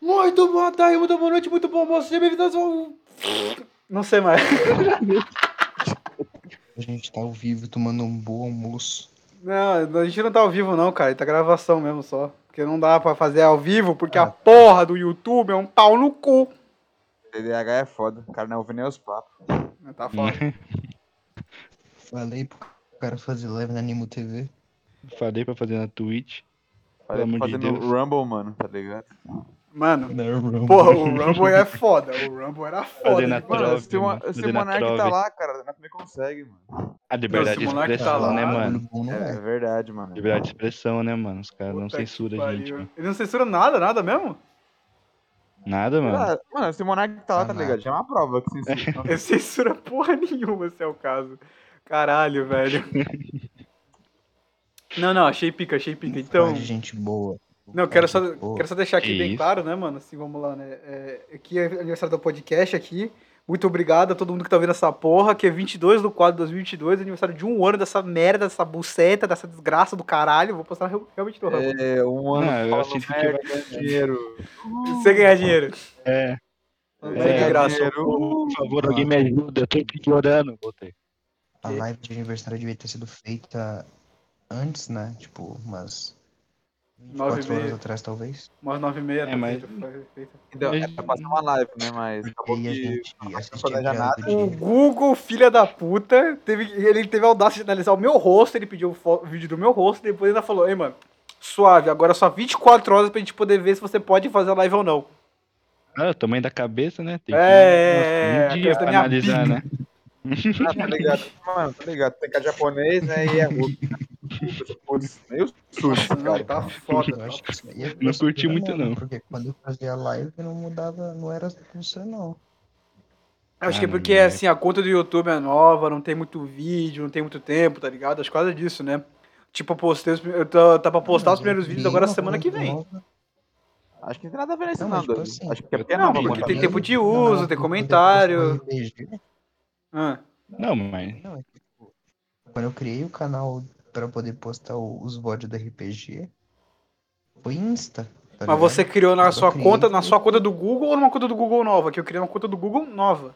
Muito boa tarde, muito boa noite, muito bom almoço, sejam bem-vindos ao... Não sei mais. A gente tá ao vivo tomando um bom almoço. Não, a gente não tá ao vivo não, cara, tá gravação mesmo só. Porque não dá pra fazer ao vivo, porque Ah. a porra do YouTube é um pau no cu. TDAH é foda, o cara não ouve nem os papos. Tá foda. Falei pro cara fazer live na Animo TV. Falei pra fazer na Twitch. Falei amor de fazendo Deus. Rumble, mano, tá ligado? Mano, Não, porra, o Rumble é foda, o Rumble era foda. Fazer na demais. Mano, Trove, se, uma, mano, se fazer o na Monark tá Trove. lá, cara, nós também consegue, mano. A Não, liberdade esse de moleque tá expressão, lá, né, mano? Bom, não É, é. verdade, mano. Liberdade de expressão, né, mano? Os caras não Puta que censuram a pariu. gente, né? mano. Ele não censura nada, nada mesmo? Nada, mano. Ah, Mano, se o Monark tá lá, tá Tá ligado? Já é uma prova que sim. Ele censura porra nenhuma, se é o caso. Caralho, velho. Não, não, achei pica, achei pica. Então. Faz de gente boa. Não, quero só, Faz de gente boa. quero só deixar aqui Que bem isso. claro, né, mano? Assim, vamos lá, né? É, aqui é aniversário do podcast aqui. Muito obrigado a todo mundo que tá vendo essa porra, que é 22 do quadro de 2022, aniversário de um ano dessa merda, dessa buceta, dessa desgraça do caralho. Vou postar real- realmente no ramo. É, um ano Não, eu falando sinto que merda, dinheiro. Se Você ganhar dinheiro. É. Não É, vai de graça. dinheiro. Por favor, alguém me ajuda, eu tô piorando. Voltei. A live de aniversário devia ter sido feita antes, né? Tipo, umas Nove 4 horas meses. atrás, talvez. Umas nove e meia. tá É, mas- Então, era pra passar uma live, né? Mas acabou e aí a que. gente não assistia a planeja piada do O dia. Google, filha da puta, teve, ele teve a audácia de analisar o meu rosto, ele pediu fo- vídeo do meu rosto, depois ainda falou, ei, mano, suave, agora só 24 horas pra gente poder ver se você pode fazer a live ou não. Ah, o tamanho da cabeça, né? Tem que É, Nossa, a um dia cabeça da pra minha analisar, né? Ah, tá ligado? Mano, tá ligado? Tem cara japonês, né? E é russo. Putz, meio susto, Não, cara. tá foda. Eu acho que isso aí é Não curti coisa muito, boa, não. Porque quando eu fazia a live, eu não mudava, não era você, não. Acho Ah, que é não, porque, né? assim, a conta do YouTube é nova, não tem muito vídeo, não tem muito tempo, tá ligado? Acho que quase disso, né? Tipo, eu postei os, eu tô, tá pra postar os primeiros vídeos agora semana que vem. Acho que não tem nada a ver nisso, Não, não, mas, tipo Davi. assim, Acho que é porque Não, não, porque mano. tem tempo de uso, tem comentário. Ah, Não, mas. Não, é tipo, quando eu criei o canal pra poder postar o- os VOD do RPG, foi Insta. tá Mas ligado? você criou na Eu sua criei. conta, na sua conta do Google ou numa conta do Google nova? Que eu criei uma conta do Google nova.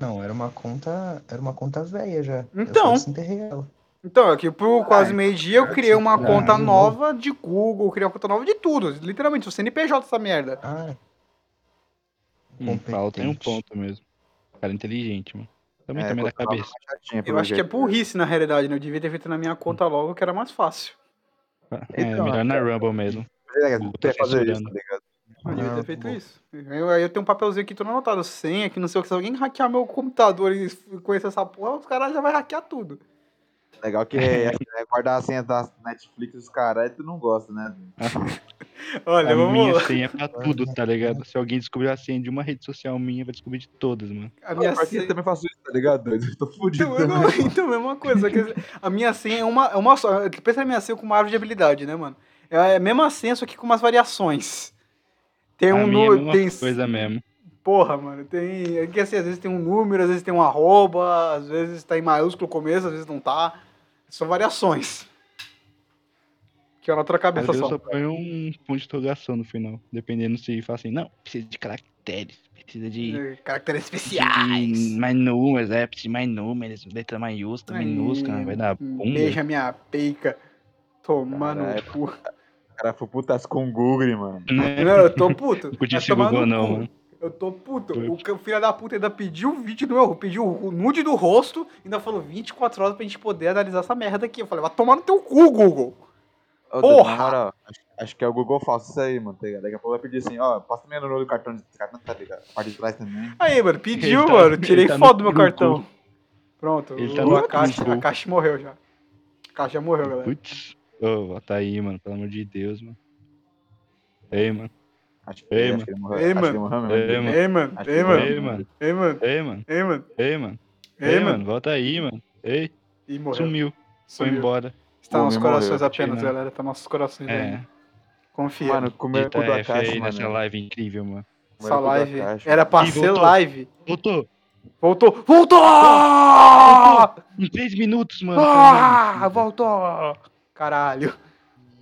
Não, era uma conta. Era uma conta velha já. Então. Eu só desenterrei ela. Então, aqui pro quase meio-dia eu criei uma Ah, conta de novo. nova de Google, eu criei uma conta nova de tudo. Literalmente, sou CNPJ essa merda. Ah. Hum, Paulo tem um competente. ponto mesmo. Cara inteligente, mano. Também É, tamanho da costurava cabeça. uma chatinha, Eu pelo acho que é jeito. burrice, na realidade, né? Eu devia ter feito na minha conta logo, que era mais fácil. É, Então, melhor na Rumble mesmo. É, Google tem tá que fazer isso, tá censurando. ligado? Eu devia Ah, ter Não, feito Google. isso. Eu- Aí eu tenho um papelzinho aqui, todo anotado, senha, que não sei o que. Se alguém hackear meu computador e conhecer essa porra, os caras já vai hackear tudo. Legal que é, é guardar a senha da Netflix e os caras, tu não gosta, né? Olha, a vamos minha lá. senha é pra tudo, tá ligado? Se alguém descobrir a senha de uma rede social minha, vai descobrir de todas, mano. A Minha minha eu senha... também faço isso, tá ligado? doido? Eu tô fudido. Então, eu não, então, é uma coisa. só que a minha senha é uma, é uma só. Pensa na minha senha com uma árvore de habilidade, né, mano? É a mesma senha, só que com umas variações. Tem a um minha é a número. mesma Tem... coisa mesmo. Porra, mano. Tem. É que assim, às vezes tem um número, às vezes tem um arroba, às vezes tá em maiúsculo no começo, às vezes não tá. São variações. Que eu anoto na Às cabeça vezes eu só. só ponho um ponto de interrogação no final. Dependendo se fala assim, não, precisa de caracteres, precisa de. É, Caracteres de especiais. Mais números, é, precisa de mais números, letra maiúscula, Aí, hum, minúscula, né? vai dar bunda. Beija minha peica. Tomando Caralho. cu. O cara foi putas com o Google, mano. Né? Não, eu tô puto. Não podia Vai ser tomar no Google, não, cu. mano. Eu tô puto. né? Foi. O ca- o filho da puta ainda pediu o vídeo do meu, pediu o nude do rosto, ainda falou 24 horas pra gente poder analisar essa merda aqui. Eu falei, vai tomar no teu cu, Google. Ô, doido, Porra! Na moral, acho, acho que é o Google falso isso aí, mano. Tá ligado? Daqui a pouco vai pedir assim, ó, passa meu número do cartão de cartão, tá ligado? A parte de trás também. Aí, mano, pediu, Ele tá- mano. ele Tirei tá no foto do meu Google. cartão. Pronto, Ele tá o- no a, caixa, Google. a caixa morreu já. A caixa já morreu, galera. Putz, ô, volta aí, mano, pelo amor de Deus, mano. Ei, mano. Acho que, Ei, acho que ele morreu. Ei, acho que ele mano. morreu mesmo. Ei, mano. Ei, mano, Acho que ei, foi. mano, Ei, mano. ei, mano, Ei, mano. ei, mano, Ei, mano. ei, Ei, mano. mano. Volta aí, mano. Ei, E morreu. sumiu. Foi Sumiu. embora. Está nos nossos Homem corações morreu. apenas, Tirando. galera. Está nos nossos corações. É. ainda. Confia. Mano, comeu o Dita cu da F caixa, aí nessa mano. live incrível, mano. Essa Comeu o cu da live caixa. era pra Ih, ser voltou. live. Voltou! Voltou! Voltou! Em três minutos, mano. Ah, voltou! Ah, Caralho.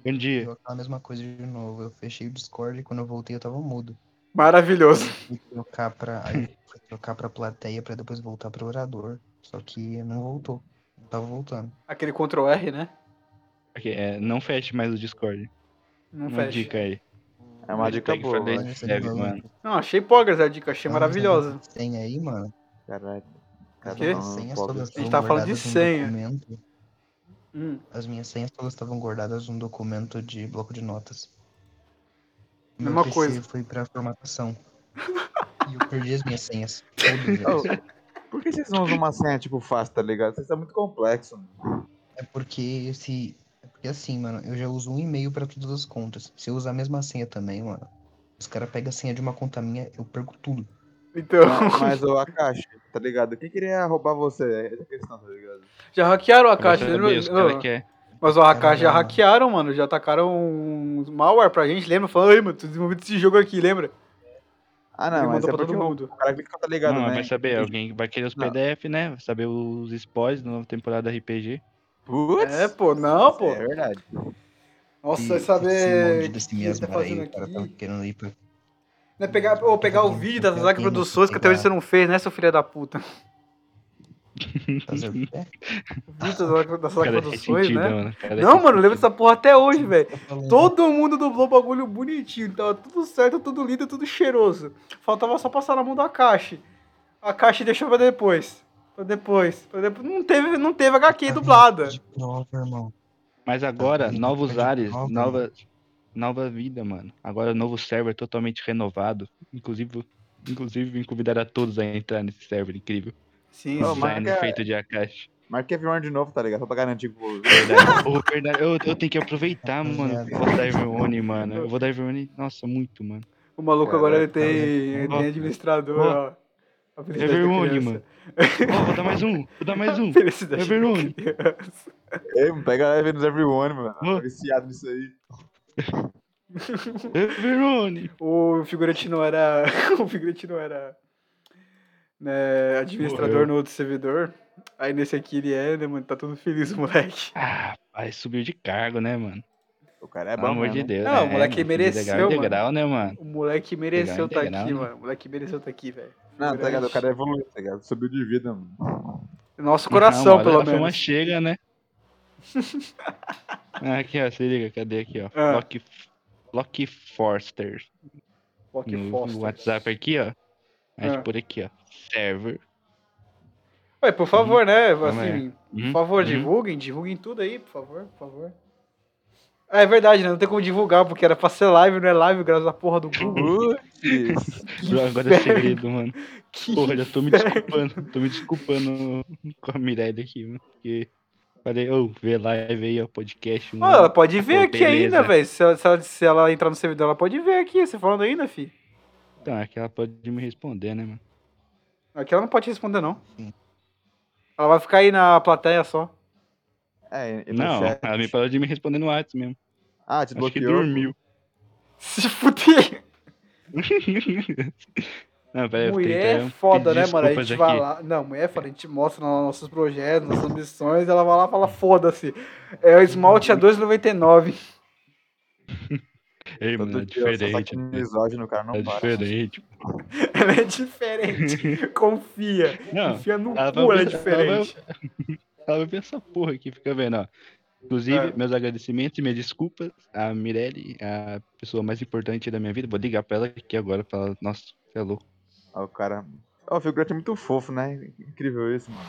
Grande Deu aquela mesma coisa de novo. Eu fechei o Discord e quando eu voltei eu tava mudo. Maravilhoso. Fui trocar pra, aí eu fui trocar pra plateia pra depois voltar pro orador. Só que não voltou. Não tava voltando. Aquele Ctrl R, né? aqui, é, não feche mais o Discord. Não uma fecha. dica aí. É uma dica Hashtag boa. falei. né? serve, mano. Não, achei poggers a dica, Ah, achei maravilhosa. Tem aí, mano. Caralho. Cada quê? um senhas pobre. todas A gente estavam tá falando de guardadas num senha. documento. Hum. As minhas senhas todas estavam guardadas num documento de bloco de notas. Meu Mesma PC coisa. foi pra formatação. e eu perdi as minhas senhas. Todas elas. Ô, Por que vocês não usam uma senha tipo fácil, tá ligado? Vocês são muito complexos. mano. É porque se. É porque assim, mano, eu já uso um e-mail pra todas as contas. Se eu usar a mesma senha também, mano, os caras pegam a senha de uma conta minha, eu perco tudo. Então, Mas o Akashi, tá ligado? Quem queria roubar você? É essa questão, tá ligado? já hackearam o Akashi. tá Você lembra? sabe, os cara Não, quer- Mas o Akashi já é Caralho. hackearam, mano. Já atacaram uns malware pra gente, lembra? Falaram, ai, mano, tu desenvolveu esse jogo aqui, lembra? Ah, Ele não, mas mandou é pra porque todo o- mundo. o cara clica, tá ligado, Não, mas né? vai saber, alguém vai querer os Não. PDF, né? Vai saber os spoilers da nova temporada da RPG. Putz. É, pô, não, pô. É verdade. Nossa, E vai esse saber. monte desse que mesmo tá aí, fazendo o cara tá aqui? tava querendo ir pra. Né, pegar, ou pegar o vídeo das Zaga Produções que até hoje você não fez, né, seu filho da puta? Fazer o quê? O vídeo das Zaga Cara, é Produções, sentido, né? mano. Cara, é Não, mano, eu sentido. lembro dessa porra até hoje, velho. Tá falando. Todo mundo dublou o bagulho bonitinho, tava tudo certo, tudo lindo, tudo cheiroso. Faltava só passar na mão da Akashi. A Akashi deixou pra depois. Pra depois. Pra depois. Não teve, não teve HQ dublada. De prova, irmão. Mas agora, Tá, novos tá de ares, prova, nova, nova vida, mano. Agora, novo server totalmente renovado. Inclusive, inclusive me convidar a todos a entrar nesse server incrível. Sim, Não, sim. mas- Design marca- feito de Akashi. Marque everyone de novo, tá ligado? Só pra garantir que o- Verdade. Ô, verdade, eu, eu tenho que Tá aproveitar, mano. Eu vou dar Everone, mano. Eu vou dar Everone. Nossa, muito, mano. O maluco agora ele Caraca, tem, ele tem Ó. administrador, Ó. ó. A felicidade da Everone, criança. É mano. Ó, vou dar mais um. Vou dar mais um. Felicidade da Everone. criança. Ei, mano, pega leve nos everyone, mano. Hã? Tá viciado nisso aí. É Everone. O figurante não era. O figurante não era. né, administrador Morreu. no outro servidor. Aí nesse aqui ele é, né, mano? Tá todo feliz, o moleque. Ah, pai, subiu de cargo, né, mano? O cara é Pelo bom, amor de mesmo. Deus. Não, né? o moleque mano, mereceu, degrau, mano. degrau, né, mano? O moleque mereceu estar Legal, aqui, legal, né? mano. O moleque mereceu estar aqui, velho. Não, tá ligado? O cara evoluiu, tá ligado? Subiu de vida, mano. Nosso Não, coração, mano, pelo a fama menos. chega, né? Ah, aqui, ó, se liga, cadê aqui, ó? Ah. Lock, Lock Forster. Rock no Foster. WhatsApp aqui, ó. A gente Ah. por aqui, ó. Server. Ué, por favor, né? Assim, Uhum, por favor, uhum. divulguem, divulguem tudo aí, por favor, por favor. Ah, é verdade, né? Não tem como divulgar, porque era pra ser live, não é live, graças à porra do Google. Putz. Que Agora é inferno, segredo, mano. que Porra, já tô me desculpando. Tô me desculpando com a Mirelle aqui, mano. Porque falei, ô, vê live aí, ó, podcast. Ó, ela mano. pode ver Pô, aqui ainda, Hum, tá beleza. velho. Se, ela- se ela- se ela entrar no servidor, ela pode ver aqui. Você falando ainda, fi. Então, é que ela pode me responder, né, mano? Aqui ela não pode responder, não. Hum. Sim. Ela vai ficar aí na plateia só. É, tá e no Não, chat. ela me parou de me responder no WhatsApp mesmo. Ah, te Acho que bloqueou. dormiu. Se fuder. Não, peraí, eu tenho que mulher é pedir foda, né, mano? A desculpas gente aqui. vai lá. Não, mulher é foda. A gente mostra no- nossos projetos, nossas ambições. Ela vai lá e fala: foda-se. É o esmalte a 2,99. Ei, mano, é Todo dia, só tá diferente. com mano. misógino, o cara não É para. diferente. Ela é diferente. Confia. Não, Confia no ela vai cu, ela é pensar- ela vai- diferente. Ela vai ver essa porra aqui, fica vendo, ó. Inclusive, É. meus agradecimentos e minhas desculpas à Mirelle, a pessoa mais importante da minha vida. Vou ligar pra ela aqui agora pra ela. Nossa, você é louco. Ó, o cara. Ó, o figurante é muito fofo, né? Incrível isso, mano.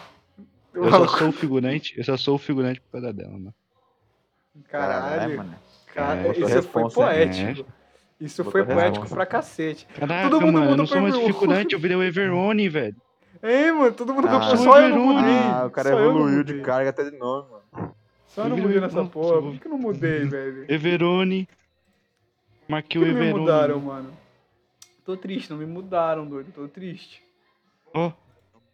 Eu só sou o figurante, eu só sou o figurante por causa dela, mano. Caralho. né, mano. Cara, É, isso botou foi responsa, né? poético. Isso Botou foi poético responsa. pra cacete. Caraca, mundo mano, eu manda não sou mais pro Everone. figurante, eu virei o Everone, velho. Ei, mano, todo mundo Ah, comprou. Só eu não Verônica. mudei. Ah, o cara só eu não evoluiu mudei. de carga até de nome, mano. Só eu não Evoluiu, mudei nessa nossa, porra. Por mano. que eu não mudei, velho? Por Everone. Marquei que o não me Everone. mudaram, mano? Tô triste, não me mudaram, doido. Tô triste. Ó,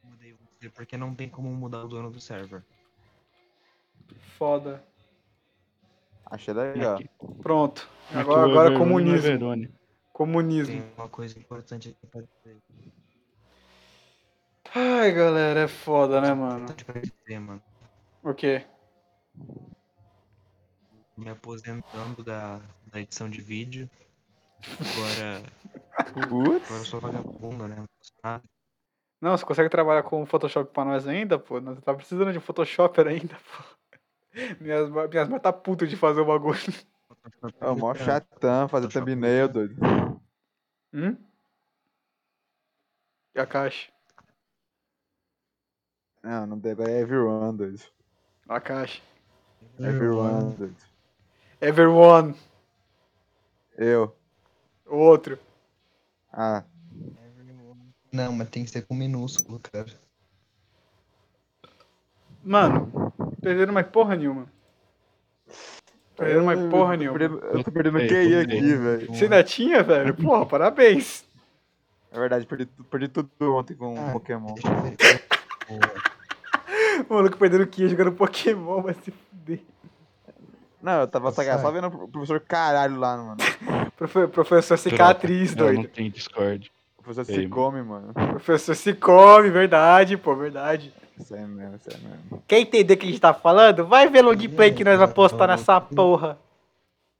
Mudei você, Porque não tem como mudar o dono do server. Foda. Achei legal. Aqui. Pronto. marquei o Agora, é agora Everone no comunismo. Everone. Tem Comunismo. uma coisa importante aqui pra dizer. Ai, galera, é foda, né, mano? Importante pra dizer, mano. O quê? me aposentando da, da edição de vídeo. Agora, agora eu sou vagabundo, né? Não faço nada. É Não, você consegue trabalhar com Photoshop pra nós ainda, pô? Nós tá precisando de um Photoshopper ainda, pô. Minhas, ma- minhas mães tá puto de fazer o bagulho. É o maior chatão fazer Photoshop. thumbnail, doido. Hum? E a caixa? Não, não tem. Agora é everyone, doido. A caixa. Everyone, doido. Everyone. Eu. O outro. Ah, Não, mas tem que ser com minúsculo, cara. Mano, perderam mais porra nenhuma. Perderam Hum, mais porra nenhuma. eu tô perdendo- eu tô perdendo Eu QI também. aqui, velho. Você ainda tinha, velho? Porra, parabéns. É verdade, perdi, tu- perdi tudo ontem com Ah, Pokémon. Deixa eu ver. Boa. O maluco perdendo o Kia jogando Pokémon, vai se fuder. Não, eu tava Sai. saca- só vendo o professor caralho lá, mano. Profe- professor é cicatriz, Não, não doido. tem Discord. O professor Ei, se come, mano. Professor se come, verdade, pô, verdade. Isso aí mesmo, isso aí mesmo. Quer entender o que a gente tá falando? Vai ver longplay que nós vamos postar nessa porra.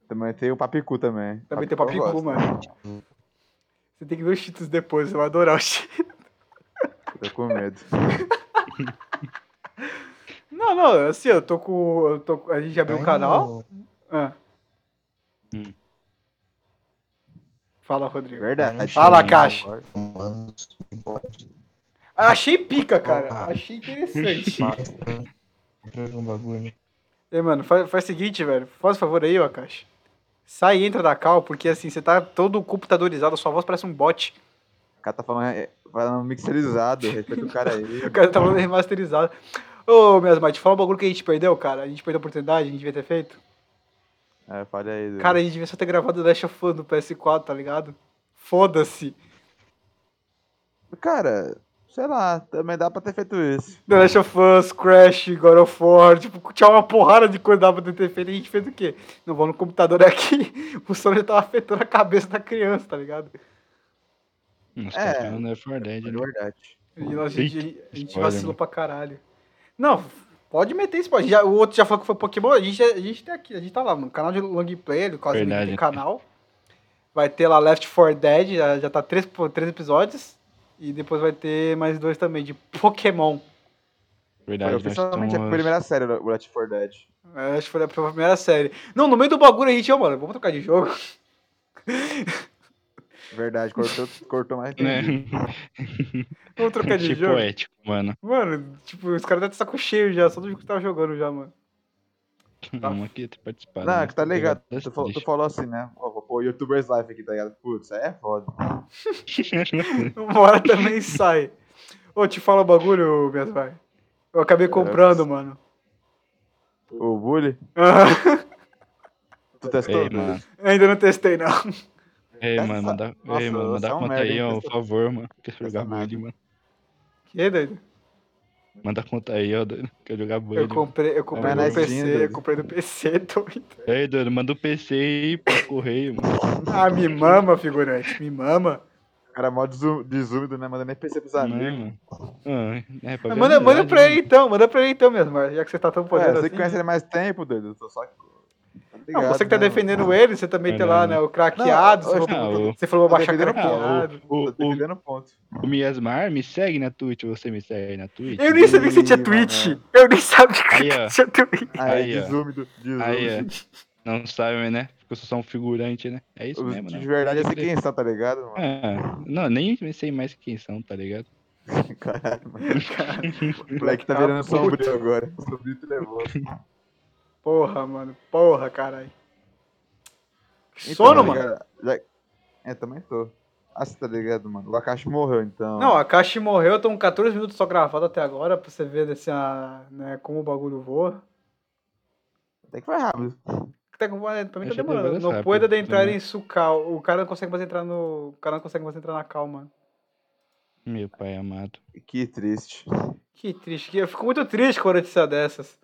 Também tem o Papicu também. Também tem papicu, eu mano. Você tem que ver os títulos depois, você vai adorar os Cheetos. gosto, Tô com medo. Não, não, assim, eu tô com. Eu tô, com- a gente abriu o um canal. Ah. Hum. Fala, Rodrigo. Verdade. Fala, Caixa. Mano, bora. Achei pica, cara. Ah. Achei interessante. Pra ver um bagulho. Ei, mano, faz, faz o seguinte, velho. Faz o favor aí, ó, Caixa. Sai e entra da cal, porque assim, você tá todo computadorizado, sua voz parece um bot. O cara tá falando, é, falando mixerizado, respeita o cara aí. O cara tá falando remasterizado. Ô, minhas mates, fala o bagulho que a gente perdeu, cara. A gente perdeu a oportunidade, a gente devia ter feito. É, fala aí. doido. Cara, a gente devia só ter gravado o Last of Us no PS4, tá ligado? Foda-se. Cara, sei lá, também dá pra ter feito isso. The Last of Us, Crash, God of War, tipo, tinha uma porrada de coisa que dava pra ter feito. E a gente fez o quê? Não, vou no computador aqui. O sono já tava afetando a cabeça da criança, tá ligado? Nossa, É. tá falando Left 4 É Dead, né? verdade. E nós, a gente, a gente spoiler, né? vacilou mano. pra caralho. Não, pode meter isso, pode. Já, o outro já falou que foi Pokémon, a gente, a gente tem aqui, a gente tá lá, mano. Canal de long play, ele quase ninguém Verdade, tem né? canal. Vai ter lá Left 4 Dead, já, já tá três, pô, três episódios. E depois vai ter mais dois também, de Pokémon. Verdade, Foi nós oficialmente a estamos- primeira série do Left 4 Dead. É, Acho que foi a primeira série. Não, no meio do bagulho a gente, ó, mano, vamos trocar de jogo. Verdade, cortou, cortou mais tempo. Né? Vamos trocar de Achei jogo. é poético, mano. Mano, tipo, os caras tá de saco cheio já, só do jogo que tava jogando já, mano. Tá. Vamos aqui ter participado. Não, né? que tá ligado. Obrigado, Tu falou, tu deixa. falou assim, né? Ó, vou pôr YouTuber's Life aqui, tá ligado? Putz, aí é foda. Uma hora também sai. Ô, te fala o bagulho, minhas vai. Eu acabei comprando, mano. O Bully, tu tá testou? Ei, mano. Ainda não testei, não. Ei, Essa- mano, manda, Nossa, ei, mano, você manda é um conta merda, aí, hein, ó, essa- por favor, mano. Quero essa jogar merda. bullying, mano. Que doido? Manda conta aí, ó. doido. Quero jogar Eu bullying. mano. comprei, eu comprei É, no mas sim, PC, eu doido. comprei no PC, doido. Ei, doido, manda o PC aí pro correio, mano. Ah, me mama, figurante, me mama. O cara é mó desu- desúmido, né? Manda nem PC pros Não, é, amigos. mano. Ah, é, pra ver Manda, a manda verdade, pra né? ele então, manda pra ele então, minhas vai, já que você tá tão É, podendo você assim. que conhece ele mais tempo, doido. Eu tô só. Tá Não, ligado, você que tá né, defendendo ele, você É, também tem lá, né, o craqueado, você Não, falou- eu- você falou Tá baixar defendendo o craqueado. Ah, O, mano? Tô o, defendendo ponto. o Miasmar me segue na Twitch, você me segue na Twitch. Eu nem sabia que você tinha Ih, Twitch, mano. eu nem sabia Aí, que ó. você tinha Twitch. Aí, Aí, ó. desúmido, desúmido. Aí, é. Não sabe, né? Porque eu sou só um figurante, né? É isso Os mesmo, de né? verdade, eu sei quem são, tá ligado, mano? Ah, não, nem sei mais quem são, tá ligado? Caralho, mano. O moleque tá virando Puta. sombrio agora. Sombrio te levou. Porra, mano, porra, caralho. Sono, tá mano. ligado? Já- É, também tô. Ah, você tá ligado, mano? O Akashi morreu, então. Não, a Kashi morreu, estão 14 minutos só gravado até agora, pra você ver assim, a, né, como o bagulho voa. Até que foi rápido. Até que é, pra mim tá Achei que demorando. agora Não sabe, puedo de também. entrar em Sucal. O cara não consegue mais entrar no. O cara não consegue mais entrar na calma. Meu pai é amado. Que triste. Que triste. que- Eu fico muito triste com a notícia dessas.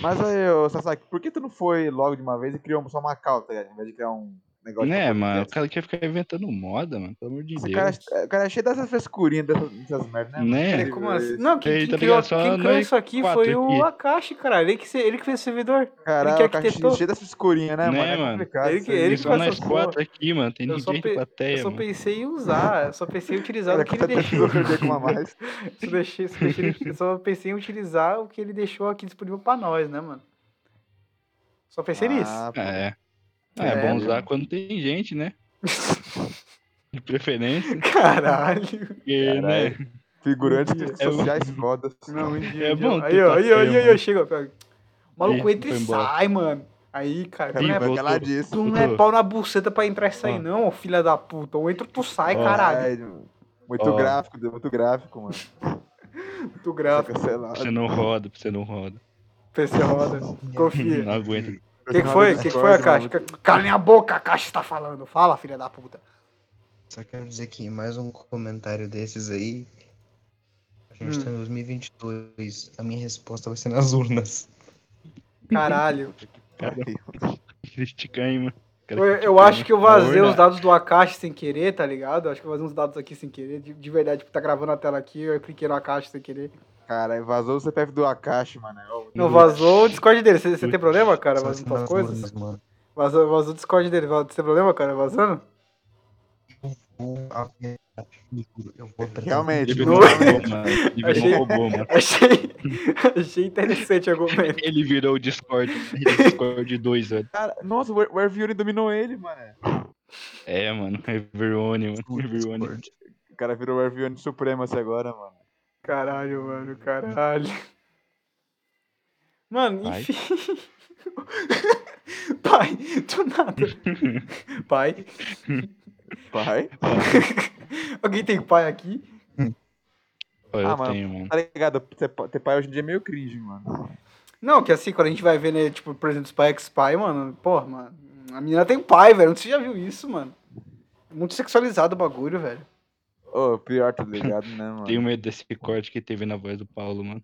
Mas aí, ô, Sasaki, por que tu não foi logo de uma vez e criou só uma cal, tá ligado? Em vez de criar um negócio de né, podcast. mano? O cara quer ficar inventando moda, mano. Pelo amor de Esse Deus. cara, o cara é cheio dessas frescurinhas, dessas, dessas merdas, né? Né? Peraí, como assim? Não, quem, Ele quem tá criou, ligado? Só quem criou nós isso aqui quatro foi o aqui. Akashi, cara. Ele que, se- ele que fez o servidor. Caralho, que o cara é arquitetou. cheio dessas frescurinhas, né, Né, mano? É mano? complicado. Ele isso que- aí, ele E que só mano. faz nós essas quatro aqui, mano. Tem Eu só ninguém pe- de Eu plateia, só É, mano. pensei em usar, eu só pensei em utilizar o Cara, que ele coitado, deixou. eu perdi com a mais. Só deixei- só deixei- eu só pensei em utilizar o que ele deixou aqui disponível pra nós, né, mano? Só pensei Ah, pô. É. Ah, É, é bom né? usar quando tem gente, né? De preferência. nisso. Caralho. Porque, né? Caralho. Figurantes É, sociais fodas. Não, um dia, É um dia. bom ter Aí, ó, aí, ó, aí, ó, aí, plateia, ó, chega. ó, pega. O maluco Ih, entra e foi embora. sai, mano. Aí, cara, tu Cara, não, Ih, é, vai voltou. calar disso. tu não é voltou. pau na buceta pra entrar e sair, Ó. não, ô filha da puta. Ou entra, tu sai, Ó. caralho. Caralho. Muito Ó. gráfico, deu muito gráfico, mano. Muito Tá gráfico. Pra cancelado. Você não roda, pra você não roda. PC roda. Confia. Não aguenta. O que, que foi? O que, que foi, Akashi? Cala minha boca, a Caixa tá falando. Fala, filha da puta. Só quero dizer que mais um comentário desses aí. A gente Hum. tá em 2022. A minha resposta vai ser nas urnas. Caralho. Critica aí, mano. Cara Eu, eu critica, acho né? que eu vazei Por os nada. dados do Akashi sem querer, tá ligado? Eu acho que eu vazei uns dados aqui sem querer. De, de verdade, tipo, tá gravando a tela aqui, eu cliquei no Akashi sem querer. Cara, vazou o CPF do Akashi, mano. Ó, Não, vazou o Discord dele. Você tem problema, cara, Só vai ser vazando tuas nas coisas? né? urnas, mano. Vazou, vazou o Discord dele. Você tem problema, cara, vazando? Vou apertar, juro, Eu vou apertar. Realmente. Ele Não. virou robô, mano. Ele virou Achei- robô, mano. Achei, achei interessante o argumento. Ele virou o Discord. Ele é o Discord 2, velho. Cara, nossa, o Air- o Airviewne dominou ele, mano. É, mano. Everyone, mano. Juro, Everyone. Discord. O cara virou o Airviewne Supremacy agora, mano. Caralho, mano, caralho. Mano, Pai? enfim. Pai, do nada. Pai. Pai. Alguém tem pai aqui? Ó, Eu Ah, mano. tenho, mano. Tá ligado? Ter pa- ter pai hoje em dia é meio cringe, mano. Não, que assim, quando a gente vai ver, né, tipo, por exemplo, Spy x Spy, mano, porra, mano. A menina tem pai, velho. Você já viu isso, mano? É Muito sexualizado o bagulho, velho. Ô, pior, tá ligado, né, mano? Tenho medo desse corte que teve na voz do Paulo, mano.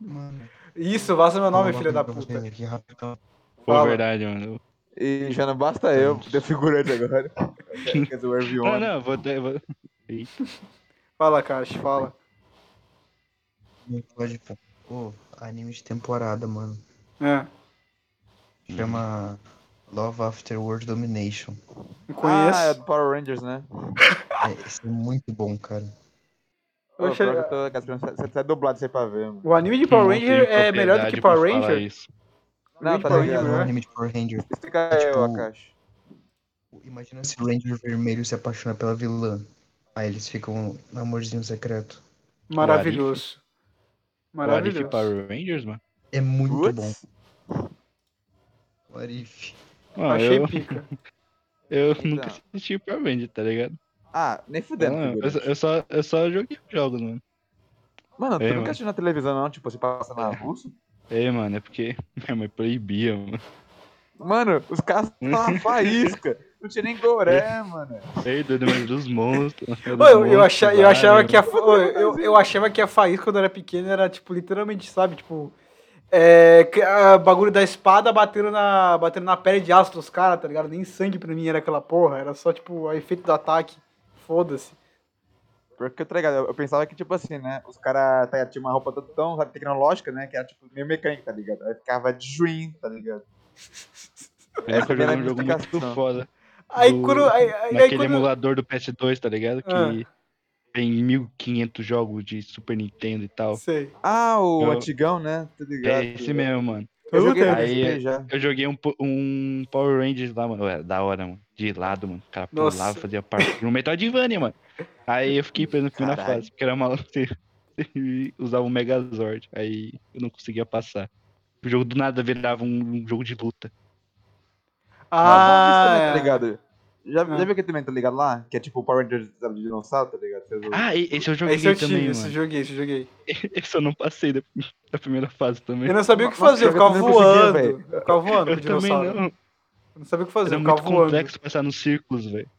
Mano, Isso, vaza meu nome, vou filha da mandar pra vocês puta. aqui rapidão. Pô, Fala. verdade, mano. E já não basta eu, deu figurante agora. Quer dizer, o Ah, Airviewne. não, vou. dar- vou... Fala, Caixa, fala. Não pode, pô. Pô, anime de temporada, mano. É, Chama Love After World Domination. não Ah, é conheço. do Power Rangers, né? É, isso é muito bom, cara. Ô, Oxe, pior que eu tô- Gaspar, Você você tá dublado isso aí pra ver, mano. O anime de Power Não tenho Ranger é melhor do que propriedade pra Power falar Ranger? isso. Não, Ranger tá Power É ligado. um Ranger, né? anime de Power Ranger. Explica É aí, tipo- ô, Akashi. Imagina se o Ranger Vermelho se apaixona pela vilã. Aí eles ficam um amorzinho secreto. Maravilhoso. O Arif Maravilhoso. Power Rangers, mano. É muito bom. Putz. What if? Mano, Achei Ah, né? eu, pica. eu Então. nunca assisti Power Ranger, tá ligado? Ah, nem fudendo. Não, eu, figurante. só- eu só, eu só joguei os jogos, mano. Mano, tu É, nunca mano. assistiu na televisão, não? Tipo, você passa na russa? É, mano, é porque minha mãe proibia, mano. Mano, os caras estavam faísca. Não tinha nem É. goré, mano. Perda do meio dos monstros. dos Ô, eu, eu, monstros, achava, eu achava vários, que a, fa- ô, eu, eu achava que a Faiz, quando era pequena, era, tipo, literalmente, sabe? Tipo, é, que a- bagulho da espada batendo na, batendo na pele de aço dos caras, tá ligado? Nem sangue pra mim era aquela porra. Era só, tipo, o efeito do ataque. Foda-se. Porque, tá ligado? Eu eu pensava que, tipo assim, né? Os caras tá, tinham uma roupa toda tão sabe, tecnológica, né? Que era, tipo, meio mecânica, tá ligado? Aí ficava de juim, tá ligado? Eu lembro que eu Essa joguei era um a jogo minha muito explicação. foda. Aí Do- quando. Aí, aí, aí Naquele quando emulador do PS2, tá ligado? Que Ah. tem 1500 jogos de Super Nintendo e tal. sei. Ah, o Eu- antigão, né? Tá ligado? É esse mesmo, mano. Eu joguei Puta, Aí- nesse aí já. Eu joguei um, po- um Power Rangers lá, mano. Era da hora, mano. De lado, mano. O cara Nossa. pulava, fazia parkour. No Metroidvania, mano. Aí eu fiquei preso no fim da Caralho. fase, porque era um maluco. Você você usava um Megazord. Aí eu não conseguia passar. O jogo do nada virava um, um jogo de luta. Ah, Tá é. ligado? Já, Ah. já viu que também, tá ligado lá? Que é tipo o Power Rangers sabe, de dinossauro, tá ligado? Você usa- Ah, e- esse eu joguei é. Esse eu também, tive, esse eu mano. joguei, esse eu joguei. Esse eu não passei da, da primeira fase também. Eu não sabia o que Nossa, fazer, eu eu ficava também não conseguia, voando. velho. Eu ficava voando com o Eu também é um dinossauro. não. Eu não sabia o que fazer, um Era eu ficava muito voando. complexo passar nos círculos, velho.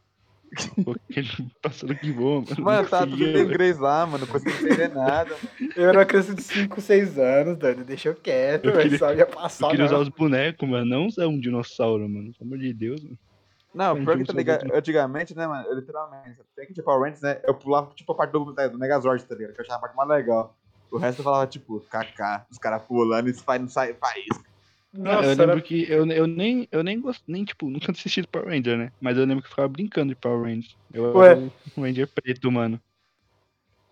Porque ele passou no que voa, mano. Mano, Não tá tudo conseguia, em velho. inglês lá, mano. Não consegui entender nada. Eu era uma criança de 5, 6 anos, Dani. Deixa eu quieto, Eu velho. queria- Só ia Eu passar. queria não. é usar os bonecos, mas não usar um dinossauro, mano. Pelo amor de Deus, mano. Não, Gente, pior que eu tá sou ligado. muito- Antigamente, né, mano? Eu literalmente. Até que tipo Power Rangers, né? Eu pulava tipo a parte do, da- do Megazord, tá ligado? Que eu achava a parte mais legal. O resto eu falava, tipo, KK, os caras pulando, isso faz, não sai, faz. eu Nossa, lembro era... que eu, eu nem, eu nem gosto, nem, tipo, nunca assisti do Power Ranger, né? Mas eu lembro que eu ficava brincando de Power Ranger. Eu Ué. era um Ranger preto, mano.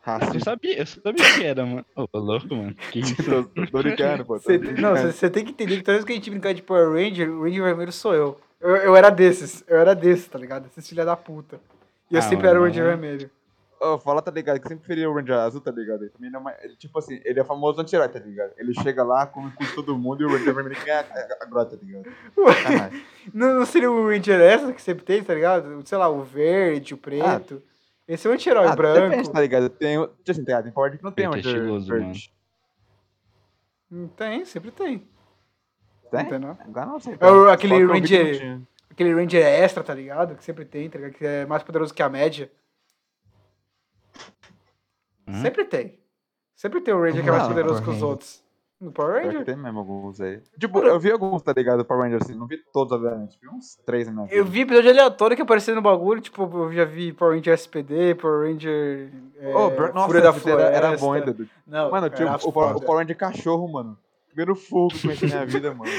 Eu Racista. sabia, eu sabia que era, mano. Ô, louco, mano. Que isso? Tô, tô brincando, pô. tô Cê, brincando. não, você tem que entender que toda vez que a gente brincar de Power Ranger, o Ranger Vermelho sou eu. Eu, eu era desses, eu era desses, tá ligado? Esses filha da puta. E eu Ah, sempre era o mano. Ranger Vermelho. Ô, fala, tá ligado? Que sempre feria o Ranger Azul, tá ligado? Ele também não é uma- ele, tipo assim, ele é famoso anti-herói, tá ligado? Ele chega lá, come com todo mundo e o Ranger Vermelho ganha a- a grota, tá ligado? Sacanagem. Não, não seria o Ranger essa que sempre tem, tá ligado? Sei lá, o verde, o preto. Esse é o anti-herói Ah, branco. depende, tá ligado? Tem, o- tipo assim, tem, tem Power Ranger que não tem o Preto é Ranger estiloso, verde. Hum, Tem, sempre tem. Não Tem? tem, não? Agora não sei. É o- cara. aquele Só que eu vi que não Ranger- tinha. Aquele Ranger extra, tá ligado? Que sempre tem, tá ligado? Que é mais poderoso que a média. Hã? Sempre tem. Sempre tem o Ranger que é mais Não, poderoso Power que os Ranger. outros. No Power Pior que Ranger? tem mesmo alguns aí. Tipo, eu vi alguns, tá ligado? Power Rangers, assim, não vi todos, obviamente. Vi uns três na minha vida. Eu vi episódio aleatório que apareceu no bagulho, tipo, eu já vi Power Ranger SPD, Power Ranger. É, Ô, pior- nossa, Fúria da esse era, era Floresta. bom ainda. Dudu. Não, Mano, tinha era o, foda. o, Power- o Power Ranger cachorro, mano. Primeiro fogo que eu conheci na minha vida, mano.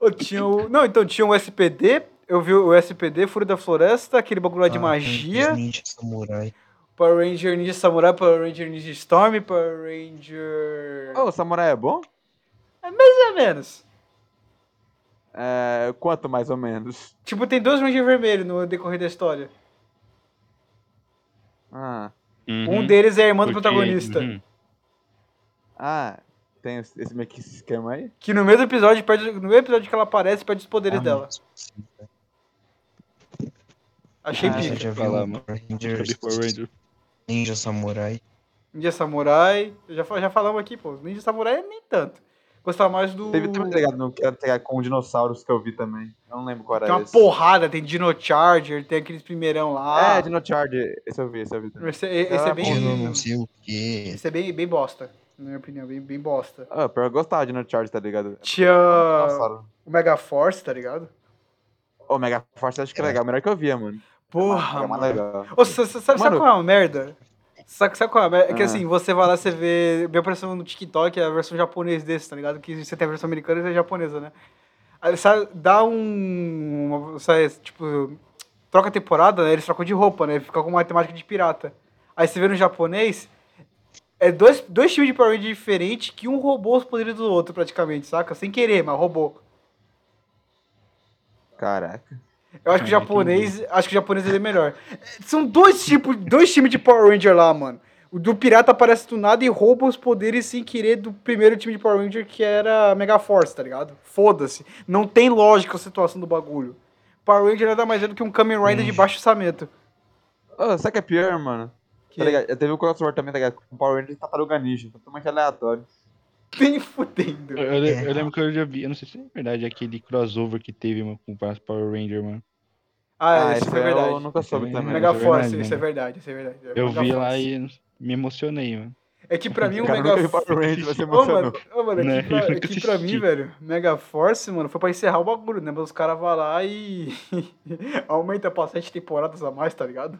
Eu tinha o- Não, então tinha o SPD, eu vi o SPD, Fúria da Floresta, aquele bagulho lá de Ah, magia, os Ninja samurai. Power Ranger Ninja Samurai, Power Ranger Ninja Storm, Power Ranger. Ô, o Samurai é bom? Mais ou menos. É, quanto mais ou menos? Tipo, tem dois Ranger vermelhos no decorrer da história. Ah, Uhum. Um deles é a irmã do Porque- protagonista. uhum. ah tem esse esse meio que esse esquema aí? Que no mesmo episódio, perde, no mesmo episódio que ela aparece, perde os poderes Ah, dela. sim, velho. Achei Ah, Você pica. já viu Fala, o mano. Power Nunca vi Power Rangers Ranger. Ninja Samurai? Ninja Samurai. Já, fa- já falamos aqui, pô. Ninja Samurai é nem tanto. Gostava mais do. Teve também, tá ligado? Não quero pegar com dinossauros que eu vi também. Eu não lembro qual era Tem uma esse. porrada, tem Dino Charger, tem aqueles primeirão lá. É, Dino Charge. Esse eu vi, esse eu vi também. Esse, esse Ah, é bem. Eu não sei o que. Esse é bem, bem bosta, na minha opinião, bem, bem bosta. Ah, pior, eu gostava de Dino Charge, tá ligado? Tinha Dinossauro. o Mega Force, tá ligado? Ô, Mega Force acho que era legal, melhor que eu via, mano. Porra, Era mais mano. legal. Ô, sa- sa- sabe, sabe Mano. qual é uma merda? Sabe, sabe qual é a merda? É que Ah. assim, você vai lá, você vê. Minha versão no TikTok é a versão japonesa desse, tá ligado? Que você tem a versão americana e você é japonesa, né? Aí, sabe, dá um. Uma, sabe, tipo. Troca a temporada, né? Eles trocam de roupa, né? Fica com uma temática de pirata. Aí você vê no japonês. É dois, dois times de Power Ranger diferentes que um roubou os poderes do outro, praticamente, saca? Sem querer, mas roubou. Caraca. Eu acho que o Ah, japonês. Acho que o japonês ele é melhor. É, São dois tipos, dois times de Power Ranger lá, mano. O do pirata aparece do nada e rouba os poderes sem querer do primeiro time de Power Ranger que era Mega Force, tá ligado? Foda-se. Não tem lógica a situação do bagulho. Power Ranger nada mais é do que um Kamen Rider de baixo orçamento. Ô, sabe o que é pior, mano? Que Tá ligado? Teve um crossover também, tá ligado? Com Power Rangers e Tartaruga Ninja. Totalmente aleatório. tem fudendo. Eu, eu le- eu lembro que eu já vi, eu não sei se é verdade, aquele crossover que teve mano, com o Power Ranger, mano. Ah, isso esse é eu verdade. nunca soube Esse também. é Mega verdade, Force, né? isso é verdade, isso é verdade. Eu Mega vi Force. lá e me emocionei, mano. É que pra mim o O cara nunca Mega viu Power Rangers, vai ser Ô, mano, emocionou. ô, mano, Né? aqui, pra, Nunca aqui pra mim, assisti. velho, Mega Force, mano, foi pra encerrar o bagulho, né? Mas os caras vão lá e aumenta pra sete temporadas a mais, tá ligado?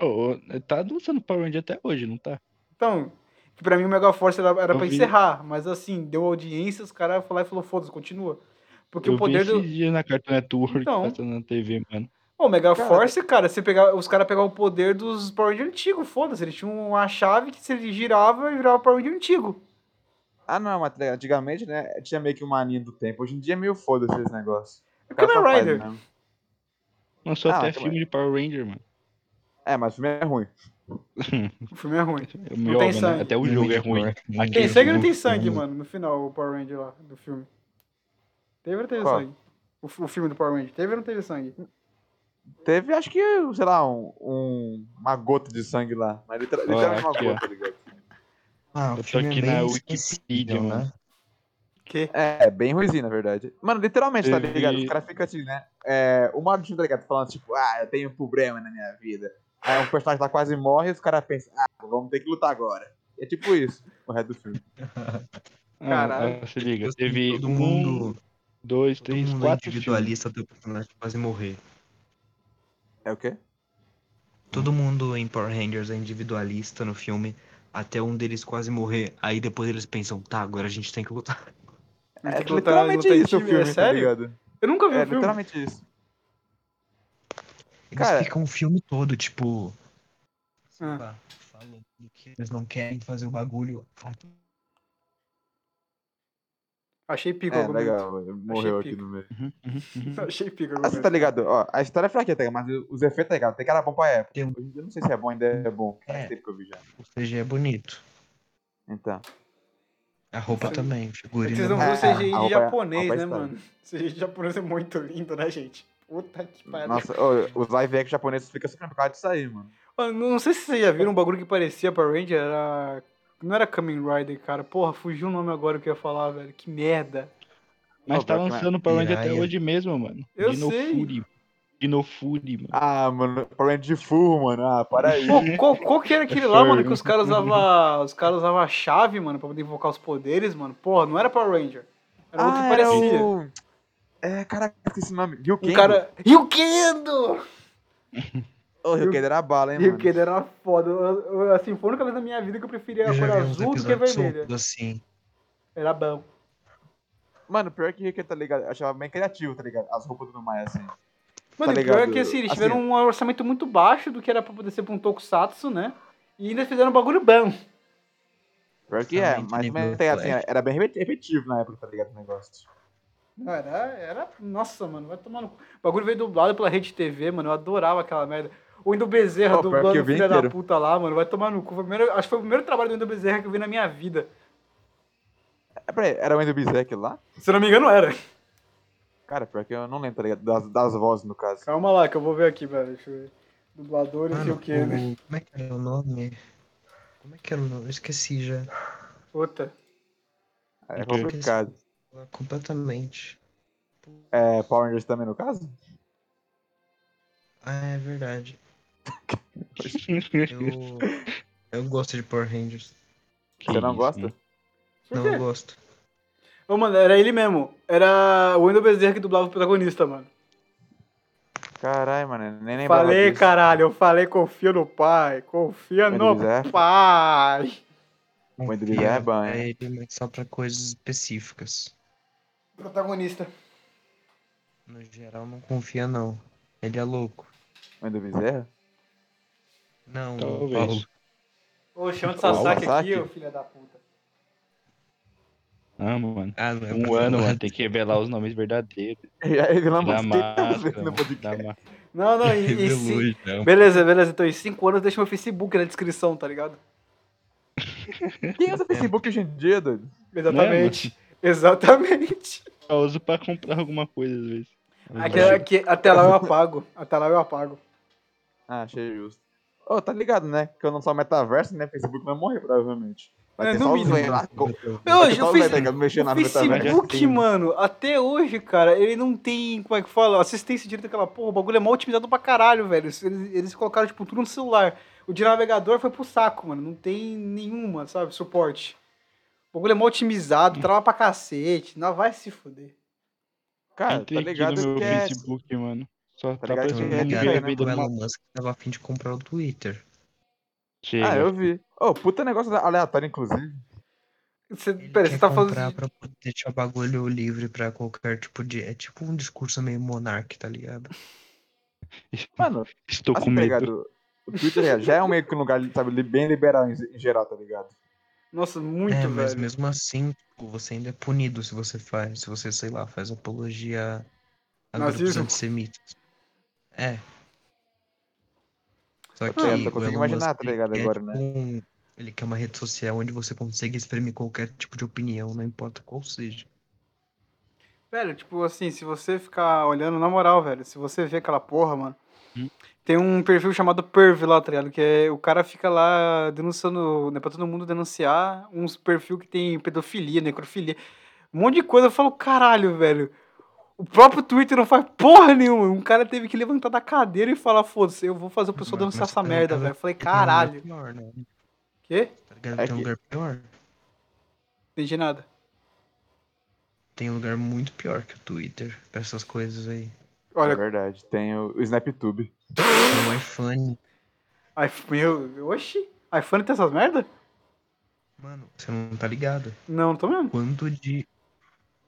Ô, ô, tá lançando Power Ranger até hoje, não tá? Então, que pra mim o Mega Force era, era Eu pra vi. encerrar, mas assim, deu audiência, os caras foram lá e falaram, foda-se, continua. Porque eu o poder vi do. esses dias na Cartoon Network, Então. passando na TV, mano. Ô, Mega Cara, Force, cara, você pegar, os caras pegavam o poder dos Power Rangers antigos, foda-se, eles tinham uma chave que se ele girava, virava Power Ranger antigo. Ah, não, mas tá ligado? antigamente, né? Tinha meio que uma linha do tempo. Hoje em dia é meio foda-se esse negócio. É O cara Kamen só faz Rider. né? mesmo. Lançou Ah, até tá filme de Power Ranger, mano. É, mas o filme é ruim. O filme é ruim. É Não melhor, tem mano. sangue. Até o jogo é ruim. Aquele Tem sangue ou não tem jogo- sangue, mano, no final, o Power Ranger lá do filme? Teve ou não teve Qual? sangue? O, f- o filme do Power Ranger, teve ou não teve sangue? Teve, acho que, sei lá, um, um- uma gota de sangue lá. Mas literal- Ó, literalmente aqui, uma ó. gota, tá ligado? Ah, Eu o tô filme aqui é bem na Wikipedia, esquecível, né? Que? É, é bem ruizinho, na verdade. Mano, literalmente, tá Teve- ligado? Os caras ficam assim, né? É, o modo tá ligado? Falando, tipo, ah, eu tenho um problema na minha vida. Aí um personagem lá quase morre e os caras pensam, ah, vamos ter que lutar agora. É tipo isso, o resto do filme. Ah, Caralho. ah, se liga, Assim, teve todo um- mundo dois, Todo três, mundo é quatro filmes. individualista até o personagem quase morrer. É o quê? Todo mundo em Power Rangers é individualista no filme até um deles quase morrer. Aí depois eles pensam, tá, agora a gente tem que lutar. Tem que que lutar- lutar em É o tá time, é sério? ligado? Eu nunca vi um É o filme. literalmente isso. Eles Cara- ficam o filme todo, tipo. sei Ah. lá, falando que eles não querem fazer o bagulho. Achei pico o É, argumento. legal, velho. Morreu Achei pico. aqui no meio. Achei pico o Ah, você argumento. tá ligado? Ó, a história é fraquinha, tá ligado? Mas os efeitos, tá ligado? Tem cara bom pra época. Tem um- Hoje em dia eu não sei se é bom, ainda é bom. Faz É. tempo que eu vi já. O CG é bonito. Então. A roupa Sim. também, Ah, figurino. Vocês não viram o É, CGI a de roupa- japonês, a roupa né, é estranha. mano? CGI de japonês é muito lindo, né, gente? Puta que pariu. Nossa, ô, os live action japoneses ficam sofrendo por causa disso aí, mano. Mano, não sei se vocês já viram um bagulho que parecia Power Ranger, era... Não era Kamen Rider, cara. Porra, fugiu o nome agora que eu ia falar, velho. Que merda. Mas Ô, tá Batman, lançando Power Ranger até Jiraiya. hoje mesmo, mano. Eu Dino sei. Fury. Dino Fury, mano. Ah, mano, problema de furro, mano. Ah, para aí. Pô, qual, qual que era aquele lá, mano, que os caras usavam os caras usavam a chave, mano, pra poder invocar os poderes, mano? Porra, não era Power Ranger. Era outro que ah, era parecia. o... É, caraca, esqueci o nome. Ryu Um Kendo. cara. Rio Kendo! Ô, Ryu Kendo era bala, hein, Rio É, mano. Kendo era foda. Eu- eu- Assim, foi a única vez na minha vida que eu preferia a Eu cor já vi uns azul do que a episódios vermelha. soltos assim. Era bom. Mano, pior que Ryu Kendo, tá ligado? Eu achava bem criativo, tá ligado? As roupas do mais assim. Mano, Tá e pior ligado? que assim, eles Assim, tiveram um orçamento muito baixo do que era pra poder ser pra um Tokusatsu, né? E ainda fizeram um bagulho bom. Pior que é, Exatamente, mas, mas nível tá ligado, assim, flash. era bem repeti- repetitivo na época, tá ligado? O negócio. Não, Era, era. Nossa, mano, vai tomar no cu. O bagulho veio dublado pela Rede TV, mano. Eu adorava aquela merda. O Indo Bezerra Pô, pior dublando que o eu vi filho da inteiro. puta lá, mano. Vai tomar no cu. Foi o primeiro- acho que foi o primeiro trabalho do Indo Bezerra que eu vi na minha vida. É, peraí, era o Andy Bizek lá? Se eu não me engano, era. Cara, pior que eu não lembro, tá ligado? Das, das vozes, no caso. Calma lá, que eu vou ver aqui, velho. Deixa eu ver. Dubladores e Mano, o quê, né? o- Como é que era o nome? Como é que era o nome? Eu esqueci já. Puta. É Ok. complicado. Completamente. É, Power Rangers também, no caso? Ah, é verdade. Eu, eu gosto de Power Rangers. Que Você não isso, gosta? mano. Por Não quê? eu gosto. Ô, mano, era ele mesmo. Era o Indo Bezerra que dublava o protagonista, mano. Caralho, mano, eu nem lembrava Falei, disso. caralho, eu falei, confia no pai, confia Mas no eles erram. pai. O Andy Bizek é bom, hein? É ele, mas só pra coisas específicas. Protagonista. No geral, não confia, não. Ele é louco. O Andy Bizek? Não, Talvez. Paulo. Ô, chama de Ô, Sasaki aqui, Sasaki. ô filha da puta. Amo, mano. Ah, não é Um pra ano, falar. mano. Tem que revelar os nomes verdadeiros. E aí ele lá Da mas quem tá máscara. vendo no mano, podcast? Da ma- Não, não, e, e se... Revelou, então. Beleza, beleza, então em 5 anos deixa meu Facebook na descrição, tá ligado? Quem usa Facebook hoje em dia, doido? Exatamente. Né, Exatamente. Eu uso pra comprar alguma coisa às vezes. Uhum. Aquela que até lá eu apago. Até lá eu apago. Ah, achei justo. Ô, tá ligado, né? Que eu não sou metaverso, né? Facebook vai morrer, provavelmente. Vai É, ter no só os mínimo. velhos lá. co- Eu, vai ter eu só os fiz- velhos, tá ligado? Mexendo O lá no metaverso. tipo, assim. Facebook, mano, até hoje, cara, ele não tem, como é que fala, assistência direita daquela porra. O bagulho é mal otimizado pra caralho, velho. Eles, eles colocaram, tipo, tudo no celular. O de navegador foi pro saco, mano. Não tem nenhuma, sabe, suporte. O bagulho é mal Hum. otimizado, trava pra cacete. Não vai se fuder. Cara, tá Entrei aqui ligado no meu que é... Facebook, mano. Só tá, ligado que aparecendo Então, é um é de bebê cara, ligado, né? bebendo o uma Elon Musk tava a fim de comprar o Twitter. chega. Ah, eu vi. Ô, puta negócio aleatório, inclusive. Você, Ele pera, quer você tá falando. comprar de- pra poder deixar o bagulho livre pra qualquer tipo de... É tipo um discurso meio monarca, tá ligado? Mano, Estou assim, com tá medo. ligado? O Twitter já é um meio que um lugar, sabe, li- bem liberal em em geral, tá ligado? Nossa, muito, é, mas velho. mesmo assim, tipo, você ainda é punido se você faz, se você, sei lá, faz apologia a grupos Nazismo. antissemitas. É. Só Ah, que é um tô o conseguindo Elon imaginar, Musk, tá ligado, ele quer, agora, né? tipo, um- Ele quer uma rede social onde você consegue exprimir qualquer tipo de opinião, não importa qual seja. Velho, tipo assim, se você ficar olhando, na moral, velho, se você vê aquela porra, mano, Hum. tem um perfil chamado Perv lá, tá ligado? Que é, o cara fica lá denunciando, né, pra todo mundo denunciar uns perfil que tem pedofilia, necrofilia, um monte de coisa. Eu falo, caralho, velho, o próprio Twitter não faz porra nenhuma. Um cara teve que levantar da cadeira e falar, foda-se, eu vou fazer o pessoal Mas- denunciar mas essa tá ligado merda, velho. Eu falei, Tem um lugar caralho. Pior, né? Quê? Tá ligado? É Tem um que- lugar pior. Entendi nada. Tem um lugar muito pior que o Twitter pra essas coisas aí. É Olha, verdade, tem o, o SnapTube. Tem o iPhone. iPhone- meu, oxi, iPhone tem essas merda? Mano, você não tá ligado. Não, não tô mesmo. Quanto de.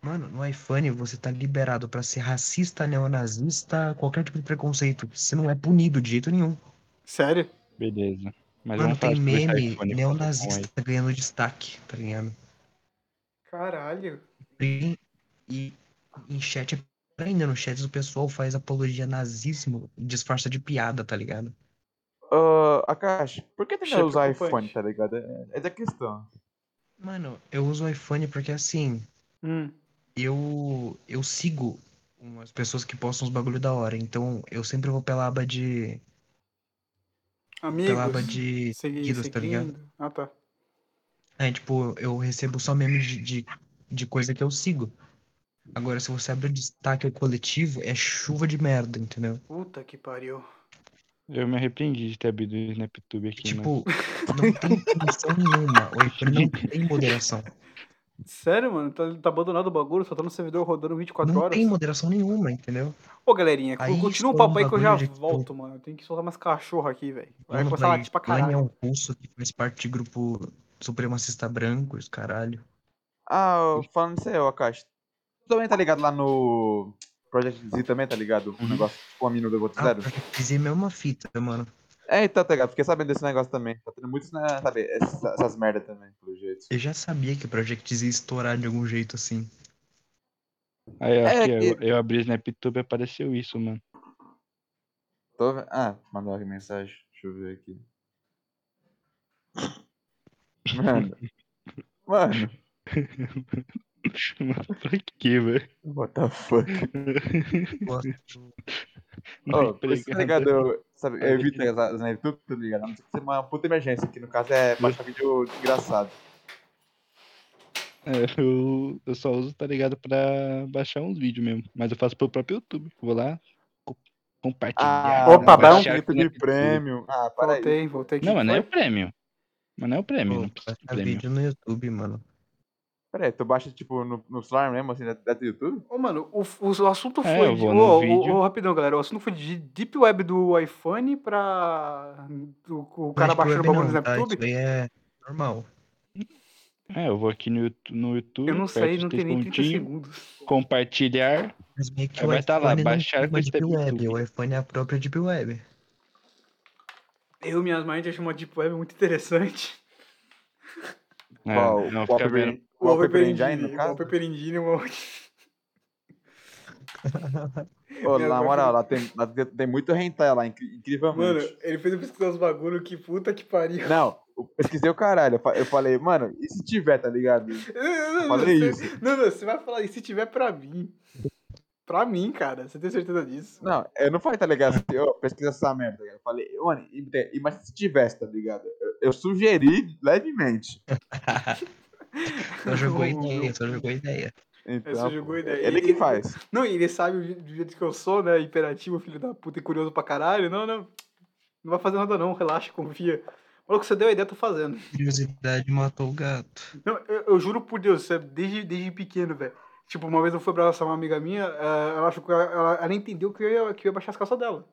Mano, no iPhone você tá liberado pra ser racista, neonazista, qualquer tipo de preconceito. Você não é punido de jeito nenhum. Sério. Beleza. Mas Mano, vamos falar tem sobre esse meme iPhone, neonazista Aí. ganhando destaque, tá ligado? Caralho. E, e em chat, ainda no chat, o pessoal faz apologia a nazismo e disfarça de piada, tá ligado? Ah, Akash, por que Achei tentar usar preocupante. iPhone, tá ligado? É, é da questão. Mano, eu uso o iPhone porque assim, Hum. eu, eu sigo umas pessoas que postam uns bagulho da hora, então eu sempre vou pela aba de. Amigos. pela aba de segui- seguidos, tá ligado? seguindo. Ah, tá. É, tipo, eu recebo só meme de, de, de coisa que eu sigo. Agora, se você abrir o destaque coletivo, é chuva de merda, entendeu? Puta que pariu. Eu me arrependi de ter abrido o SnapTube aqui, mano. Tipo, né? não tem punição nenhuma. O iPhone não tem moderação. Tipo, Sério, mano? Tá, tá abandonado o bagulho, só tá no servidor rodando 24 Não horas. tem moderação nenhuma, entendeu? Ô, galerinha, Aí continua o estoura papo um aí que eu já bagulho de- volto, mano. Eu tenho que soltar mais cachorro aqui, velho. Vai Mano, começar a latir pra Blaine é caralho. um russo que faz parte de grupo supremacista branco, os caralho. Ah, eu- falando isso aí, ô, Akash. Tu também tá ligado lá no Project Z também, tá ligado? Uhum. O negócio com a mina do Devoto Ah, Zero? porque dizer a mesma fita, mano. É, então, tá ligado? Fiquei sabendo desse negócio também. Tá tendo muitos, né, sabe, essas, essas merda também, pelo jeito. Eu já sabia que o Project Z ia estourar de algum jeito assim. Aí, ó, É aqui, ó, eu, eu abri o SnapTube e apareceu isso, mano. Tô vendo. Ah, mandou aqui mensagem. Deixa eu ver aqui. Mano. Mano. Mano, pra quê, velho? What the fuck? Não Ô, por isso, tá ligado? Eu, sabe, eu evito as na YouTube, tá ligado? A não ser que seja uma puta emergência, que no caso é baixar vídeo engraçado. É, eu, eu só uso, tá ligado, pra baixar uns vídeos mesmo. Mas eu faço pelo próprio YouTube. Vou lá, co- compartilhar. Ah, Opa, vai um um baixar clipe pro de SnapTube. prêmio. Ah, para aí. Voltei, voltei aqui. Não, mas não é o Foi? prêmio. Mas não é o prêmio, não precisa de Tá prêmio. vídeo no YouTube, mano. Pera aí, tu baixa tipo no, no celular mesmo, assim, da, da do YouTube? Ô, mano, o, o, o assunto É, foi. eu de- vou Ô, no ô, vídeo. ô, rapidão, galera. O assunto foi de Deep Web do iPhone pra. do- o cara Mas, tipo, baixando o bem bagulho do não, tá? SnapTube. Isso aí é normal. É, eu vou aqui no, Youtu- no YouTube, Eu não sei, aperto não os três tem nem 30 pontinhos, segundos. compartilhar. Mas meio que Aí o vai tá lá, iPhone não baixar tem com uma esse Deep Deep Web. Web. O iPhone é a própria Deep Web. Eu, minhas mães, achei uma Deep Web muito interessante. É, Qual? não, o fica Wallpaper- vendo. o Wallpaper Engine, no o caso? Wallpaper Engine, o Ô, Minha na mãe- moral, lá tem, lá tem- tem muito hentai lá, incri- Mano, incrivelmente. ele fez eu pesquisar os bagulho, que puta que pariu. Não, eu pesquisei o caralho. Eu fa- Eu falei, mano, e se tiver, tá ligado? Eu falei você, isso. Não, não, você vai falar isso se tiver pra mim. Pra mim, cara, você tem certeza disso? Não, eu não falei, tá ligado? Assim, Ô, pesquisa essa merda, tá ligado? Eu falei, mano, e, te- e- mas se tivesse, tá ligado? Eu, eu sugeri levemente. Só jogou O- ideia, só jogou ideia. Então, Você jogou é ideia. Ele que faz. Não, e ele sabe o je- do jeito que eu sou, né? Imperativo, filho da puta e curioso pra caralho. Não, não. Não vai fazer nada, não. Relaxa, confia. Maluco, você deu a ideia, eu tô fazendo. Curiosidade matou o gato. Não, eu, eu juro por Deus, você- desde, desde pequeno, velho. Tipo, uma vez eu fui abraçar uma amiga minha, eh, ela achou que eu- ela, ela entendeu que eu, ia, que eu ia baixar as calças dela.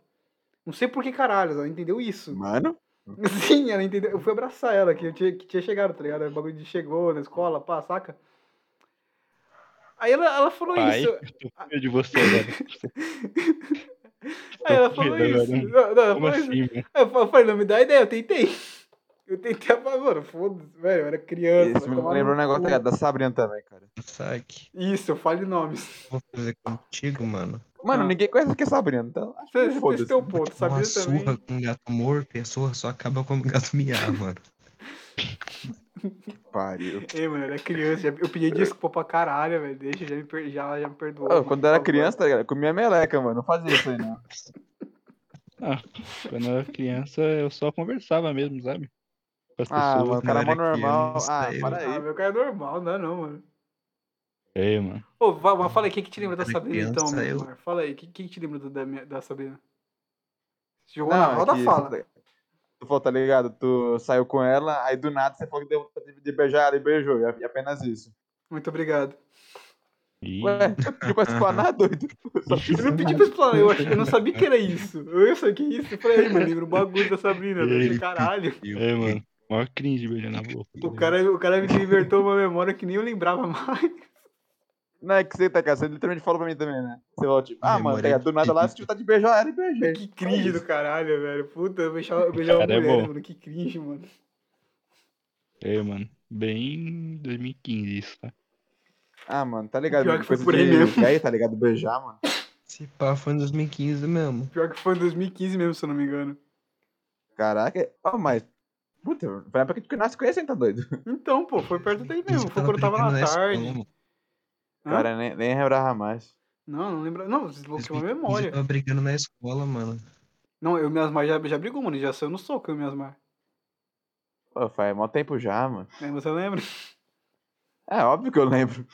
Não sei por que caralho, ela entendeu isso. Mano, Uhum. Sim, ela entendeu. Eu fui abraçar ela, que, eu tinha, que tinha chegado, tá ligado? O bagulho de chegou na escola, pá, saca? Aí ela, ela falou Pai. isso. com medo de você agora. Aí ela com falou medo isso. agora, hein? Não, não, ela né? Como falou isso. assim, mano? Aí Eu fa- eu falei, não me dá ideia, eu tentei. Eu tentei, mas, mano, foda-se, velho, eu era criança. esse vai me tomar no lembrou um negócio cu. tá ligado, da Sabrina também, cara. Saque. Isso, eu falo nomes. Vou fazer contigo, mano. Mano, Ah. ninguém conhece que é Sabrina, então. acho que Você, você Foda-se. um esse é o ponto, Uma sabia também? surra com um gato morto e a surra só acaba quando o gato miar, mano. Pariu. Ei, mano, eu era criança, já- eu É. pedi desculpa pra caralho, velho. Deixa, já me, per... já, já me perdoou. Ô, mano, quando por eu era favor. criança, tá ligado? Eu comia meleca, mano. Não fazia isso aí, não. Quando eu era criança, eu só conversava mesmo, sabe? Com as Ah, pessoas. mano, o cara é mó Quando eu era normal. criança, Ah, eu- para Ah, aí. meu cara é normal, não é não, mano. É, mano. Ô, va- mas fala aí, quem que te lembra da Era Sabrina então, criança, meu eu- amor? Fala aí, quem, quem que te lembra do- da, minha- da Sabrina? Você Jogou na roda, é que- fala. Tu falou, tá ligado? Tu saiu com ela, aí do é nada você falou que deu vontade de beijar ela e beijou. E apenas isso. Muito obrigado. Ih, Ué, eu pedi pra explanar, doido. Só fiz Eu não pedi pra explanar, eu, achei, eu não sabia que era isso. Eu, eu sei que é isso. Eu falei, aí, mano, lembra o bagulho da Sabrina. Eu falei, caralho. é, mano. Maior cringe beijando a boca. O cara, o cara me inventou uma memória que nem eu lembrava mais. Não é que você tá ligado? Você literalmente falou pra mim também, né? Você falou, tipo, ah, mano, Memória tá ligado? Do nada lá, você tipo, tá de beijar ela e beijei. Que cringe do caralho, velho. Puta, eu beijava, eu beijava Cara, é mulher, bom. mano. Que cringe, mano. É, mano. Bem 2015 isso, tá? Ah, mano, tá ligado? Pior que foi Coisa por aí de mesmo. velho, tá ligado? Beijar, mano. Se pá, foi em 2015 mesmo. Pior que foi em 2015 mesmo, se eu não me engano. Caraca. Ó, mas. Puta, foi na época que nós conhecemos, tá doido? Então, pô, foi perto daí Isso mesmo. Foi quando eu tava brigando na tarde. escola. Hã? Cara, nem, nem lembrava mais. Não, não lembro. Não, desbloqueou a 2015 memória. tava brigando na escola, mano. Não, eu e o Miasmar já, já brigou, mano. Já saiu no soco, eu e o Miasmar. Pô, faz mó tempo já, mano. Né, Você lembra? É, óbvio que eu lembro.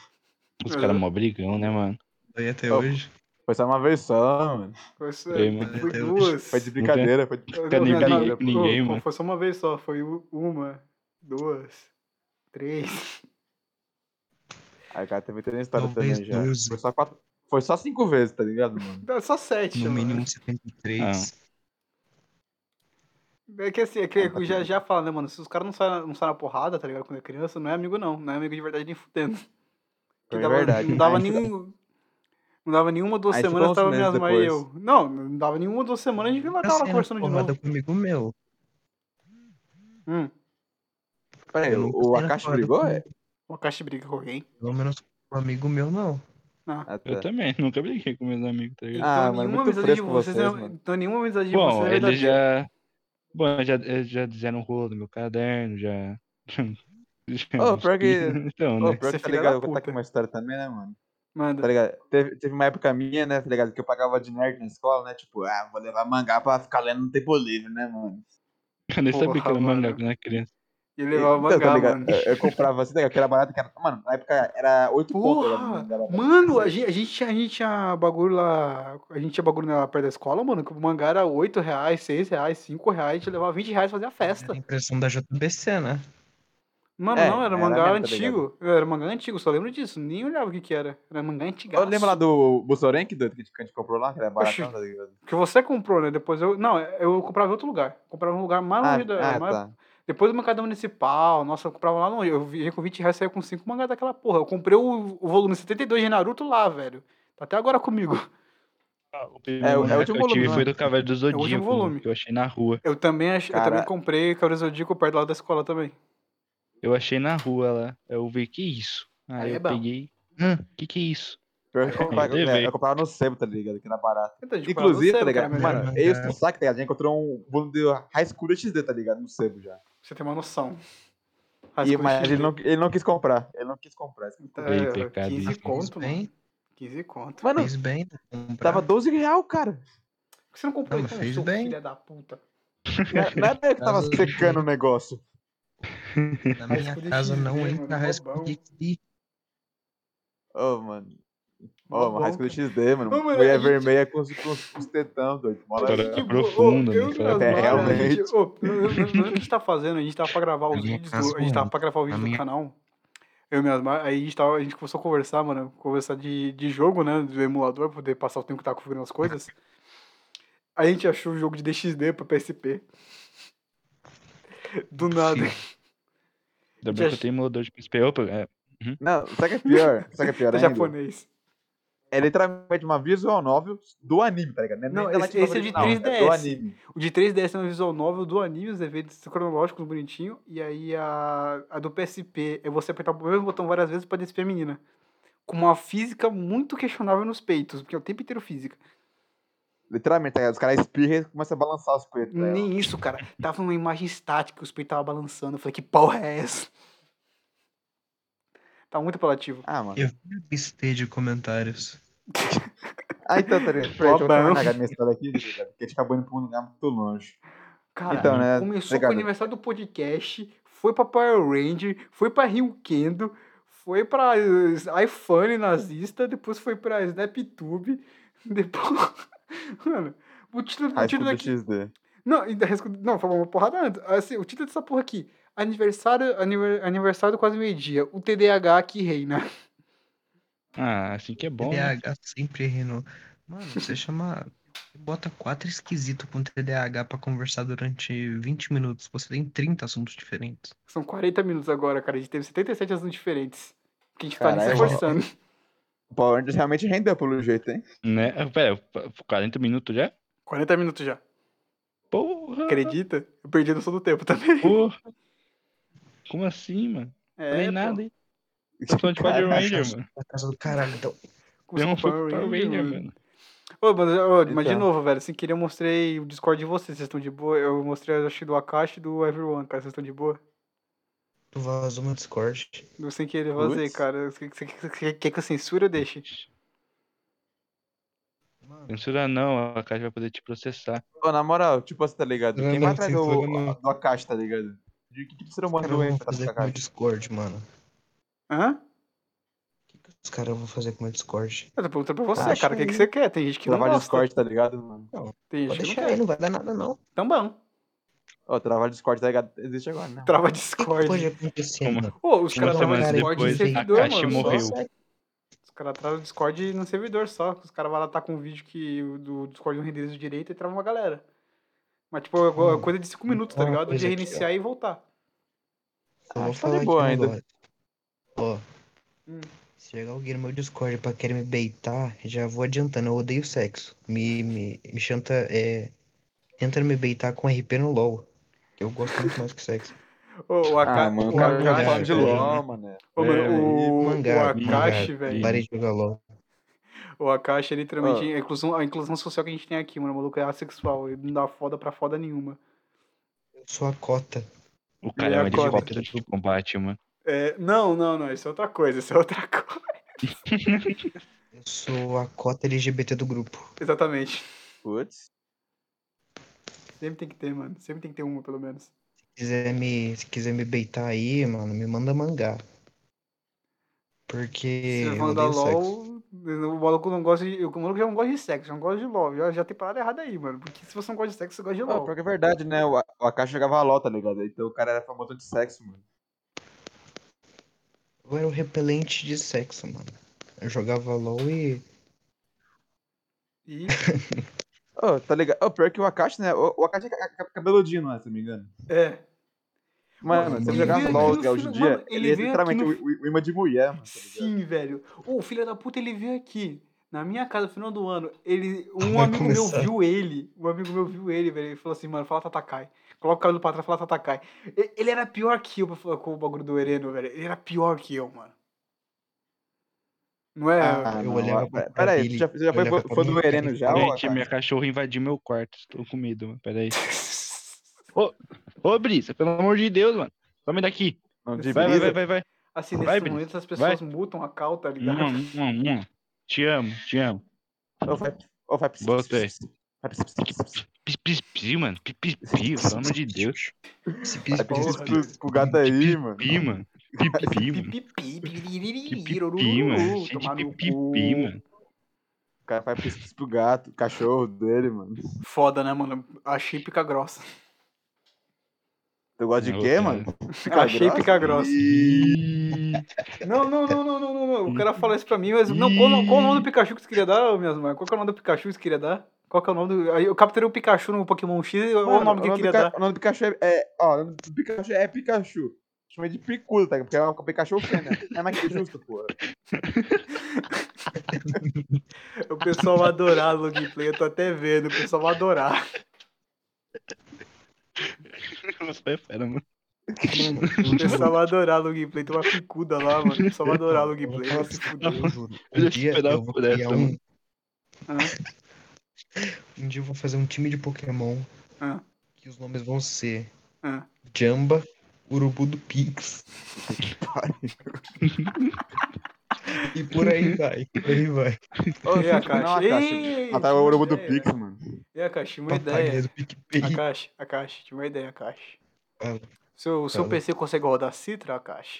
Os Uhum. caras mó brigão, né, mano? Daí até Ó, hoje. Foi só uma vez só, mano. Foi, Ei, mano. foi Até duas. Foi de brincadeira, foi de... Eu- Cara, eu- ninguém- Miasmar, pô, ninguém, pô, mano. Foi só uma vez só. Foi u- uma, duas, três. Aí, cara, teve três histórias Talvez também já. 12. Foi só quatro. Foi só cinco vezes, tá ligado, mano? Não, só sete, No mano. mínimo 73. É que assim, é Ah, tá que eu já, já fala, né, mano? Se os caras não saem não saem na porrada, tá ligado? Quando é criança, não é amigo, não. Não é amigo de verdade nem fudendo. Que É dava, verdade. Não dava Aí ficou- nenhum. Não dava nenhuma duas Aí ficou semanas, uns tava meses minhas mães e eu. depois. Não, não dava nenhuma duas semanas, a gente lá Eu tava lá né, saí na conversando de porrada novo. com um amigo meu. Hum, Peraí, Eu o, um nunca o saí na Akashi porrada brigou? com- É? uma caixa briga com alguém. Pelo menos com um amigo meu, não. Ah, tá. Eu também, nunca briguei com meus amigos, tá ligado? Ah, mano, muito Então, amizade fresco de vocês, vocês, é- mano. então nenhuma amizade de Bom, vocês é eles verdadeira. já. Bom, já, eles já fizeram um rolo no meu caderno, já. já Ô, pior que- Então, Ô, né? pior Você que tá filha ligado, da eu vou contar aqui puta. uma história também, né, mano? Tá Manda. ligado? Teve, teve uma época minha, né, tá ligado? Que eu pagava de nerd na escola, né? Tipo, ah, vou levar mangá pra ficar lendo no tempo livre, né, mano? Eu nem sabia que porra, era mangá mano. quando era criança. E levar o Então, tá mangá, ligado? mano. Eu, eu comprava assim, tá ligado? Que era barato, que era... Mano, na época era 8 pontos. Porra! Mano, a gente, a, gente, tinha- a gente tinha bagulho lá. A gente tinha bagulho lá perto da escola, mano. Que o mangá era 8 reais, 6 reais, 5 reais, a gente levava 20 reais pra fazer a Era festa. a impressão da JBC, né? Mano, É, não, era era mangá mesmo, tá antigo. era mangá antigo, só lembro disso. Nem olhava o que que era. Era mangá antigo. Eu lembro lá do Bussorenk, doido, que a gente- que a gente comprou lá, que era Oxi. barato, tá ligado? Que você comprou, né? Depois eu. Não, eu comprava em outro lugar. Comprava um lugar mais Ah, longe da. ah, mais- tá. Depois do mercado municipal, nossa, eu comprava lá longe. Eu ia com 20 reais saía com 5 mangá daquela porra. Eu comprei o, o volume 72 de Naruto lá, velho. Tá até agora comigo. Ah, O primeiro é o mangá último que eu tive volume, foi né? do Cavaleiro do último Zodíaco, volume. mano, que eu achei na rua. Eu também, ach... eu também Cara- comprei Cavaleiro Zodíaco perto lá da escola também. Eu achei na rua lá. Eu vi, que isso? Aí Aí é eu bom. peguei. Hã? Que que é isso? Pior que eu comprava, Eu eu, levei. eu comprava no sebo, tá ligado? Que era barato. Então, a gente comprava Inclusive, no tá sebo, que era ligado? melhor. Mano, melhor. eu e o Saki, tá ligado? A gente encontrou um volume de High School XD, tá ligado? No sebo já. Você tem uma noção. E, mas ele não, ele não quis comprar. Ele não quis comprar. isso que me É, Bem pecado 15 isso. Fez conto, mano. bem, 15 conto. Mano, fez bem. né? Comprar. tava 12 real, cara. Por que você não comprou Não, então, fez seu bem. filho da puta? Não- Não era eu que tava Caso- secando o negócio. Na High minha School casa DxD, não mano, entra High School bobão. DxD. Ô, mano. Ô, Bobão, uma High School cara. XD, mano. Ô, mano, a Mulher gente- vermelha com os, com os- com os tetão, doido. Mó Cara, legal. que- Tipo, Ô, profunda, eu né, e cara? as É, maras, realmente. a gente- ô, no- no- no- no que a gente tá fazendo, a gente tava pra gravar os Na minha vídeos casa do, a gente tava pra gravar o vídeo Na do minha- canal. Eu e as maras, aí a gente, tava, a gente começou a conversar, mano, conversar de, de jogo, né, do emulador, pra poder passar o tempo que tá configurando as coisas. Aí a gente achou o jogo de DxD pra PSP. Do nada. Ainda bem que eu Just- tenho emulador de PSP. Opa, é, Não, sabe o que é pior? Sabe o que é pior Tá ainda? japonês. É literalmente uma visual novel do anime, tá ligado? é nem Não, da esse- Light Novel esse é de original, Do 3DS. anime. O de 3DS é um visual novel do anime, os eventos cronológicos bonitinho. E aí a, a do PSP é você apertar o mesmo botão várias vezes pra descer a menina. Com uma física muito questionável nos peitos, porque é o tempo inteiro física. Literalmente, tá ligado? Os caras espirram e começam a balançar os peitos. Né? Nem isso, cara. Tava uma imagem estática, os peitos tava balançando. Eu falei, que porra é essa? Tá muito apelativo. Ah, mano. Listei de comentários. Ah, então, tá ligado? Peraí, deixa eu Bobão. terminar a minha história aqui, tá ligado? porque a gente acabou indo pra um lugar muito longe. Cara, Então, né, começou obrigado. com o aniversário do podcast, foi pra Power Ranger, foi pra Rio Kendo, foi pra eh, iPhone nazista, depois foi pra SnapTube, depois... Mano, o título, o High título School daqui... XD. Não, ainda rescu- não, foi uma porrada antes. Assim, o título dessa porra aqui, aniversário, aniver- aniversário do quase meio-dia, o TDAH que reina. Ah, assim que é bom. né? TDAH sempre Renan. Mano, você chama. você Bota quatro esquisitos com TDAH pra conversar durante 20 minutos. Você tem 30 assuntos diferentes. São 40 minutos agora, cara. A gente teve 77 assuntos diferentes. Que a gente tá ali se Caralho. esforçando. O Power Rangers realmente rendeu pelo jeito, hein? Né? Ah, Pera, pa- 40 minutos já? 40 minutos já. Porra! Acredita? Eu perdi a noção do tempo também. Porra! Como assim, mano? É, Falei pô. nada, hein? Tô Tá de Power Caralho. Ranger, mano. Na casa do caralho, então. Deu Começou um com Power Ranger, mano. mano. Ô, mas, ô, mas de Então. novo, velho, sem querer eu mostrei o Discord de vocês, vocês estão de boa? Eu mostrei, eu acho, que do Akashi e do Everyone, cara, vocês estão de boa? Tu vazou no Discord. Eu sem querer fazer, Puts. cara. Você você- você- você quer que eu censure ou deixe? Mano, Censura não, a Caixa vai poder te processar. Ô, na moral, tipo assim, tá ligado? Não, Quem não, vai atrás do, censura é não. do Akashi, tá ligado? De que, que o ser os humano caras vão doente tá fazer com com o meu Akashi? Discord, mano. O Hã? que, que os caras vão fazer com o meu Discord? Eu tô perguntando pra você, Acho cara, o que, que aí. você quer? Tem gente que não Trabalho gosta. Discord, tá ligado, mano? Tem gente que não Pode deixar aí, quer. não vai dar nada, não. Então bom. Ó, trabalho Discord, tá ligado? Existe agora, né? Trava O que que pode Discord. acontecer, Como? mano? Ô, os Não, caras não, travam mas Discord em depois a servidor, Akashi mano. Só só. morreu. segue. Os caras travam Discord no servidor só. Os caras vão lá tá com um vídeo que o do Discord não renderiza direito e trava uma galera. Mas, tipo, é Hum, coisa de 5 minutos, tá uma ligado? De coisa aqui, ó. reiniciar e voltar. Eu vou Ah, tá de falar aqui boa um ainda. negócio. Ó. Hum. Se chegar alguém no meu Discord pra querer me beitar, já vou adiantando. Eu odeio sexo. Me, me, me chanta. É, tenta me beitar com RP no LOL. Eu gosto muito mais que sexo. Ô, o Aka- Ah, mano, o o cara já Akashi- Akashi, fala de velho. LOL, mano. Ô, É, mano, velho. o, Mangá, o mangá. Akashi, velho. Parei de jogar LOL. O Akashi é literalmente Ah. a, inclusão, a inclusão social que a gente tem aqui, mano. O maluco é assexual. Ele não dá foda pra foda nenhuma. Eu sou a cota. O Ele cara é é um cobra. helicóptero de combate, mano. É, não, não, não. Isso é outra coisa. Isso é outra coisa. Eu sou a cota LGBT do grupo. Exatamente. Putz. Sempre tem que ter, mano. Sempre tem que ter uma, pelo menos. Se quiser me, se quiser me beitar aí, mano, me manda mangá. Porque Se você eu mandar odeio sexo. LOL, o maluco não gosta de. O maluco já não gosta de sexo, já não gosta de LOL. Já, já tem parada errada aí, mano. Porque se você não gosta de sexo, você Tá gosta de Ah, LOL. pior que é verdade, né? O, o Akashi jogava LOL, tá ligado? Então o cara era famoso de sexo, mano. Eu era o repelente de sexo, mano. Eu jogava LOL e. E Ô, tá ligado? Ô, pior que o Akashi, né? O, o Akashi é ca- ca- cabeludinho, não é? Se não me engano. é. Mano, Mano, se ele ele jogava veio LOL aqui no hoje em fila- dia, mano, ele ele é veio literalmente aqui o, o imã de mulher, mano. tá ligado? Sim, velho. O filho da puta, ele veio aqui. Na minha casa, no final do ano, ele. Um Vai amigo começar. meu viu ele. Um amigo meu viu ele, velho. Ele falou assim, mano, fala Tatakai. Coloca o cabelo pra trás, fala Tatakai. E- Ele era pior que eu pra falar com o bagulho do Ereno, velho. Ele era pior que eu, mano. Não é? Ah, eu não, olhava ah, pra Pera aí, Billy, você já, você já eu foi olhava fã- pra fã do minha cara e Ereno já, tá? falava, ô Gente, Akashi? minha cachorra invadiu meu quarto. Estou com medo, mano. Pera aí. Ô, Brisa, pelo amor de Deus, mano. Some daqui. Não, de Vai, vai, brisa. vai, vai, vai. assim, nesse vai, momento, as pessoas mutam a cal, tá ligado? Mua, mua, mua. Te amo, te amo. Ô, vai, ô, vai, pss, Botei. pss, pss, vai, pss, pss, pss, Pis, pis, pis, mano. Pis, pis, pis, pelo amor de Deus. Esse vai, pis- Porra. pss, pis, pro gato aí, mano. Pi, mano. Pipi, mano. Pipipi, Pipi, mano. Cheio tomar de no pipi, cu. mano. O cara vai pss, pss pro gato, cachorro dele, mano. Foda, né, mano? Achei pica grossa. Tu gosta de Não, quê, cara. mano? Pica Ah, Achei grossa? pica grossa. Ih, Não, não, não, não, não, não, não. O cara falou isso pra mim, mas. Não, qual, qual o nome do Pikachu que você queria dar, ô, minhas mães? Qual que é o nome do Pikachu que você queria dar? Qual que é o nome do. aí Eu capturei o Pikachu no Pokémon X, qual Mano, o nome que eu do queria ca- dar? O nome do Pikachu é. é- ó, o nome do Pikachu é Pikachu. Chama de picudo, tá? Porque é o Pikachu fena. É mais que justo, porra. O pessoal vai adorar o gameplay, eu tô até vendo, o pessoal vai adorar. Você é fera, mano. Mano, O eu juro, pessoal vai adorar o gameplay, tem uma picuda lá, mano. O pessoal vai adorar o gameplay, vai se fuder. eu juro. Eu Um dia esperava eu vou por essa, criar um. mano. Ah. Um dia eu vou fazer um time de Pokémon Ah. que os nomes vão ser Ah. Jamba, Urubu do Pix. e por aí vai, por aí vai. Ô, E a não, caixa? Tá Ei, Matar o urubu do tinha Pix, ideia. mano. E a caixa, uma Papagaio ideia. do PicPay. A caixa, a caixa, tinha uma ideia, a caixa. É. Fala. Seu, seu Fala. PC consegue rodar Citra, a caixa?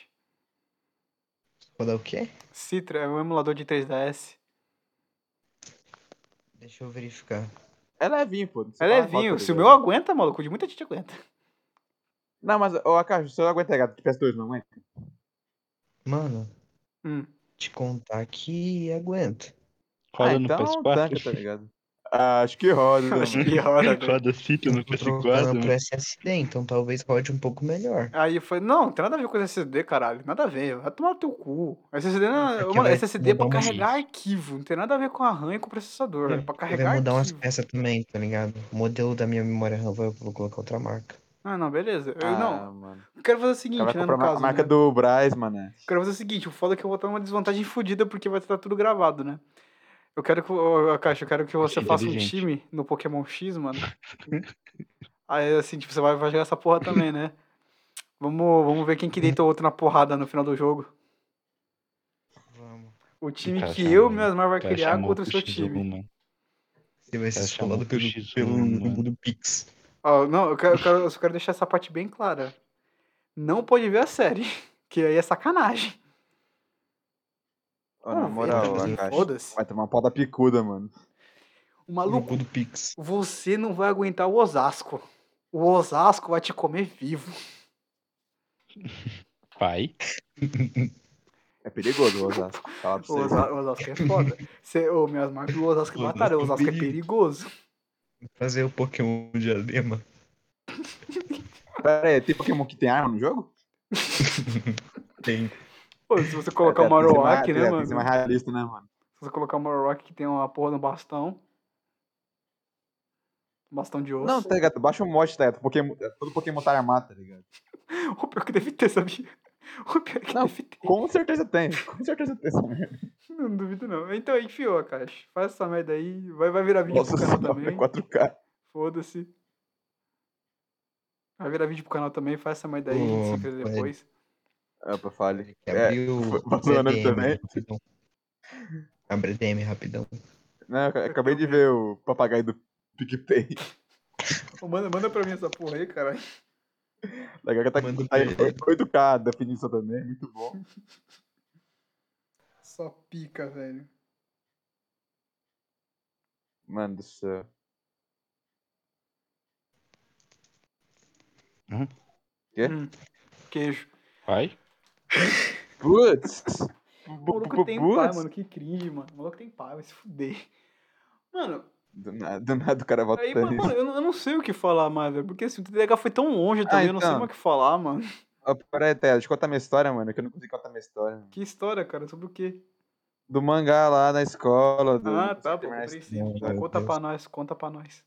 Vou dar o quê? Citra é um emulador de 3DS. Deixa eu verificar. É levinho, pô. não sei É falar levinho. qual, tá Se o meu ligado? aguenta, maluco, de muita gente aguenta. né? Não, mas, ô, Akashi, você não aguenta, gato, de PS2, não aguenta? Mano, Hum. te contar que aguenta. Roda no tanca, PS4. Ah, tá ligado? Ah, acho que roda, né? Acho mano? que roda, né? Roda City no Eu tô trocando PS4. pro mano. SSD, então talvez rode um pouco melhor. Aí foi, não, não tem nada a ver com SSD, caralho. Nada a ver. Vai tomar no teu cu. SSD É não. que Mano, vai SSD é pra mudar umas- carregar arquivo. Não tem nada a ver com a RAM e com o processador. É pra carregar Vai mudar umas arquivo. peças também, tá ligado? O modelo da minha memória RAM, vou, vou colocar outra marca. Ah, não, beleza. Eu, Ah, não, mano. eu quero fazer o O cara vai seguinte, né, comprar no a ma- a caso. marca né? do Braz, mano. Eu quero fazer o seguinte, o foda é que eu vou estar numa desvantagem fodida porque vai estar tudo gravado, né? Eu quero que, ô, ô, Caixa, eu quero que você Achei faça um inteligente. time no Pokémon X, mano. Aí, assim, tipo, você vai, vai jogar essa porra também, né? Vamos, vamos ver quem que deita o outro na porrada no final do jogo. Vamos. O time Cara, que tá eu bom. e o Asmar vai Cara, criar chamou contra o pro seu X1, time. mano. Você vai Tá ser chamando esfolado pro pelo, X1, pelo mano. logo do Pix. Ó, não, eu, quero, eu, quero- eu só quero deixar essa parte bem clara. Não pode ver a série, que aí é sacanagem. Ó, na Não, assim, moral, velho, a mas caixa. Foda-se. Vai tomar uma pau da picuda, mano. O No maluco cu do Pix. Você não vai aguentar o Osasco. O Osasco vai te comer vivo. Pai. É perigoso o Osasco. Fala pra O você. Osa- o Osasco é foda. Você, ô, minhas marcas, o Osasco é O batalha. O Osasco é Osasco é perigoso. Fazer o Pokémon diadema. Pera aí, tem Pokémon que tem arma no jogo? Tem. Pô, se você colocar É, o tem que ser mais- Marowak, é, né, Tem que ser mano? mais realista, né, mano? Se você colocar o Marowak que tem uma porra no bastão. Bastão de osso. Não, tá ligado? Baixa o mod, tá ligado? Pokémon, todo Pokémon tá armado, tá ligado? O pior que deve ter, sabia? O pior que Não. deve ter. Com certeza tem. Com certeza tem essa merda. Não duvido, não. Então enfiou a caixa. Faz essa merda aí. Vai, vai virar vídeo Nossa, pro canal também. é 4K. Foda-se. Vai virar vídeo pro canal também. Faz essa merda aí. A gente se Ô, vê vai. depois. É, pra falha. Que É, abriu o né? passou o nome DM também. rapidão. Abre DM rapidão. Não, eu acabei de ver o papagaio do PicPay. Ô, manda, manda pra mim essa porra aí, cara. Legal que tá, um Manda tá em pra ele. 8K a definição também, muito bom. Só pica, velho. Mano do céu. Hum? Quê? Hum, queijo. Pai. Putz! O maluco tem pai, tá, mano. Que cringe, mano. O maluco tem pai, vai se fuder. Mano, Do nada, do nada o cara volta aí, pra mano, isso. mano, eu, não- eu não sei o que falar mais, velho. Porque assim, o TDH foi tão longe também, eu não sei então. mais o que falar, mano. Ó, Peraí, Tela, deixa eu contar minha história, mano, que eu não consegui contar minha história. mano. Que história, cara? Sobre o quê? Do mangá lá na escola. Do... Ah, tá, pô, terminar esse- compreensível. Meu Conta Deus. pra nós, conta pra nós.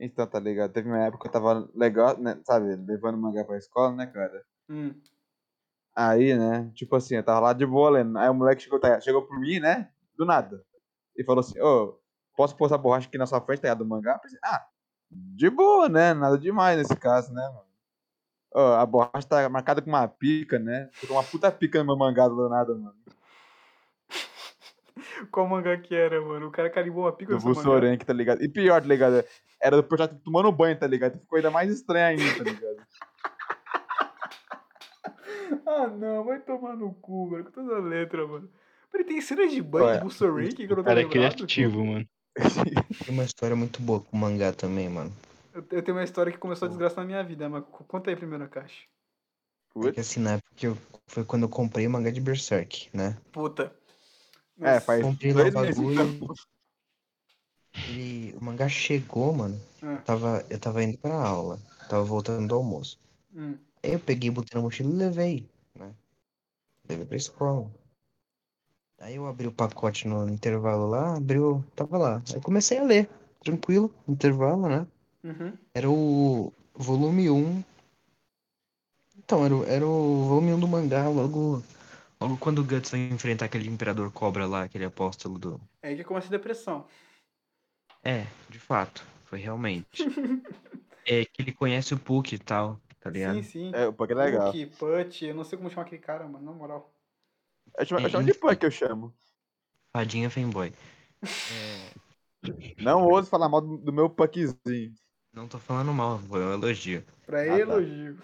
Então, tá ligado? Teve uma época que eu tava legal, né, sabe, levando mangá pra escola, né, cara? Hum, Aí, né? Tipo assim, eu tava lá de boa lendo. Aí o moleque chegou, tá, ligado? chegou por mim, né? Do nada. E falou assim: Ô, posso pôr essa borracha aqui na sua frente, tá ligado? Do mangá? Eu pensei, ah, de boa, né? Nada demais nesse caso, né, mano? Ô, a borracha tá marcada com uma pica, né? Ficou uma puta pica no meu mangá do nada, mano. Qual mangá que era, mano? O cara carimbou uma pica Do no seu mangá. Bussorenk, tá ligado? E pior, tá ligado? Era do projeto tomando banho, tá ligado? Ficou ainda mais estranho ainda, tá ligado? Ah, não, vai tomar no cu, mano. Com toda a letra, mano. Peraí, tem cena de banho Olha, do Bussorank que eu não tô Cara é lembrado? criativo, mano. Tem uma história muito boa com o mangá também, mano. Eu eu tenho uma história que começou a desgraça na minha vida, mas co- conta aí primeiro, Caixa. É que assim, na época que eu, foi quando eu comprei o mangá de Berserk, né? Puta. é, Nossa, faz Comprei lá o dois meses. tá bagulho. Ele, o mangá chegou, mano. Ah. Tava, eu tava indo pra aula. Tava voltando do almoço. hum, Aí eu peguei, botei na mochila e levei, né? Levei pra escola. Aí eu abri o pacote no intervalo lá, abriu, tava lá. Aí comecei a ler, tranquilo, intervalo, né? uhum. Era o volume 1. Então, era, o- era o volume 1 do mangá, logo, logo quando o Guts vai enfrentar aquele imperador cobra lá, aquele apóstolo do. É aí que começa a depressão. É, de fato, foi realmente. é que ele conhece o Puck e tal, tá ligado? Sim, sim. É, o punk é legal. Hulk, Put, eu não sei como chamar aquele cara, mano, na moral. Eu chamo, eu chamo de punk, eu chamo. Fadinha fanboy. É, Não ouso falar mal do, do meu punkzinho. Não tô falando mal, foi um elogio. Pra Ah, tá. elogio.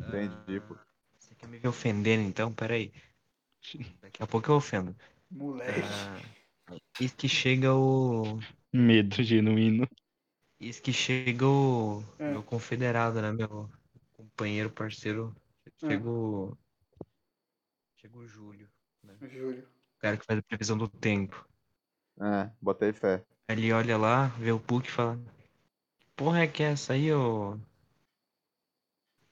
Entendi, pô. Você quer me ver ofendendo então? Peraí. Daqui a pouco eu ofendo. Moleque. Ah, isso que chega o. Medo genuíno. Isso que chega o. É. Meu confederado, né? Meu companheiro, parceiro. É. Chega o. Chega o Júlio. Né? Ah. Júlio. O cara que faz a previsão do tempo. É, botei fé. Aí Ele olha lá, vê o Puck e fala: Porra, é que é essa aí, ô?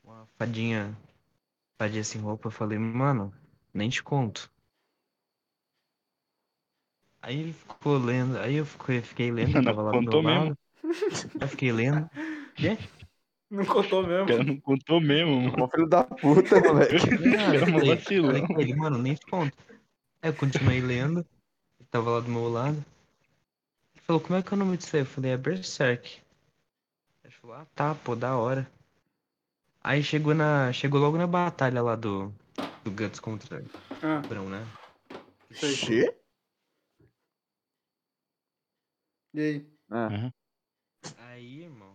Uma fadinha. Fadinha sem roupa. Eu falei: Mano, nem te conto. Aí ele ficou lendo, aí eu fiquei, fiquei lendo. Mano, tava lá do meu contou lado, mesmo. Eu fiquei lendo. Não contou O mesmo. cara não contou mesmo, mano. Ô filho da puta, moleque. Cara, Era um eu falei- vacilão. falei com ele, mano, nem te conto. Aí eu continuei lendo, ele tava lá do meu lado. Ele falou, como é que é o nome disso aí? Eu falei, é Berserk. Ele falou, ah tá, pô, da hora. Aí chegou na. Chegou logo na batalha lá do. Do Guts contra o Ah, Brão, né? sei. Xê? E aí? Ah, Aí, irmão.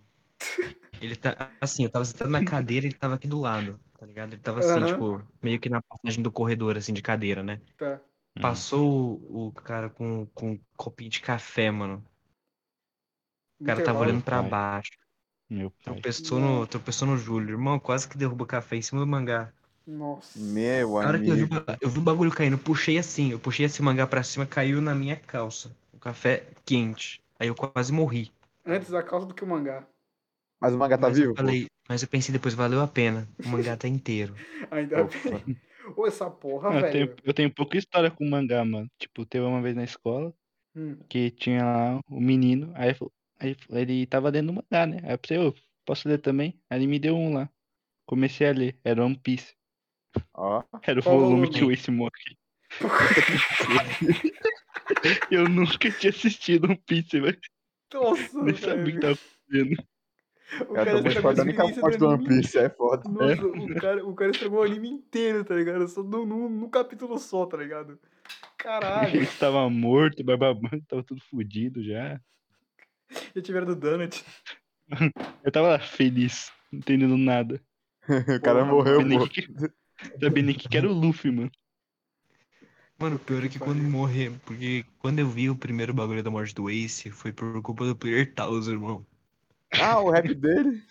Ele tá. Assim, eu tava sentado na cadeira ele tava aqui do lado, tá ligado? Ele tava assim, Aham. tipo, meio que na passagem do corredor, assim, de cadeira, né? Tá. Hum. Passou o, o cara com, com um copinho de café, mano. O cara tava Intervalo. olhando pra Pai. baixo. Meu pai. Tropeçou no, tropeçou no Júlio. Irmão, quase que derruba o café em cima do mangá. Nossa. meu Na hora que eu vi, o amigo. ba- eu vi o bagulho caindo, eu puxei assim. Eu puxei esse mangá pra cima, caiu na minha calça. O café quente. Aí eu quase morri. Antes da causa do que o mangá. Mas o mangá tá mas vivo? eu falei, mas eu pensei depois, valeu a pena. O mangá tá inteiro. Ainda Opa. Ah, bem. Ô, essa porra, Mano, eu, velho. tenho, eu tenho pouca história com mangá, mano. Tipo, teve uma vez na escola Hum. que tinha lá o menino, aí, falou- aí ele tava lendo mangá, né? Aí eu pensei, ô, posso ler também? Aí ele me deu um lá. Comecei a ler, era One Piece. Ó, Era o Qual volume volume? que o Ace morre. eu nunca tinha assistido One Piece, velho. Nossa, Nem sabia o que velho. tava acontecendo. O cara, cara tá eu tô estragou a esquadrando com a experiência parte do do One anime. Piece, é foda. Nossa, o cara, o cara estragou o anime inteiro, tá ligado? Só num, num, num capítulo só, tá ligado? Caralho. Ele tava morto, bababando, tava tudo fudido já. Já tiveram do Donut. Eu tava lá feliz, não entendendo nada. O cara Porra, morreu, Sabia nem pô. que, sabia nem que, que era o Luffy, mano. Mano, o pior é que quando morrer, porque quando eu vi o primeiro bagulho da morte do Ace, foi por culpa do Player Taos, irmão. Ah, o rap dele?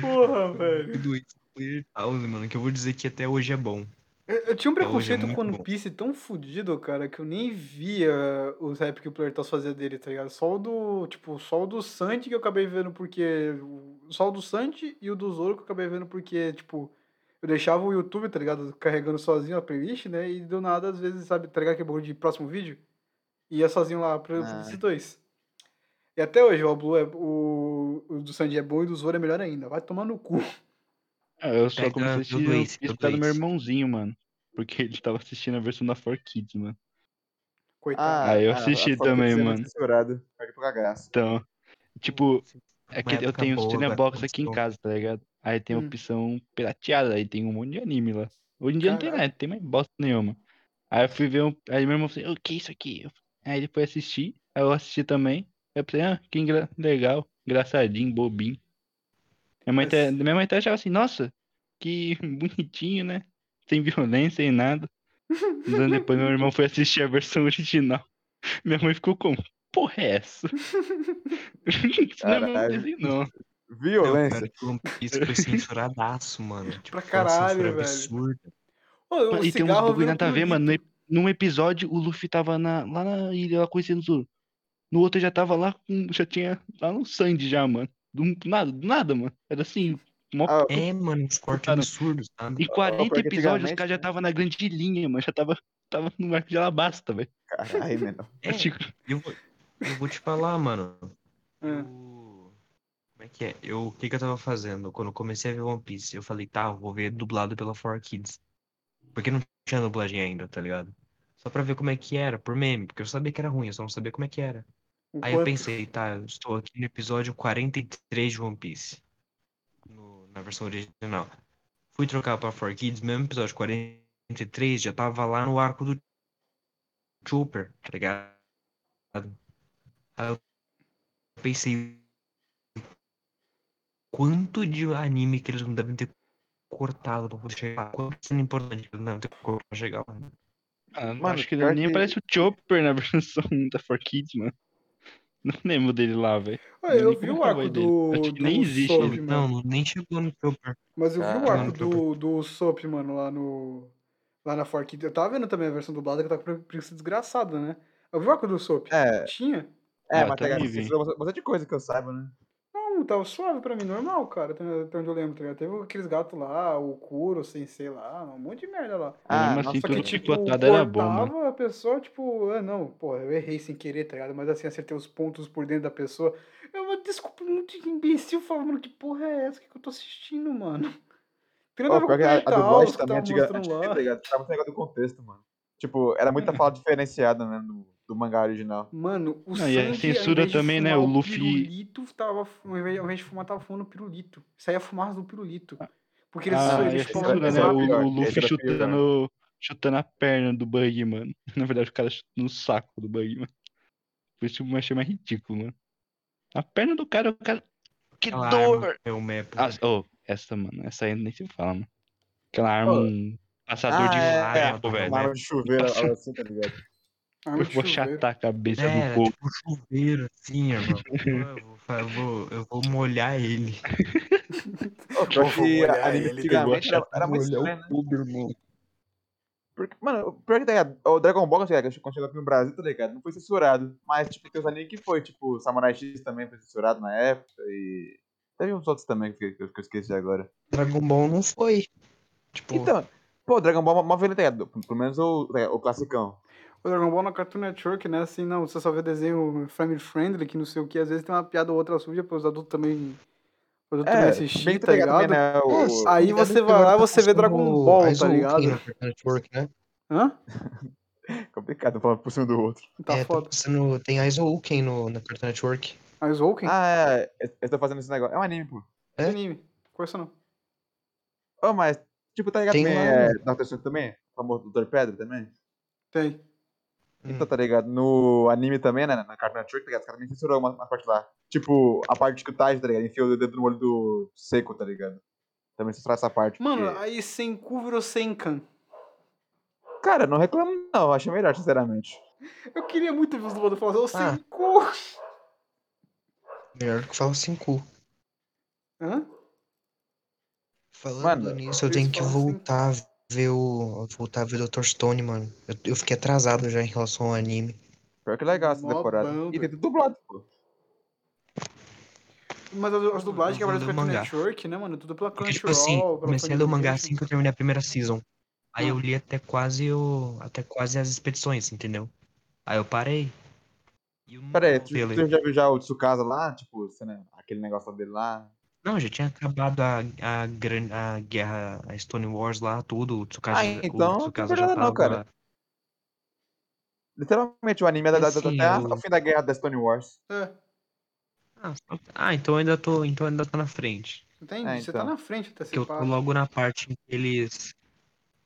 Porra, Foi velho. Do Ace pro Player Taos, mano, que eu vou dizer que até hoje é bom. Eu, eu tinha um Até hoje é preconceito muito com One bom. Piece tão fudido, cara, que eu nem via os rap que o Player Toss fazia dele, tá ligado? Só o do. Tipo, só o do Sanji que eu acabei vendo porque. Só o do Sanji e o do Zoro que eu acabei vendo porque, tipo. Eu deixava o YouTube, tá ligado? Carregando sozinho a playlist, né? E do nada, às vezes, sabe, tá ligado? Que bagulho de próximo vídeo? E ia sozinho lá pra Ah. ah. esses dois. E até hoje, ó, o Blue é. O, o do Sanji é bom e o do Zoro é melhor ainda. Vai tomar no cu. Ah, Eu só Pega comecei a do assistir One Blaze, Piece do por causa do meu Blaze. irmãozinho, mano. Porque ele tava assistindo a versão da 4Kids, mano. Coitado. Ah, Ah, eu ah, assisti a foto também, dele sendo mano. Censurado. Perde pra graça. Então, Hum, tipo, é que Uma eu época tenho o boa, Cinebox velho, aqui em muito casa, tá ligado? Aí tem a Hum. opção pirateada, aí tem um monte de anime lá. Hoje em dia não tem Caralho. nada, tem mais bosta nenhuma. Aí eu fui ver um. Aí meu irmão falou assim, o que é isso aqui? Eu- Aí ele foi assistir, aí eu assisti também. Aí eu falei, ah, que engra- legal, engraçadinho, bobinho. Minha mãe, até, Mas- minha mãe até achava assim, nossa, que bonitinho, né? Sem violência, sem nada. Uns anos depois meu irmão foi assistir a versão original. Minha mãe ficou como? Porra é essa? Isso não é meu Caralho. desenho, não. Não, cara, Violência. que o One Piece foi censuradaço, mano. Tipo, Pra foi uma caralho, censura velho. absurda. Ô, o E tem uns cigarro bagulho virou nada a ver, mano. No pirulito. ep- Num episódio o Luffy tava na- lá na ilha, lá conhecendo o Zoro. No outro ele já tava lá, com, já tinha lá no Sandy já, mano. Do nada, do nada, mano. Era assim, mó Ah, É, mano, uns cortes Cara, absurdos, sabe? Em 40 porque episódios, os antigamente- né? caras já tava na grande linha, mano. Já tava, tava no arco de alabasta, velho. caralho, menor. É, Tipo, eu, vou- eu vou te falar, mano. Ah. Eu- Como é que é? Eu, o que que eu tava fazendo? Quando eu comecei a ver One Piece, eu falei, tá, eu vou ver dublado pela 4Kids. Porque não tinha dublagem ainda, tá ligado? Só pra ver como é que era, por meme. Porque eu sabia que era ruim, eu só não sabia como é que era. O Aí eu quanto- pensei, tá, eu estou aqui no episódio 43 de One Piece. no- na versão original. Fui trocar pra 4Kids, mesmo episódio 43, já tava lá no arco do Trooper, tá ligado? Aí eu pensei, quanto de anime que eles não devem ter cortado pra poder chegar lá? Quanto sendo importante que eles não devem ter cortado pra chegar lá? mano, Mano, ah, acho que pior nem que- aparece o Chopper na versão da 4Kids, mano. Não lembro dele lá, velho. Ué, eu nem vi como o é que é arco o nome do, dele. Acho que do nem existe Soap, ele. Ah, mano. Não, nem chegou no Trooper. Mas eu vi o Caralho. arco do, do Soap, mano, lá no. Lá na Fork. Eu tava vendo também a versão dublada que eu tava com preguiça desgraçada, né? Eu vi o arco do Soap? É, Tinha? é Ah, mas tá tem livre. censurou bastante- bastante coisa que eu saiba, né? Não, tava suave pra mim, normal, cara, até até onde eu lembro, tá ligado? Teve aqueles gatos lá, o Kuro, sem sei lá, um monte de merda lá. Ah, Mesmo assim, Só que, nossa, tudo que tipo, picotado era bom, cortava mano. a pessoa, tipo, ah, não, pô, eu errei sem querer, tá ligado? Mas assim, acertei os pontos por dentro da pessoa. Eu, mas desculpa, um monte de imbecil falando, mano, que porra é essa? O que, que eu tô assistindo, mano? Tá Tem nada a Pô, ver pior que com a, o a Penthouse dublagem que também tava antiga, mostrando lá. antiga, tá ligado? Tava muito negócio do contexto, mano. Tipo, era muita fala diferenciada, né, do, do mangá original. Mano, o Não, e a sangue, ao censura invés de também, né, fumar o Luffy- pirulito, tava, fu- ao invés ao invés de fumar, tava fumando pirulito. Saía fumaça do pirulito. Porque eles, Ah, eles e a fumavam censura, com né? era O, lápis. pior, o esse Luffy era chutando, chutando a perna do Bug, mano. Na verdade, o cara chuta no saco do Bug, mano. Por isso eu achei mais ridículo, mano. A perna do cara, o cara. Que Aquela dor! arma é o Mepo. Ah, oh, essa, mano, essa aí nem se fala, mano. Aquela arma, Ô. um passador de Ah, é, ferro, é, velho. Uma né? arma de chuveiro, Nossa. algo assim, tá ligado? Arma Eu de vou chuveiro. chatar a cabeça É, do coco. tipo chuveiro, assim, irmão. Pô, eu vou, fa- eu vou, eu vou molhar ele. Ô, pior que olhar anime ele, Eu vou antigamente era, era muito olhar estranho, né? o cubo, irmão. Porque, mano, o pior que tá ligado? O Dragon Ball, tá ligado? quando chegou aqui no Brasil, tá ligado? Não foi censurado. Mas, tipo, tem os animes que foi, tipo, Samurai X também foi censurado na época e. Teve uns outros também que, que eu esqueci agora. Dragon Ball não foi. Tipo, Então, pô, Dragon Ball é mó velho, tá ligado? Pelo menos o, tá ligado? o classicão. O Dragon Ball na Cartoon Network, né? Assim, não, você só vê desenho family friendly, que não sei o que. Às vezes tem uma piada ou outra suja para os adultos também, os adultos também É, bem assistir, tá ligado? também, né? O, Nossa. o- Aí Tá ligado você que vai lá agora e tá você vê Dragon passando Ball, tá Aizu Ken ligado? na Cartoon Network, né? Hã? Complicado falar por cima do outro. Tá é, foda. tá passando, tem Aizouken no na Cartoon Network. Mas Woken? Ah, é. Eu, eu tô fazendo esse negócio. É um anime, pô. Que tá. é? anime? Conheço não. Ô, mas, tipo, tá ligado Tem também? lá, É, Dr. Stone também? O famoso Doutor Pedra também? Tem. Hum. Então, tá ligado? No anime também, né? Na Cartoon Network, tá ligado? Os caras também censurou uma, uma parte lá. Tipo, a parte que o Taj, tá ligado? Enfiou o dedo no olho do Seco, tá ligado? Também censurou essa parte. Mano, porque- aí Senku virou Senkan. Cara, não reclamo não. Achei melhor, sinceramente. Eu queria muito ver os dubladores falar assim, ô Ah. Senku! Melhor que falar Senku. Hã? Falando Mano, nisso, eu eles tenho que falam assim. voltar a ver o. Voltar a ver o Dr. Stone, mano. Eu, eu fiquei atrasado já em relação ao anime. Pior que legal essa Mó temporada. bando. E tem tudo dublado, pô. Mas as, as dublagens que Eu aparecem no vou ler o Cartoon mangá. Network, né, mano? Tudo pela Porque, Crunchyroll, tipo assim, pela comecei a ler o mangá Funimation. assim que eu terminei a primeira season. Aí eu Hum. li até quase o. até quase as expedições, entendeu? Aí eu parei. E eu não Pera aí, tu, voltei a ler. tu já viu já o Tsukasa lá? Tipo, cena- aquele negócio dele lá. Não, já tinha acabado a, a, gran- a guerra, a Stone Wars lá, tudo, o Tsukasa, Ah, então, o não Tsukasa tem já nada não, tava... cara. Literalmente, o anime é da, da, da, Assim, até a- eu- o fim da guerra da Stone Wars. É, Ah, só- ah, então ainda tô, então ainda tá na frente. entende? É, Você tá então. na frente até Porque eu se tô pá. logo na parte em que eles...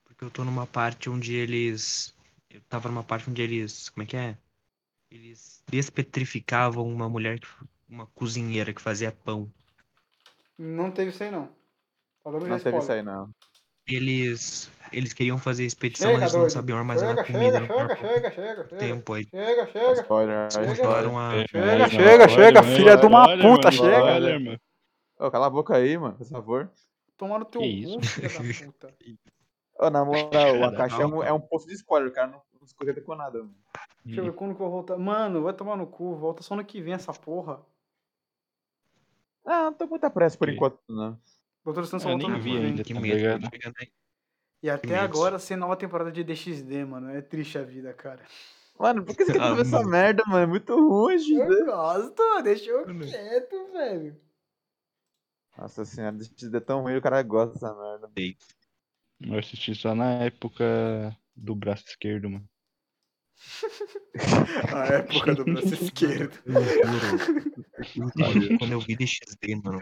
Porque eu tô numa parte onde eles... Eu tava numa parte onde eles... Como é que é? Eles despetrificavam uma mulher, que- uma cozinheira que fazia pão. Não teve isso aí, não. Tá dando já Não teve isso spoiler. aí, não. Eles... Eles queriam fazer expedição, Chega, mas não doido. sabiam armazenar Chega, chega, comida no chega, corpo chega, chega, do chega. tempo. Aí Chega, chega. Spoiler. Chega. controlaram a... Chega, chega, chega, filha de uma puta, chega. Olha, mano. Ô, cala a boca aí, mano, por favor. Tomar no teu Que isso? cu, filha da puta. Ô, na moral, o Cara, Akashi é um, calma. é um posto de spoiler, o cara não, não se contenta com nada. Mano. Deixa eu ver quando que eu vou voltar. Mano, vai tomar no cu, volta só ano que vem essa porra. Ah, não tô com muita pressa por Ok. enquanto, não. Doutor Stan só Eu volta nem ano que vi vem. ainda, Que tá medo, ligado? chega, né? E até medo. agora sem nova temporada de DXD, mano. É triste a vida, cara. Mano, por que você quer Ah, ver essa mano. merda, mano? É muito ruim, gente. Eu gosto, deixa eu Mano. quieto, velho. Nossa senhora, DXD é tão ruim, o cara gosta dessa merda. Eu assisti só na época do braço esquerdo, mano. A época do é braço esquerdo. Eu juro. Eu juro, Quando eu vi DXD, mano,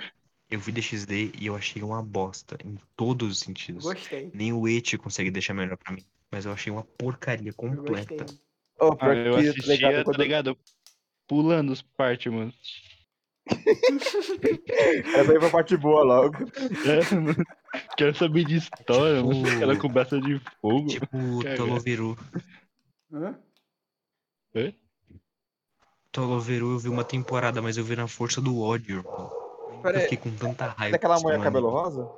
eu vi DXD e eu achei uma bosta em todos os sentidos. Gostei. Nem o It consegue deixar melhor pra mim. Mas eu achei uma porcaria Eu gostei. completa. Ô, pior Ah, eu que, né, assistia, tá ligado? Quando... Pulando os partes, mano. Era pra ir pra parte boa logo. É, mano. Quero saber de história, mano. Tipo- Ela com braço de fogo. Tipo o Cara. Toloveru. Hã? Toloveru eu vi uma temporada, mas eu vi na força do ódio, irmão. Eu nunca Pera aí, fiquei com tanta raiva. Daquela desse mulher anime. cabelo rosa?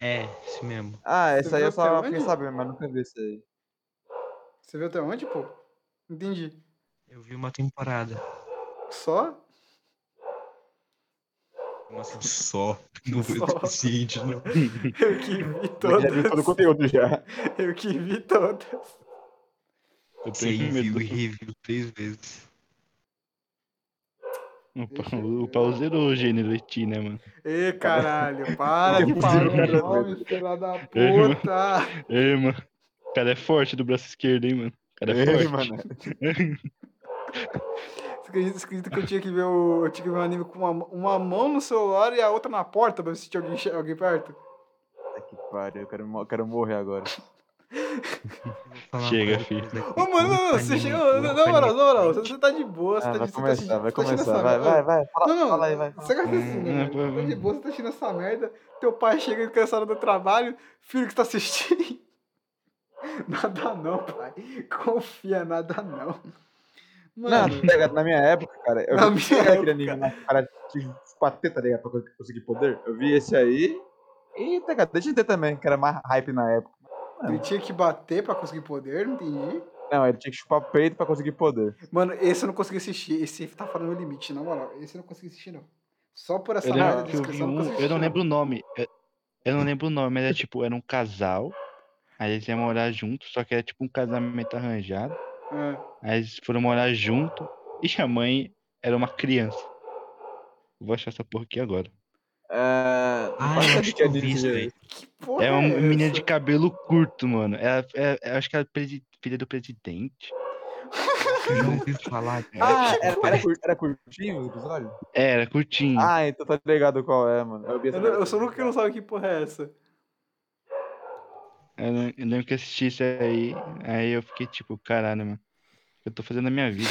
É, isso mesmo. Ah, essa aí viu eu só até fiquei onde? sabendo, mas nunca vi isso aí. Você viu até onde, pô? Entendi. Eu vi uma temporada. Só? Como assim, só? Não foi Só. o suficiente, não. Eu que vi Ele já viu todo o todas. conteúdo já. Eu que vi todas. Eu Você tenho viu e medo. reviu três vezes. O pau, o pau zerou o gênero em ti, né, mano? Ê, caralho, para de Eu falar vi o todas. nome, filha da puta. É, mano. O cara é forte do braço esquerdo, hein, mano? O cara é Ei, forte. mano. Você acredita, você acredita que eu tinha que ver o, eu tinha que ver um anime com uma, uma mão no celular e a outra na porta pra assistir alguém, che- alguém perto? Puta que pariu, eu quero, mo- quero morrer agora. Chega, filho. filho. Ô, mano, não, não, você chegou. Não, não, não, não, não, você- você tá de boa, você Ah, tá vai de você tá começar, assistindo- vai você tá assistindo começar. essa Vai, merda. vai, vai. Fala, Não, não, fala aí, vai. fala. Você que assim, Hum, né, é, velho? Tá vai, de vai. boa, você tá assistindo essa merda, teu pai chega cansado do trabalho, filho que você tá assistindo. Nada não, pai. Confia, nada não. Não, Mano, tá ligado? Na minha época, cara, eu Na vi minha aquele época. anime lá, que o cara tinha uns patê, tá ligado? Pra co- conseguir poder. Eu vi esse aí. E, tá ligado? Deixa eu ter também, que era mais hype na época. ele Ah, tinha que bater pra conseguir poder, não entendi. Não, ele tinha que chupar peito pra conseguir poder. Mano, esse eu não consegui assistir, esse tá falando o limite, na moral. Esse eu não consegui assistir, não. Só por essa Eu merda lembro de que eu vi descrição, eu não um, consegui eu não assistir, lembro o nome. Eu, eu não lembro o nome, mas era tipo, era um casal. Aí eles iam morar junto, só que era tipo um casamento arranjado. É. Aí eles foram morar junto e a mãe era uma criança. Vou achar essa porra aqui agora. É... Ah, Mas eu acho acho que que é eu vi desse isso jeito. aí. Que porra É uma é menina essa? de cabelo curto, mano. Ela, é- é- acho que ela é presi- filha do presidente. Eu não ouvi falar, cara. Ah, é, era, era, cur- era curtinho o episódio? É, era Hum. curtinho. Ah, então tá ligado qual é, mano. Eu, vi essa Eu, não- eu merda sou o único que também, não sabe que porra é essa. Eu, lem- eu lembro que eu assisti isso aí. Aí eu fiquei tipo, caralho, mano. O que eu tô fazendo na minha vida?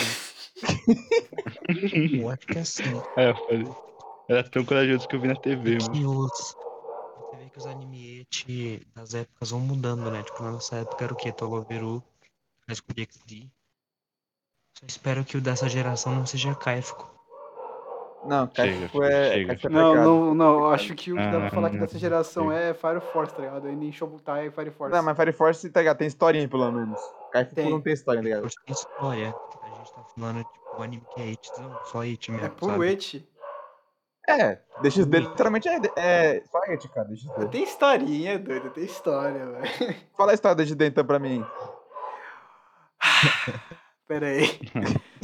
Eu acho que é assim. Aí eu falei. Era tão corajoso que eu vi na TV, mano. que os. Você vê que os animete das épocas vão mudando, né? Tipo, na nossa época era o quê? Toloveru, High School DxD. Só espero que o dessa geração não seja Kaifuku. cara. Não, Chega, Kaifu é... chega. Kaifu é Não, pecado. não, não, eu acho que o que dá pra Ah, falar que dessa não, geração não. é Fire Force, tá ligado? Ainda em Shobutai é Fire Force. Não, mas Fire Force tá ligado, tem historinha pelo menos. Kaifu Tem. não tem história, tá ligado? Acho que é história. A gente tá falando, tipo, o anime que é itzão, só it mesmo. É puro sabe? et. É, DXD literalmente é, é só it, cara, DXD. Tem historinha, doido, tem história, velho. Fala a história do DXD então pra mim. Pera aí.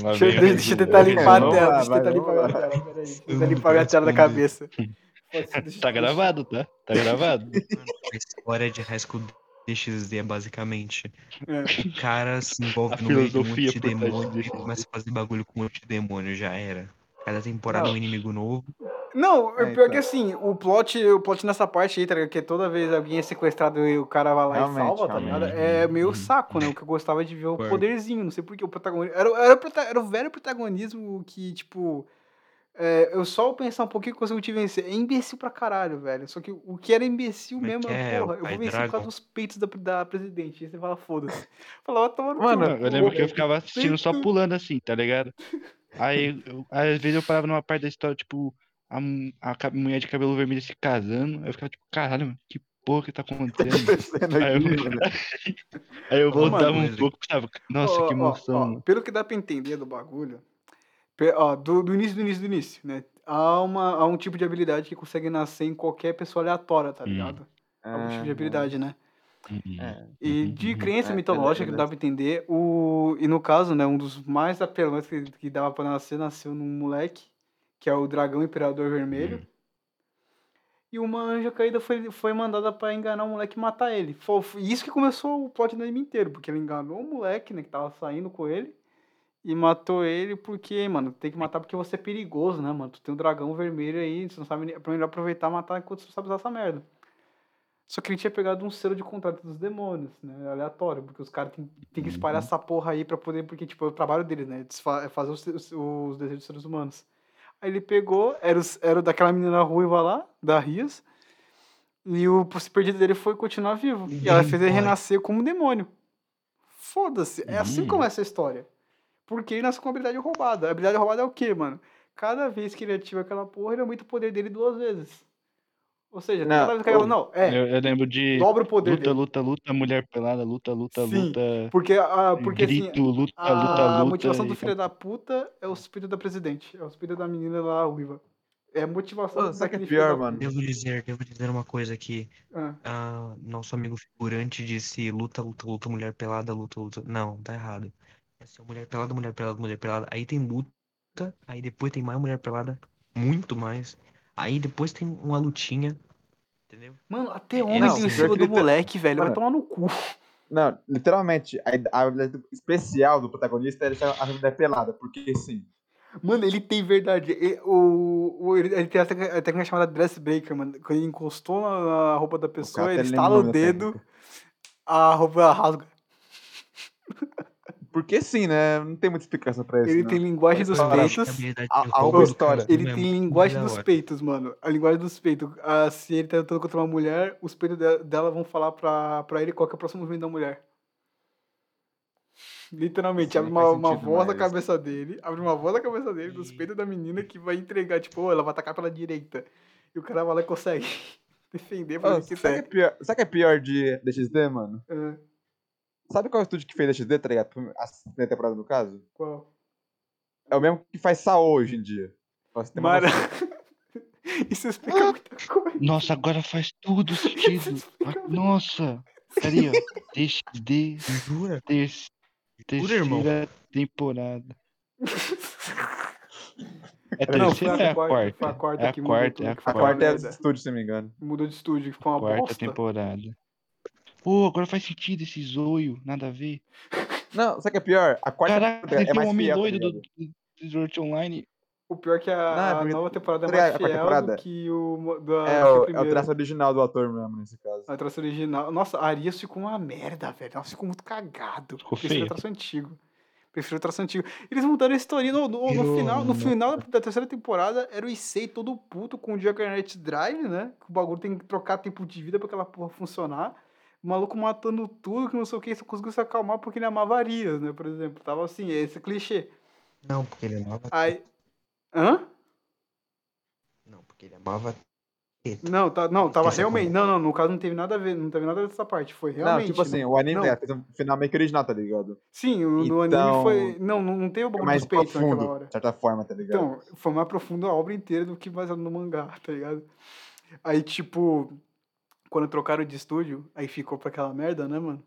Lá Deixa eu, vem a deixa eu vida. tentar limpar a Vamos tela, lá, deixa eu vai, tentar vamos limpar a lá. minha tela, pera aí. Deixa eu Eu tentar não limpar a minha quero tela da responder. cabeça. Pode ser, deixa- Tá gravado, tá? Tá gravado. Mano, Tipo, A história de High School DxD é basicamente. É. O cara se envolve A no meio de um filosofia monte de por trás do demônio e DxD. começa a fazer bagulho com um monte de demônio, já era. Cada temporada é Não. um inimigo novo. Não, é É, pior então. que assim, o plot, o plot nessa parte aí, tá ligado? Que toda vez alguém é sequestrado e o cara vai lá Realmente, e salva, tá ligado? realmente. Uhum. É meio saco, né? O que eu gostava de ver o Claro. poderzinho, não sei porque o protagonismo. Era, o- era, o prota- era o velho protagonismo que, tipo. é, eu só pensar um pouquinho que eu consigo te vencer. É imbecil pra caralho, velho. Só que o que era imbecil Como é mesmo que é, é, o porra, eu vou pai vencer por causa Dragon? dos peitos da, da presidente. Aí você fala, foda-se. Fala, vai tomar no cu, Mano, Não, eu lembro que eu ficava assistindo só pulando assim, tá ligado? Aí, eu- às vezes eu parava numa parte da história, tipo, a, mu- a ca- mulher de cabelo vermelho se casando. Aí eu ficava tipo, caralho, mano, que porra que tá acontecendo? mano?" Acontecendo Ah, Aí eu, aqui, mano. né? aí eu voltava Mano, um ele- pouco, tava, nossa, Ó, que ó, emoção, ó, mano. pelo que dá pra entender do bagulho, pe- ó, do, do início, do início, do início, né? Há, uma, há um tipo de habilidade que consegue nascer em qualquer pessoa aleatória, tá Hum. ligado? Algum tipo de Ah, habilidade, né? é. E Uhum, de crença É, mitológica que dá pra entender, o, e no caso, né, um dos mais apelões que, que dava pra nascer, nasceu num moleque, que é o dragão imperador vermelho. Hum. E uma anja caída foi, foi mandada pra enganar o moleque e matar ele. Foi, foi isso que começou o plot do anime inteiro, porque ele enganou o moleque, né, que tava saindo com ele, e matou ele porque, mano, tem que matar porque você é perigoso, né, mano? Tu tem um dragão vermelho aí, você não sabe nem. É melhor aproveitar e matar enquanto você não sabe usar essa merda. Só que ele tinha pegado um selo de contrato dos demônios, né? Aleatório, porque os caras têm tem que espalhar essa porra aí pra poder. Porque, tipo, é o trabalho deles, né? desfa- é fazer os, os, os desejos dos seres humanos. Aí ele pegou, era, os- era o daquela menina ruiva lá, da Rias. E o se perdido dele foi continuar vivo. E ela fez ele Demônio. renascer como um demônio. Foda-se. É assim que Hum. começa a história. Porque ele nasceu com habilidade roubada. A habilidade roubada é o quê, mano? Cada vez que ele ativa aquela porra, ele aumenta o poder dele duas vezes. Ou seja, Não, toda vez que ela. eu- Não, é. Eu, eu lembro de Dobra o poder luta, dele. luta, luta, mulher pelada, luta, luta, um Sim. luta, Porque, ah, porque assim, grito, luta, a luta, luta. motivação do e- filho da puta é o espírito da presidente. É o espírito da menina lá, ruiva. É a motivação Ô, sabe o que é daquele pior, filho da mano? Devo dizer, devo dizer uma coisa aqui. puta. Ah. Ah, nosso amigo figurante disse luta, luta, luta, mulher pelada, luta, luta. Não, tá errado. É só mulher pelada, mulher pelada, mulher pelada. Aí tem luta, aí depois tem mais mulher pelada, muito mais. Aí depois tem uma lutinha, entendeu? Mano, até homem não, tem pior o estilo que do ele tá- moleque, velho. Vai Mano. tomar no cu. Não, literalmente, a, a habilidade especial do protagonista é deixar a mulher pelada, porque sim. Mano, ele tem verdade. Ele, o, o- ele, ele tem a técnica, a técnica é chamada dress breaker, mano. Quando ele encostou na, na roupa da pessoa, até ele lembra estala o o nome da dedo, a roupa rasga. Porque sim, né? Não tem muita explicação pra isso. Ele não. tem linguagem dos Cara, A peitos. habilidade a- de a roubo do história- cara Ele é tem muito linguagem da dos hora. peitos, mano. A linguagem dos peitos. Ah, se ele tá lutando contra uma mulher, os peitos de- dela vão falar pra, pra ele qual que é o próximo movimento da mulher. Literalmente, Isso abre nem uma, faz uma sentido, voz na mas- cabeça dele, abre uma voz na cabeça dele, dos peitos da menina que vai entregar, tipo, "Ô, ela vai atacar pela direita. E o cara vai lá e consegue defender, Ô, fazer o que sabe, quiser. que é pior, sabe que é pior de DXD, mano? Ah, Sabe qual é o estúdio que fez DXD, tá ligado? A primeira temporada, no caso? qual? É o mesmo que faz Saô hoje em dia. Pra você ter uma Mara... noção. Isso explica muita coisa. Nossa, agora faz tudo sentido. Ah, Nossa, peraí, ó. DXD, Jura? ter- Jura, irmão? terceira temporada. É a Não, foi terceira a ou é quarta, a quarta? foi a quarta é a que mudou quarta, tudo, é a que A foi uma quarta é merda. do estúdio, se não me engano. Mudou de estúdio, que foi uma quarta bosta. temporada. Pô, agora faz sentido esse zoio, nada a ver. Não, sabe o que é pior? A quarta Caraca, temporada tem é um mais homem fiel, tá doido do ligado? do Sword Art Online. O pior é que a, Não, é a porque- nova temporada é tá ligado? mais A quarta fiel temporada. do que o mo- Ah, da É, que a o, é o primeira. traço original do ator mesmo, nesse caso. A tração original. Nossa, a Arias ficou uma merda, velho. Nossa, ficou muito cagado. Ficou Prefiro o feio. traço antigo. Prefiro o traço antigo. Eles mudaram a historinha no, no- no Virou final. No uma final da terceira temporada, era o Issei todo puto com o Juggernaut Drive, né? Que o bagulho tem que trocar tempo de vida pra aquela porra funcionar. O maluco matando tudo, que não sei o que, só conseguiu se acalmar porque ele amava a Arias, né? Por exemplo. Tava assim, esse clichê. Não, porque ele amava. Aí. Hã? Não, porque ele amava. Não, tá, não, tava Esqueci a realmente. Não, não, no caso não teve nada a ver, não teve nada dessa parte. Foi realmente. não, tipo né? assim, o anime Não. né, fez um final meio que original, tá ligado? Sim, o, no anime Então, foi. Não, não, não teve o É bagulho mais dos peitos naquela profundo, hora. de certa forma, tá ligado? Então, foi mais profundo a obra inteira do que baseado no mangá, tá ligado? Aí, tipo, quando trocaram de estúdio, aí ficou pra aquela merda, né, mano?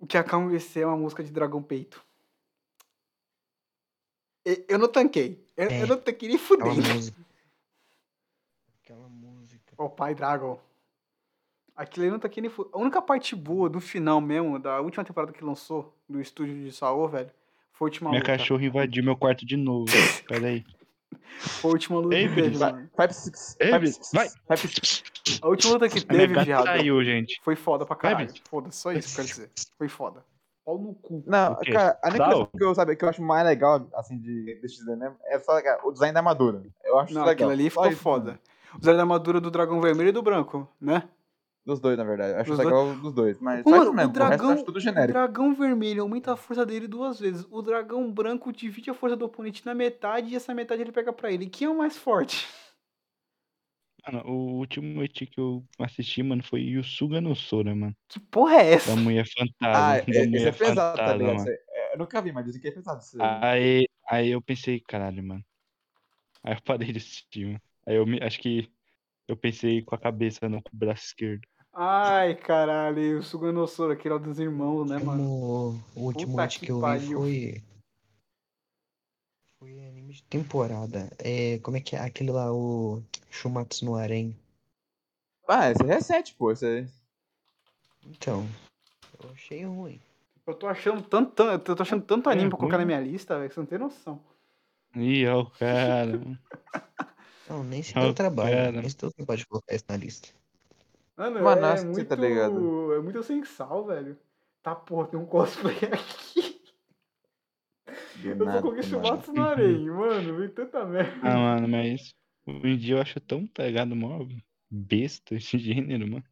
O que acalma VC é uma música de Dragão Peito. E- Eu não tanquei. Eu, eu É. não tanquei nem Aquela fudendo. música. Aquela música. Ó, o pai Dragon. Aquilo ali não tá aqui nem. fu- A única parte boa do final mesmo, da última temporada que lançou, do estúdio de Saô, velho, foi a última Minha luta. cachorra invadiu meu quarto de novo. Pera aí. Foi a última luta Ei, que teve, Vinícius, Vai, mano. vai, pro six, Ei, vai, pro Vinícius, six, vai. vai pro six. A última luta que A minha teve, gata viado, saiu, gente. foi foda pra Vai, caralho. Vinícius. Foda, só isso que eu quero dizer. Foi foda. Pau no cu. Não, O quê? cara, a única Dá, coisa ó. que eu, sabe, que eu acho mais legal, assim, de DXD mesmo, é só cara, o design da armadura. Eu acho Não, legal. aquilo ali Só ficou isso, foda. mano. Usaram da armadura do dragão vermelho e do branco, né? Dos dois, na verdade. Eu acho Dos legal dos dois. Mas Mano, só isso o mesmo. o resto eu dragão- acho tudo O genérico. dragão vermelho aumenta a força dele duas vezes. O dragão branco divide a força do oponente na metade e essa metade ele pega pra ele. Quem é o mais forte? Mano, o último eti que eu assisti, mano, foi Yusuga no Sora, mano. Que porra é essa? Da mulher fantasma. Ah, é- da esse mulher é pesado, tá fantasma, ligado? mano. Esse é- Eu nunca vi, mas dizem que é pesado. esse- Aí, aí eu pensei, caralho, mano. Aí eu parei de assistir, mano. Aí eu me, acho que eu pensei com a cabeça, não com o braço esquerdo. Ai, caralho, o Suganossauro, aquele lá dos irmãos, né, mano? último- O último Puta anime que que eu vi pariu. foi. Foi anime de temporada. É, como é que é? Aquele lá, o Shumatsu no Harem. Ah, esse é recente, pô. Esse aí. Então, eu achei ruim. Eu tô achando tanto, tanto- eu tô achando tanto É anime pra ruim, colocar na né? minha lista, velho, que você não tem noção. Ih, ó, o cara. mano. Não, nem se Ah, deu trabalho. cara. Nem se deu trabalho de colocar isso na lista. Mano, Mano, é, acho que você muito, tá ligado. é muito sem sal, velho. Tá, porra, tem um cosplay aqui. Do Eu só nada, coloquei mano. Shumatsu no Arém, mano, vem tanta merda. Ah, mano, mas hoje em dia eu acho tão pegado, mó besta esse gênero, mano.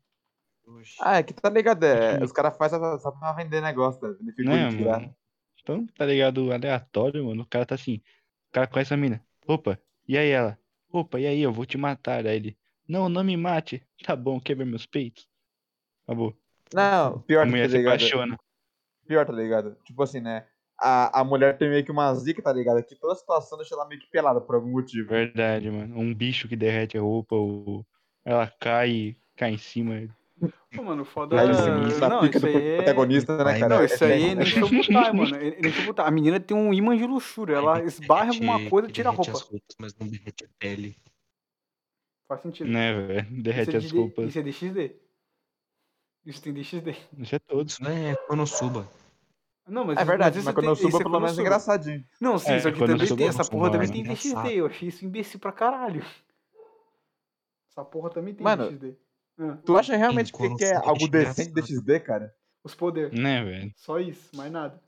Oxi. Ah, é que tá ligado, é. Aqui. Os caras fazem só, só pra vender negócio, tá? Ele ficou Né, de tirar. mano? Então, tá ligado? Aleatório, mano. O cara tá assim. O cara conhece a mina. Opa, e aí ela? Opa, e aí? Eu vou te matar. Aí ele. Não, não me mate. Tá bom, quebra meus peitos. Acabou. Não, pior A que tá mulher se ligado. apaixona. Pior, tá ligado? Tipo assim, né? A, a mulher tem meio que uma zica, tá ligado? Que toda situação deixa ela meio que pelada por algum motivo. Verdade, mano. Um bicho que derrete a roupa, ou ela cai e cai em cima. Pô, mano, foda. é- Aí, Não, na Não, é tá pica isso do aí é. protagonista, né, Aí, cara? Não, mano, isso aí é nem Shobutai, mano. É nem Shobutai. A menina tem um imã de luxúria. Ela esbarra em alguma coisa e tira a derrete roupa. as roupas, mas não derrete a pele. Faz sentido. Né, velho? Isso Derrete é as de- roupas. Isso é DXD. Isso tem DXD. Isso é todo. Isso é Konosuba. Não, mas É isso- verdade, mas, mas quando eu subo subo, pelo menos é engraçadinho. Não, sim, É, só que quando eu também subo, tem. eu Essa subo, porra também mano. tem Engraçado. DXD. Eu achei isso imbecil pra caralho. Essa porra também tem Mano, DXD. Ah, Tu acha realmente Enquanto que, que é for algo desgraçado. decente do XD, cara? os poderes. Né, velho? Só isso, mais nada.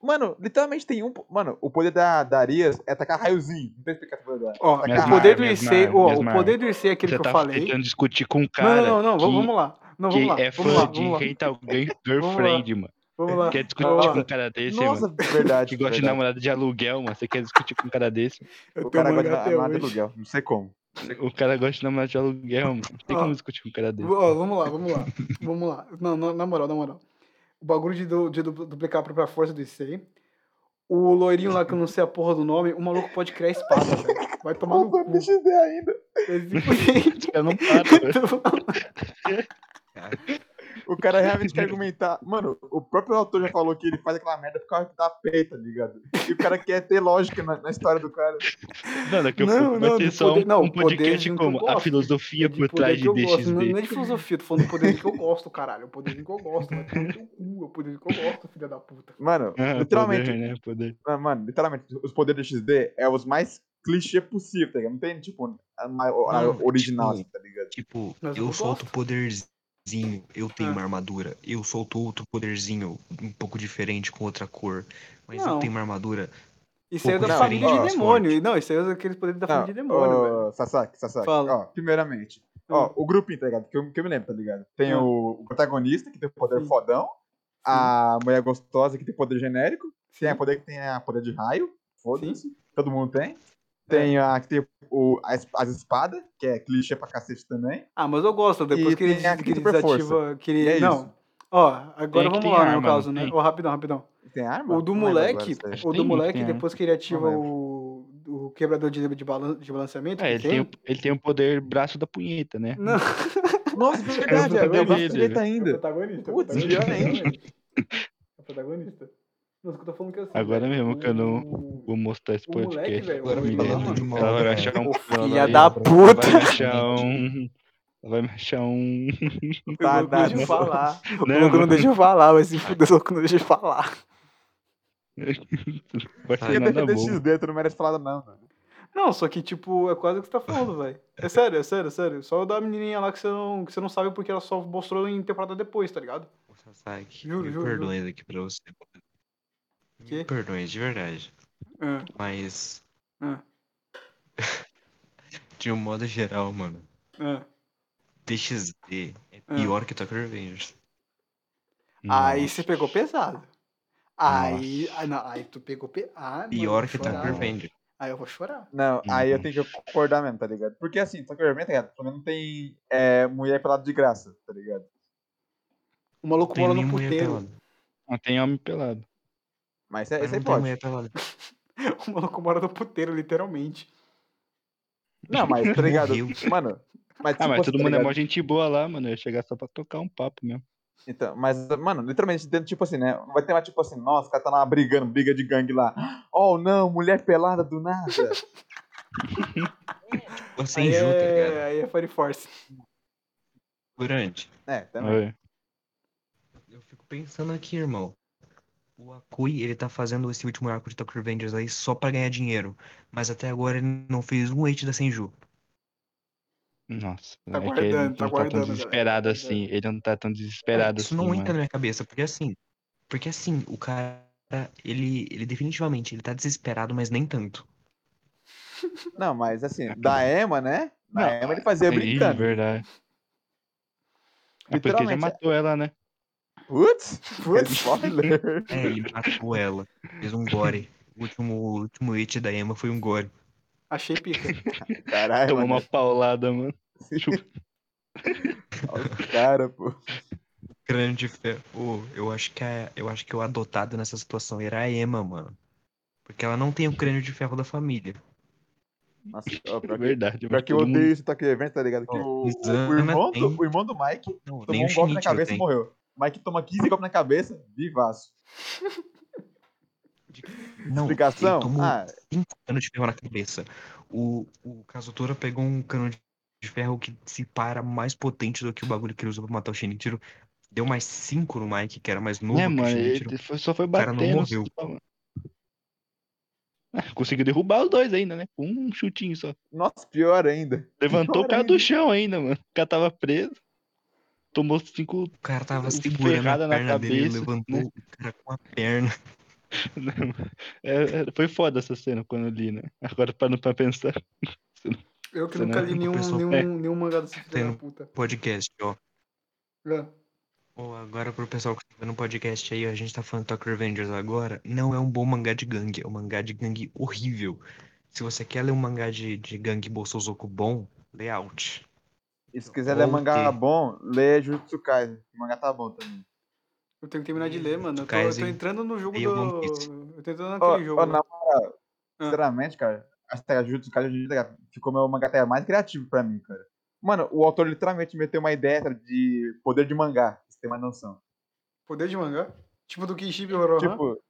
Mano, literalmente tem um. Mano, o poder da, da Arias é tacar raiozinho. Não tem explicação agora. Ó, Mesma o poder área, do IC, mesma área, ó, o mesma poder do IC é aquele Você que eu tá falei. tentando discutir com um Não, cara. não, não, não, que, vamos lá. Não, vamos lá. que é vamos lá, fã de vamos lá. Ah, Rental Girl- Girlfriend, mano. Vamos lá. Quer Vamos discutir lá. com um cara desse, Nossa, mano? verdade. Que gosta de verdade. namorada de aluguel, mano. Você quer discutir com um cara desse? Eu O tenho cara manga gosta de até namorada de hoje. aluguel. Não sei como. O cara gosta de namorada de aluguel, mano. Não tem Ó. como discutir com um cara desse. Ó, vamos lá, vamos lá. Vamos lá. Não, não, na moral, na moral. O bagulho de, du- de du- duplicar a própria força do IC. O loirinho lá que eu não sei a porra do nome, o maluco pode criar espada, velho. Vai tomar no Faltou cu. XD ainda. Esse fudeu. Esse cara não para, velho. O cara realmente quer argumentar. Mano, o próprio autor já falou que ele faz aquela merda por causa da peita, tá ligado? E o cara quer ter lógica na, na história do cara. Não, daqui a Não, não, pouco vai do ter só poder- um, não, um podcast poderzinho que eu como a gosto. filosofia É de por poder trás que de eu gosto, não, DXD. não é de filosofia, tô falando do poder que eu gosto, caralho. É O poder que eu gosto, vai tomar no teu cu, é o poder que eu gosto, filha da puta. Mano, Ah, literalmente, Poder, né? Poder. Tipo, Ah, Mano, literalmente, os poderes do XD é os mais clichê possível, tá ligado? Não tem, tipo, a, ma- a Não, original, tipo- assim, tá ligado? Tipo, Mas eu eu não solto gosto. poderzinho, eu tenho Ah. uma armadura. Eu solto outro poderzinho, um pouco diferente, com outra cor. Mas Não. eu tenho uma armadura. Isso aí é da Pouco família de diferente, demônio. Não, isso aí é aqueles poderes da Não, família de demônio, ô, velho. Sasaki, Sasaki, Fala. Hum. ó, primeiramente, ó, o grupinho, tá ligado? Que eu, que eu me lembro, tá ligado? Tem Ah. o, o protagonista, que tem o poder Sim. fodão, a mulher gostosa, que tem poder genérico, tem a poder que tem é a poder de raio, foda-se, todo mundo tem. Tem a que tem o, as, as espadas, que é clichê pra cacete também. Ah, mas eu gosto, depois E que ele, tem a que ele super desativa. Que ele... E é não. isso. Ó, Tem agora que vamos tem lá, no arma, caso, não né? tem? Ó, rapidão, rapidão. Tem um arma? O do Não lembro agora moleque, isso aí. o do Tem, moleque, tem, né? depois que ele ativa Não lembro. o, o quebrador de, de, balan- de balanceamento, É, que ele, tem o, ele tem o poder braço da punheta, né? Não, Nossa, verdade, É o é verdade, protagonista, direito é o ainda. protagonista. é o Putz, protagonista, pior ainda. exatamente. É o protagonista. Não, escuta falando que assim. Agora velho, mesmo que eu não- o- Vou mostrar esse O moleque, podcast. velho, pra o mina. Ilan, mano. ela vai me achar um. Ô, ela filha vai- da puta! Vai me achar um. Ela vai me achar um. O Tá louco não deixa dado. eu falar. O louco Não, não mano. deixa eu falar, mas se fuder, o louco não deixa eu falar. Vai Porque ser até nada que bom. XD, tu não merece falar não, mano. Não, só que, tipo, é quase o que você tá falando, velho. É sério, é sério, é sério. Só o da menininha lá que você, não, que você não sabe porque ela só mostrou em temporada depois, tá ligado? Ô, Sasaki, Juro, me juro, perdoem aqui pra você. Quê? Me perdoem, de verdade. Ah, É. Mas, ah, de um modo geral, mano, ah. DXD é Ah. pior que Tokyo Revengers. Aí você pegou pesado. Aí, ah, não, aí tu pegou pesado. Ah, mano, eu Pior vou que tá chorar, Tokyo velho. Revengers. Aí eu vou chorar. Não, aí eu Uhum. tenho que concordar mesmo, tá ligado? Porque assim, Tokyo Revenge, tá ligado? Pelo menos tem é, mulher pelada de graça, tá ligado? O maluco Tem mora no nem mulher puteiro. pelada. Não tem homem pelado. Mas é, Mas esse aí não tem pode. mulher pelada. O maluco mora no puteiro, literalmente. Não, mas, tá ligado? Morreu. Mano, mas Ah, mas tipo, todo tá mundo é ligado? mó gente boa lá, mano. Eu ia chegar só pra tocar um papo mesmo. Então, mas, mano, literalmente, dentro, tipo assim, né? Não vai ter mais, tipo assim, nossa, o cara tá lá brigando, briga de gangue lá. Oh, não, mulher pelada do nada. Você aí, enjoa, tá é, ligado? aí é Fire Force. Durante. é, né? também. Olha. Eu fico pensando aqui, irmão. O Akui, ele tá fazendo esse último arco de Tokyo Revengers aí só pra ganhar dinheiro. Mas até agora ele não fez um hate da Senju. Nossa, Tá é que ele guardando, não tá guardando, tá tão galera, desesperado tá assim. Ele não tá tão desesperado Isso assim, não mano. entra na minha cabeça, porque assim, porque assim, o cara, ele, ele definitivamente, ele tá desesperado, mas nem tanto. Não, mas assim, da Emma, né? Da Não, Emma ele fazia Ih, brincando. verdade. É porque ele já Literalmente, matou ela, né? é. Putz, É Putz. spoiler. É, ele matou ela, fez um gore. O último, o último hit da Emma foi um gore. Achei pica. Caralho, Tomou mano. uma paulada, mano. Olha os cara, pô. Grande ferro. Ô, eu acho que a, eu acho que o adotado nessa situação era a Emma, mano. Porque ela não tem o crânio de ferro da família. Nossa, ó, pior, É que, verdade. pior mas que eu todo mundo- odeio isso tá aqui evento, tá ligado? Que o, o- o irmão tem. do, o irmão do Mike Não, nem o tomou um golpe na Shinichiro cabeça e tem. morreu. Mike toma 15 golpes na cabeça, vivaço. Não, Explicação? ele tomou Ah, cinco canos de ferro na cabeça. O, o Kazutora pegou um cano de de ferro que se para mais potente do que o bagulho que ele usou pra matar o Shinichiro. Deu mais cinco no Mike, que era mais novo É, que o mano, Shinichiro. ele foi- só foi cara não batendo. morreu. só, mano. Ah, Conseguiu derrubar os dois ainda, né? Com um chutinho só. nossa, pior ainda. Levantou o Pior cara ainda. do chão ainda, mano. O cara tava preso. Tomou cinco. O cara tava um segurando ferrada a na perna dele, ele cabeça, levantou né? o cara com a perna. né, mano? É, é, foi foda essa cena quando eu li, né? Agora parando pra pensar. Eu que Você nunca não- li nenhum, pessoa- nenhum, É. nenhum mangá desse filho Tem- da puta. Podcast, ó. É. Ou agora pro pessoal que tá vendo o podcast aí, a gente tá falando Tokyo Revengers agora, não é um bom mangá de gangue, é um mangá de gangue horrível. Se você quer ler um mangá de, de gangue Bolsozoku bom, lê Out. E se quiser ler Ok. mangá bom, lê Jujutsu Kaisen. O mangá tá bom também. Eu tenho que terminar de ler, mano. Eu tô, eu tô Kaisen. entrando no jogo Aí do. eu One Piece. Eu tô entrando Ó, naquele jogo. né? ó, lá. na moral, Ah. sinceramente, cara, acho que a Jujutsu Kaisen hoje em dia, cara, ficou meu mangá até mais criativo pra mim, cara. Mano, o autor literalmente meteu uma ideia cara, de poder de mangá, pra você ter mais noção. Poder de mangá? Tipo do Kishibe Rohan? Tipo.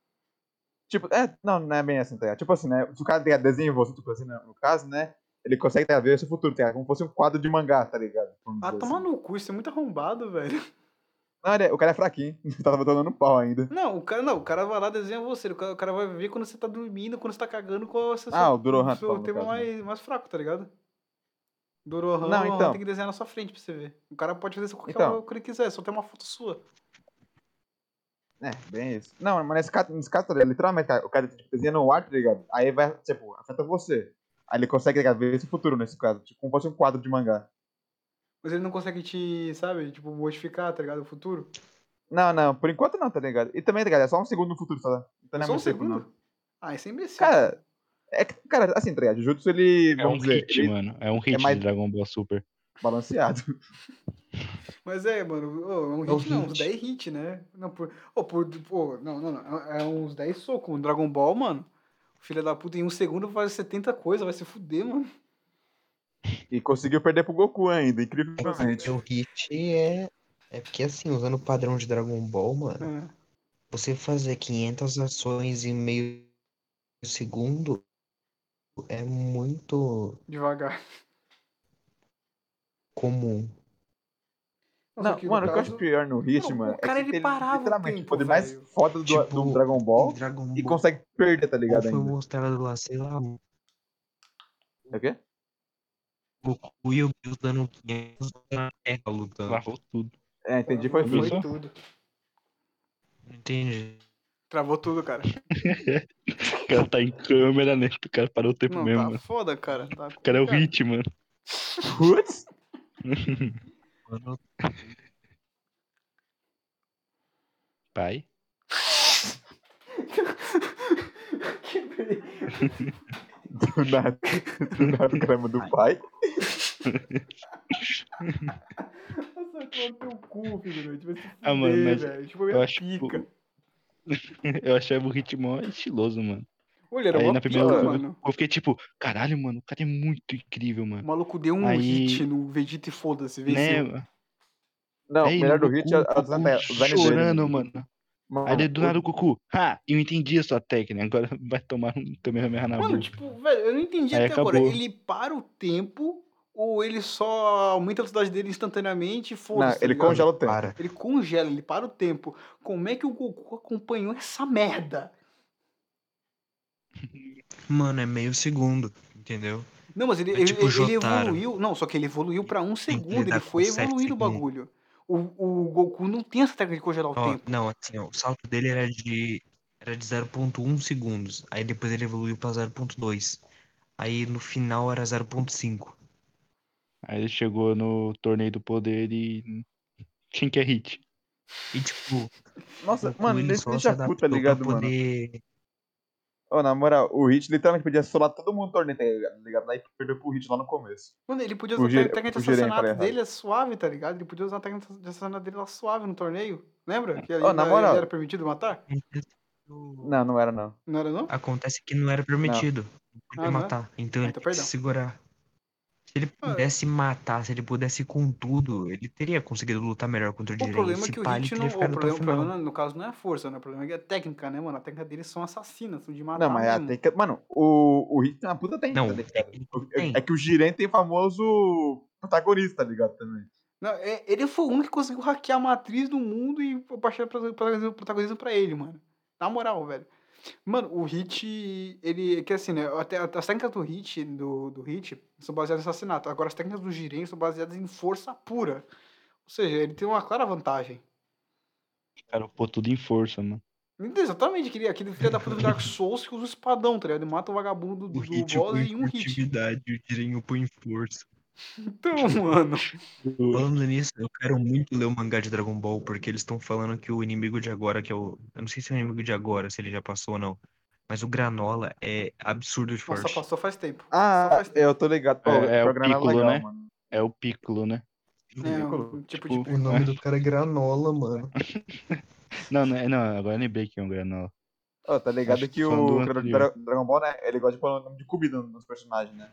Tipo, é, não, não é bem assim, tá ligado? Tipo assim, né? Se o cara tem desenho em você, tipo assim, né, no caso, né? Ele consegue tá, ver o seu futuro, tá ligado? Como se fosse um quadro de mangá, tá ligado? Vamos ah, dizer toma assim. no cu, isso é muito arrombado, velho. Não, ele é- o cara é fraquinho, tá botando no pau ainda. Não, o cara não, o cara vai lá desenha você, o cara, o cara vai ver quando você tá dormindo, quando você tá cagando, qual é o seu, Ah, o Dorohan, seu tá falando, tema no caso, né? mais, mais fraco, tá ligado? Dorohan, Não, o Rohan então. tem que desenhar na sua frente pra você ver. O cara pode fazer qualquer Então. coisa que ele quiser, só tem uma foto sua. É, bem isso. Não, mas nesse caso, nesse caso tá ligado? literalmente, cara, o cara tipo, desenha no ar, tá ligado? Aí vai, tipo, afeta você. Aí ele consegue tá ligado, ver esse futuro nesse caso, tipo, como se fosse um quadro de mangá. Mas ele não consegue te, sabe, tipo, modificar, tá ligado? O futuro. Não, não, por enquanto não, tá ligado? E também, tá ligado? É só um segundo no futuro, tá ligado? Então não é só um muito tempo, segundo. não. Ah, isso é imbecil. Cara, é que, cara, assim, tá ligado? Jujutsu, ele, É um vamos dizer, hit, ele mano. É um hit mais- de Dragon Ball Super. balanceado. Mas é, mano, ô, é um hit, É um não, hit. uns 10 hit, né? Não, por, ô, por, pô, não, não, não, é uns 10 socos. Um Dragon Ball, mano, o filho da puta em um segundo faz 70 coisas, vai se fuder, mano. E conseguiu perder pro Goku ainda, Porque incrivelmente. o hit é. É porque assim, usando o padrão de Dragon Ball, mano, É. você fazer 500 ações em meio segundo é muito Devagar. comum. só Não, no mano, o que eu caso- acho pior no Hit, Mano, mano, o cara, é que ele parava o literalmente tempo, poder mais velho. foda do, do Tipo, Dragon Ball Dragon e Ball consegue perder, tá ligado? foi Ainda. mostrado lá, sei lá, o É o quê? Goku e o Bill dando 500 na terra lutando. Lavou tudo. É, entendi, foi Travou fim. Começou? tudo. Não entendi. Travou tudo, cara. O cara tá em câmera, né? O cara parou o tempo Não, mesmo, tá mano. foda, cara. Tá O cara é o complicado. hit, mano. Putz! Mano, Pai. Que bem. Do nada, do nada, o crema do pai. Nossa, pô, teu cu, filho, vai se fuder, Ah, mano, mas velho. Tipo, eu minha acho que pica. Eu achava o hit mó estiloso, mano. Olha, era Aí uma na primeira pica, luta- mano. Eu fiquei tipo, caralho, mano, o cara é muito incrível, O mano. maluco deu um Aí- hit no Vegeta e foda-se, Né, venceu. mano? Não, o Aí, melhor do no Hit é Goku, é o design da- o Goku design dele. chorando, mano. Mano, Aí ele do o- nada o Goku, ah, eu entendi a sua técnica, agora vai tomar um Kamehameha na Mano, boca. tipo, velho, eu não entendi Aí até agora. acabou. Ele para o tempo ou ele só aumenta a velocidade dele instantaneamente e Não, foda-se? tá ele ligado? congela o tempo. Para. Ele congela, ele para o tempo. Como é que o Goku acompanhou essa merda? Mano, é meio segundo, entendeu? Não, mas ele, É ele, tipo ele Jotaro. evoluiu. Não, só que ele evoluiu pra um segundo. lidar Ele foi com sete evoluindo o segundos. bagulho. O, o Goku não tem essa técnica de congelar o Ó, tempo. não, assim, ó, o salto dele era de era de 0.1 segundos. Aí depois ele evoluiu pra 0.2. Aí no final era 0.5. Aí ele chegou no torneio do poder e. Quem que é hit? E tipo, Nossa, Goku, mano, ele nesse só Hit se é puta, tá adaptou pra ligado, mano? poder Ô, na moral, o Hit literalmente podia solar todo mundo no torneio, tá ligado? Daí perdeu pro Hit lá no começo. Mano, ele podia usar O a gire- técnica o de gerente, falei assassinato errado. dele, é suave, tá ligado? Ele podia usar a técnica de assassinato dele lá suave no torneio. Lembra? Que ele, Ô, na moral- era permitido matar? Não, não era não. Não era, não? Acontece que não era permitido. Não podia Ah, não é? matar. Então Ah, ele então tinha que se perdão. segurar. Se ele Ah, é. pudesse matar, se ele pudesse com tudo, ele teria conseguido lutar melhor contra o O Jiren. problema é Se que o pá, ele Hit teria não. O ficado até problema, o final. problema, no caso, não é a força, né? O problema é que é a técnica, né, mano? A técnica deles são assassinas, são de Ah, matar. não, mas é tá mesmo. a técnica. Mano, o, o Hit tem uma puta técnica, é Não, tá ligado? ele né? O- tem. É que o Jiren tem famoso protagonista, tá ligado? Também. Não, é- ele foi o único que conseguiu hackear a matriz do mundo e baixar o protagonismo- protagonismo pra ele, mano. Na moral, velho. Mano, o Hit, ele. Que assim, né? Até, as técnicas do Hit, do, do Hit são baseadas em assassinato. Agora, as técnicas do Jiren são baseadas em força pura. Ou seja, ele tem uma clara vantagem. Cara, pô, tudo em força, mano. Então, Exatamente, aquele, aquele filho da puta do Dark Souls que usa o espadão, tá ligado? Ele mata o vagabundo do, O do Hit boss põe em um hit. furtividade, o Jiren põe força. Então, mano. Falando nisso, eu quero muito ler o mangá de Dragon Ball, porque eles estão falando que o inimigo de agora, que é o. Eu não sei se é o inimigo de agora, se ele já passou ou não. Mas o Granola é absurdo de forte. Nossa, passou faz tempo. Só Ah, faz tempo. eu tô ligado. Pô, É- é o programa Piccolo, legal, né? mano. É o Piccolo, né? É, ridículo. um tipo Tipo, de. O nome do cara é Granola, mano. Não, não, é- não agora eu lembrei que é um granola. Ô, tá ligado Acho que fã do o criador de anterior. Dra- Dragon Ball, né? Ele gosta de pôr o nome de Cubido nos personagens, né?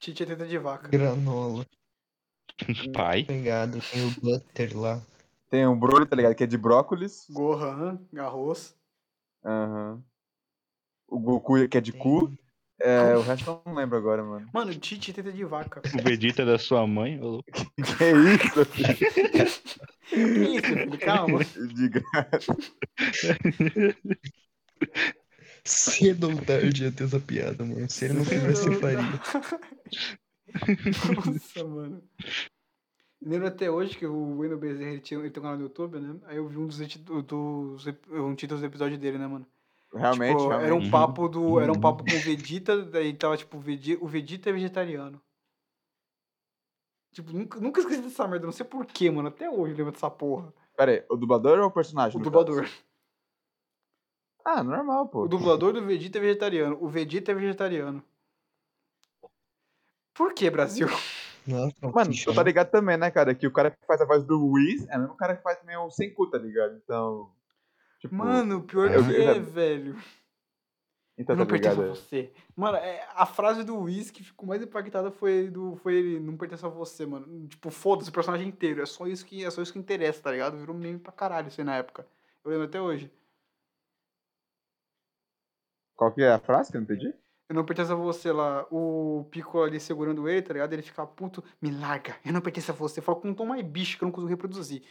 Tite é teta de vaca. Granola. Pai? Pegado. Tem o Butter lá. Tem o Broly, tá ligado? Que é de brócolis. Gohan, arroz. Aham. O Goku, que é de Tem- cu. É, o resto eu não lembro agora, mano. Mano, Tite é teta de vaca. O Vegeta da sua mãe? ô louco. Que é isso? assim? filho? Isso, filho, calma. De gra- Cedo ou tarde ia ter essa piada, mano. Se ele não fizesse, eu faria. Nossa, mano. Lembro até hoje que o Wendel Bezerra ele, tinha, ele tem um canal no YouTube, né? Aí eu vi um dos, eti- dos ep- um título do episódio dele, né, mano? Realmente, Tipo, realmente. era um papo do. Era um Uhum. papo com o Vegeta, daí tava, tipo, Vege- o Vegeta é vegetariano. Tipo, nunca, nunca esqueci dessa merda, não sei porquê, mano. Até hoje eu lembro dessa porra. Pera aí, o dublador ou o personagem? um O no dublador. caso? Ah, normal, pô. O dublador do Vegeta é vegetariano. O Vegeta é vegetariano. Por que, Brasil? Nossa, Mano, bicho, tu tá ligado também, né, cara? Que o cara que faz a voz do Whis é o mesmo cara que faz também o Sem Cu, tá ligado? Então. Tipo, Mano, pior eu- que eu- é, velho. então, eu tá não pertenço ligado? a você. Mano, é, a frase do Whis que ficou mais impactada foi do foi ele não pertence a você, mano. Tipo, foda-se o personagem inteiro. É só isso que é só isso que interessa, tá ligado? Virou meme pra caralho isso aí na época. Eu lembro até hoje. Qual que é a frase que eu não entendi? Eu não pertenço a você lá. O Pico ali segurando ele, tá ligado? Ele fica puto, me larga. Eu não pertenço a você. Fala com um tom mais bicho que eu não consigo reproduzir.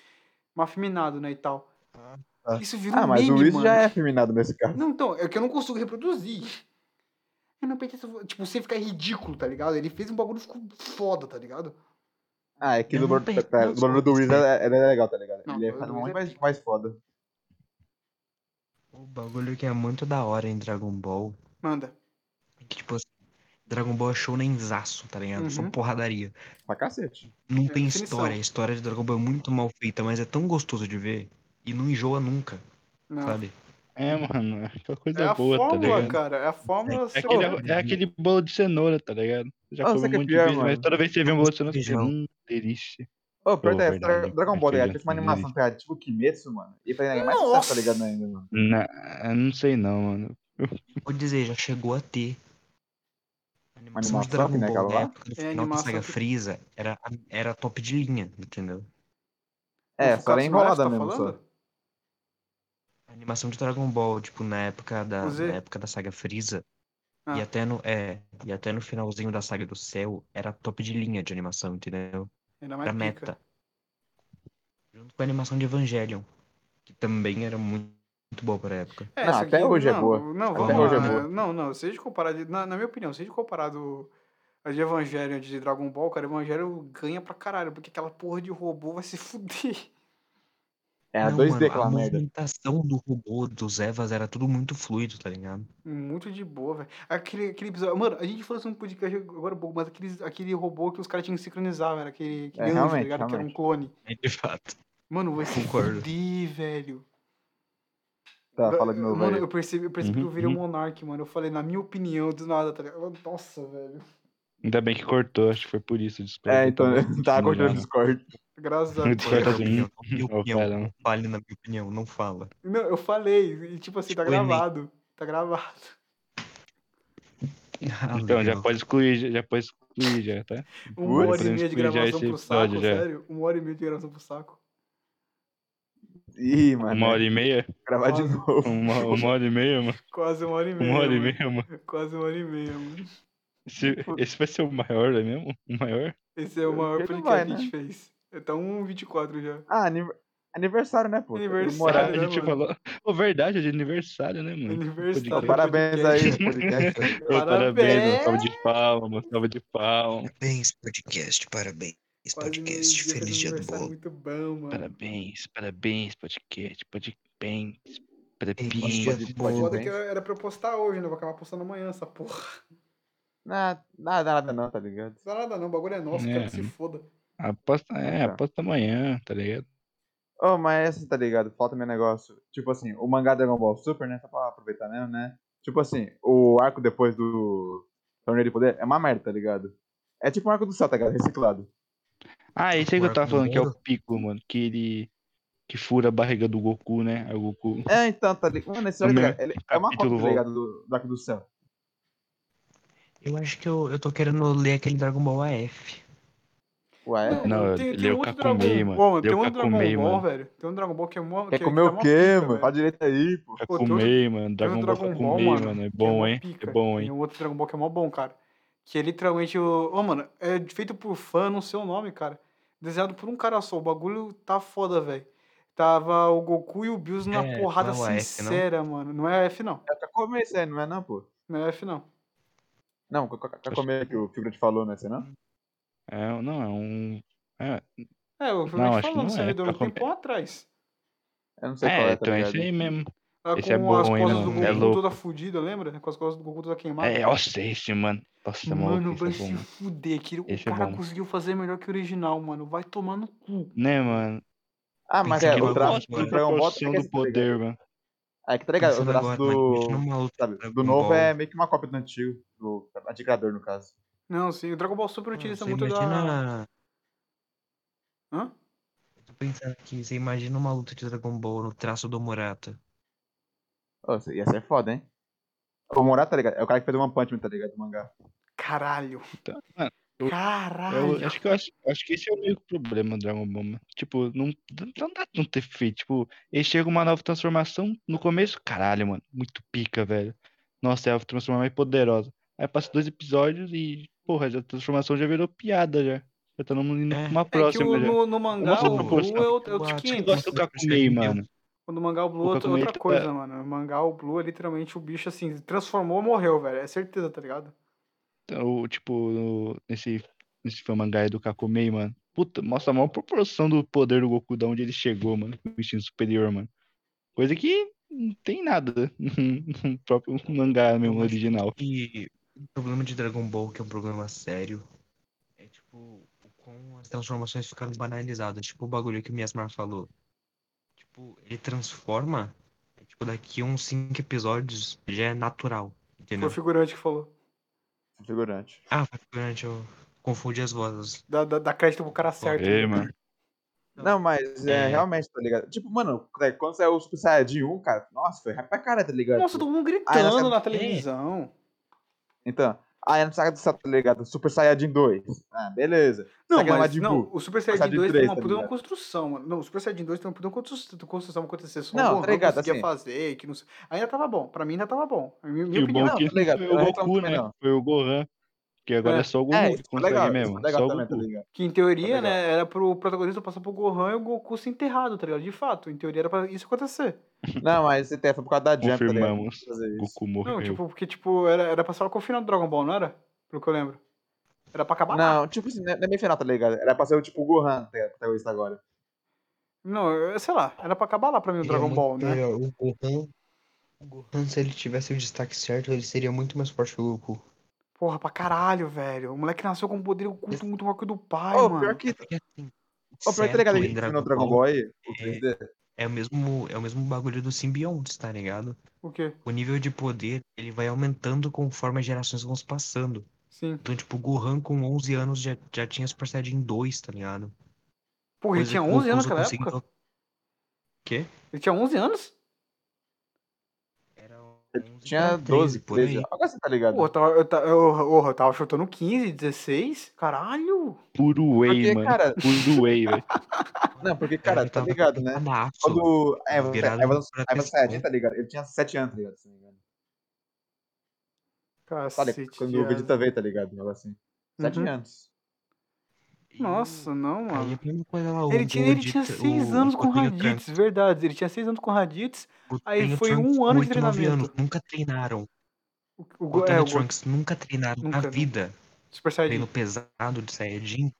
Mas afeminado, né, e tal. Ah, Isso virou Ah, mas o meme, Whis mano. já é afeminado nesse caso. Não, então, é que eu não consigo reproduzir. Eu não pertenço a vo- Tipo, você fica ridículo, tá ligado? Ele fez um bagulho e ficou foda, tá ligado? Ah, é que o Eu não dublador pertenço tá- a o dublador do você. Whis é, ele é legal, tá ligado? Não, ele é o dublador do muito Whis é mais, mais foda. O bagulho que é muito da hora em Dragon Ball. Manda. é Que, tipo assim, Dragon Ball é shonenzaço, tá ligado? Só Uhum. porradaria. Pra cacete. Não É tem definição. história. A história de Dragon Ball é muito mal feita, mas é tão gostoso de ver. E não enjoa nunca, Não. sabe? É, mano, é aquela coisa É a boa, tá fórmula, ligado? cara. É a fórmula. É seu- aquele, é aquele bolo de cenoura, tá ligado? Já Ah, comi sabe um que é monte de pior, vezes, mas mano? toda vez que você vê um bolo de cenoura, você fica, Feijão. hum, delícia. Ô, oh, perdão, verdade, Dra- Dragon Ball, tá ligado? Teve uma verdade. animação, tá ligado? Tipo Kimetsu, mano. E foi ainda mais Nossa! sucesso, tá ligado? Ainda, mano. Na- eu não sei não, mano. Vou dizer, já chegou a ter. A animação de Animação, Dragon né, Ball aquela na lá? época do É a final da animação saga que- Freeza era, era top de linha, entendeu? É, o só era Fukatsu enrolada Marashi tá mesmo, só. A animação de Dragon Ball, tipo, na época da, O Z? na época da saga Freeza, Ah. e, até no, é, e até no finalzinho da saga do céu, era top de linha de animação, entendeu? Ainda Era é mais pica. meta. Junto com a animação de Evangelion, que também era muito, muito boa pra época. É, Não, essa até hoje é não, boa. Não, Até vamos hoje lá. é boa. Não, não, seja comparado. Na, na minha opinião, seja comparado a de Evangelho de Dragon Ball, cara, Evangelho ganha pra caralho, porque aquela porra de robô vai se fuder. Era Não, 2D mano, aquela a é merda. movimentação do robô, dos Evas, era tudo muito fluido, tá ligado? Muito de boa, velho. Aquele, aquele episódio. Mano, a gente falou sobre um podcast agora um pouco, mas aquele, aquele robô que os caras tinham que sincronizar, velho. Aquele, aquele É, anjo, tá realmente, ligado? Que era um É, realmente. clone. É de fato. Mano, vai se Concordo. fuder, velho. Tá, fala de novo mano, aí. eu percebi, eu percebi que eu Uhum, virei um uhum. monarque, mano. Eu falei, na minha opinião, do nada, tá ligado? Nossa, velho. Ainda bem que cortou, acho que foi por isso. Desculpa, É, então, tá cortando o já, né? Discord. Graças a Muito Deus. é Discord Olha, tá minha assim. opinião, minha Ô, opinião, pera, não. Fale na minha opinião, não fala. Não, eu falei, e tipo assim, tá Tipo, Enem. gravado. Tá gravado. Tá Então, já Legal. pode excluir, já, já pode excluir, já, tá? Uma Ui, hora e podemos meia de excluir já gravação esse pro saco, episódio, já. sério? Uma hora e meia de gravação pro saco. Ih, mano. Uma hora e meia? Gravar de Quase. novo. Uma, uma hora e meia, mano. Quase uma hora e meia. Uma hora e mano. meia, mano. Quase uma hora e meia, mano. Esse, esse vai ser o maior, é mesmo? O maior? Esse é o Eu maior acho que podcast não vai, que né? a gente fez. É, Tá 1,24 já. Hum, Ah, aniver- aniversário, né, pô? Aniversário. Morar. Caralho, a né, gente mano? falou. Ô, verdade, é de aniversário, né, mano? Aniversário. Podcast. do Parabéns podcast. aí, podcast. Ô, Parabéns, mano. Salva de palma, salva de palma. Parabéns, podcast. Parabéns, Quase podcast. meio-dia, Feliz fez dia do aniversário bolo. Muito bom, mano. Parabéns, parabéns, podcast, parabéns, Feliz dia parabéns. do Pode- bolo. Foda que era pra eu postar hoje, né? Vou acabar postando amanhã essa porra. Nada, nada, nada não, tá ligado? Não dá nada não, o bagulho é nosso, É. cara, se foda. Aposta, é, Tá. aposta amanhã, tá ligado? Ô, mas assim, tá ligado? Falta meu negócio. Tipo assim, o mangá Dragon Ball Super, né? Só pra aproveitar mesmo, né? Tipo assim, o arco depois do Torneio de Poder é uma merda, tá ligado? É tipo um arco do céu, tá ligado? Reciclado. Ah, esse aí que eu tava Marco falando, que é o Moro? Pico, mano, que ele que fura a barriga do Goku, né? Aí o Goku. É, então, tá ligado? Mano, esse arco, tá Meu ligado? Ele- é uma cópia, capítulo tá vol- ligado? Do, do arco do céu. Eu acho que eu, eu tô querendo ler aquele Dragon Ball AF. Ué, é? Não, ele é o outro Kakumei, Dragon- mano. Ô, mano, Ele é tem o um Dragon Kakumei, Ball, mano. velho. Tem um Dragon Ball que é mó... Quer que- comer que tá o mó quê, pica, mano? velho. Fala direito aí, pô. Pô, tem Kakumei, mano. Tem um Dragon Ball Kakumei, mano. É que mó bom, hein? pica. É bom, Tem hein? um outro Dragon Ball que é mó bom, cara. Que é literalmente o. Ô, mano, é feito por fã, não sei o nome, cara. Desenhado por um cara só. O bagulho tá foda, velho. Tava o Goku e o Bills na É, porrada não é o AF, sincera, mano. Não é F, não. É pra comer isso aí, não é não, pô? Não é F, não. Não, pra- pra pra comer que o Fibra te falou, né? Você não? É, não, é um. É, É, eu Não, não, acho que falando não no é, servidor tá um com- tempão atrás. Eu não sei qual é é, tá então é isso aí ligado? mesmo. Lá Esse é com bom, as hein, costas do mano? É Goku louco. toda fodida, lembra? Com as costas do Goku toda queimada. É, nossa, esse, mano. Nossa, mano, maluco, vai esse é bom. se fuder. Que o Esse é cara bom. conseguiu fazer melhor que o original, mano. Vai tomar no cu. Né, mano? Ah, mas Tem é, que o ir traço gosto agora. do da Dragon Ball tem proporção do esse, tá ligado? poder, né? mano. É que tá ligado? O Pensando traço agora, mano, do. imagina uma luta sabe, Dragon do novo Ball. é meio que uma cópia do antigo, do anticriador, no caso. Não, sim, o Dragon Ball Super utiliza Ah, Você muito da. imagina... Hã? Eu tô pensando aqui, você imagina uma luta de Dragon Ball no traço do Murata. Ô, isso ia ser foda, hein? O Murata, tá ligado? É o cara que fez o One Punch Man, tá ligado? Do mangá. Caralho. Então, mano, Eu- Caralho. É eu acho que, eu acho, acho que esse é o meio problema do Dragon Ball, mano. Tipo, não, não dá pra não ter feito. Tipo, ele chega uma nova transformação no começo, caralho, mano. Muito pica, velho. Nossa, é a transformação mais poderosa. Aí passa dois episódios e, porra, essa transformação já virou piada já. Já tá no mundo É. pra uma É que próxima o, já. no, no mangá, Nossa, o Blue proporção. é outro- é Eu outros acho que Eu 500. gosto do Kakumei, mano. Quando o mangá o Blue O é outra, Kakumei outra tá- coisa, mano. O mangá o Blue é literalmente o bicho assim, transformou, morreu, velho. É certeza, tá ligado? Então, o- tipo, no- nesse, nesse filme mangá aí do Kakumei, mano. Puta, mostra a maior proporção do poder do Goku, da onde ele chegou, mano. O instinto superior, mano. Coisa que não tem nada no próprio mangá mesmo, Eu acho original. E o problema de Dragon Ball, que é um problema sério, é tipo, o quão as transformações ficaram banalizadas. Tipo o bagulho que o Miasmar falou. Tipo, ele transforma, é, tipo, daqui uns cinco episódios já é natural, Foi entendeu? né? o figurante que falou. Figurante. Ah, foi durante eu confundi as vozes. Dá, dá, dá crédito pro cara certo. É, mano. Não, mas é, É. realmente, tá ligado? Tipo, mano, tá ligado? quando saiu o Super Saiyajin 1, cara, nossa, foi rápido pra cara, tá ligado? Nossa, todo mundo Ah, ela gritando sabe- na televisão. Então, aí na saga do Sato, tá ligado? Super Saiyajin 2. Ah, beleza. Não, Saga mas Majin não, Buu. o Super Saiyajin Saiyajin 2 três, tem uma tá puta de uma ligado? construção, mano. Não, o Super Saiyajin 2 tem uma puta de uma constru- construção pra acontecer. Só Não, o tá Gohan ligado, conseguia assim. fazer, que não sei. Ainda tava bom. Pra mim ainda tava bom. Minha, minha E o opinião. bom é Não, que tá ligado, foi eu o não Goku, reclamo né? também, não. Foi o Gohan. Que agora É. é só o Goku É, que isso foi consegue legal, isso mesmo. foi Só legal o também, tá Goku. ligado? Que em teoria, Legal. né, era pro protagonista passar pro Gohan e o Goku se enterrado, tá ligado? De fato, em teoria era pra isso acontecer. Não, mas esse foi por causa da Jump, tá ligado? Confirmamos. Fazer isso. Goku Não, morreu. tipo, porque, tipo, era, era pra só com o final do Dragon Ball, não era? Pelo que eu lembro. Era pra acabar lá. Não, tipo assim, não é não é bem final, tá ligado? Era pra ser o tipo o Gohan, tá ligado? protagonista agora. Não, eu- sei lá, era pra acabar lá pra mim o É Dragon Ball, né? O Gohan, o Gohan, se ele tivesse o destaque certo, ele seria muito mais forte que o Goku. Porra, pra caralho, velho. O moleque nasceu com um poder oculto muito maior que o do pai, Ô, mano. pior que. Porque assim, é Ô, pior que tá ligado? certo A em gente no Dragon Dragon Ball Ball aí, o 3D. É o mesmo, é o mesmo bagulho do simbiontes, tá ligado? O quê? O nível de poder, ele vai aumentando conforme as gerações vão se passando. Sim. Então, tipo, o Gohan com 11 anos já, já tinha Super Saiyajin 2, tá ligado? Porra, ele Coisa tinha que o 11 anos Goku naquela conseguiu- época? Quê? Ele tinha 11 anos? Era 11 Tinha pra 13, 12, por aí. 13. Agora você tá ligado. Porra, eu tava, eu, tava, eu- porra, eu tava chutando 15, 16? Caralho! Puro whey, Porque, mano. cara- Puro whey, velho. Não, porque, O cara cara, já tá tava ligado, né? pintadaço, Quando. É, virado aí você pra aí você pessoa. é, tá ligado? Ele tinha 7 anos, tá ligado? Se não me engano. Sabe, Cacete. quando de o Vegeta asa. veio, tá ligado? Um negócio assim. 7 Uhum. anos. E Nossa, não, Aí é a mano. mesma coisa lá, o Ele tinha, ele Gogeta- tinha o- 6 anos o com Gotenho Trunks. Raditz, verdade. Ele tinha 6 anos com Raditz. Aí Gotenho foi Trunks um com ano de oito, nove treinamento. anos, nunca treinaram. O, o, O Go- é, o Gotenho Go- Trunks nunca treinaram Nunca, na né? vida. Super Saiyajin. Treino pesado de Saiyajin.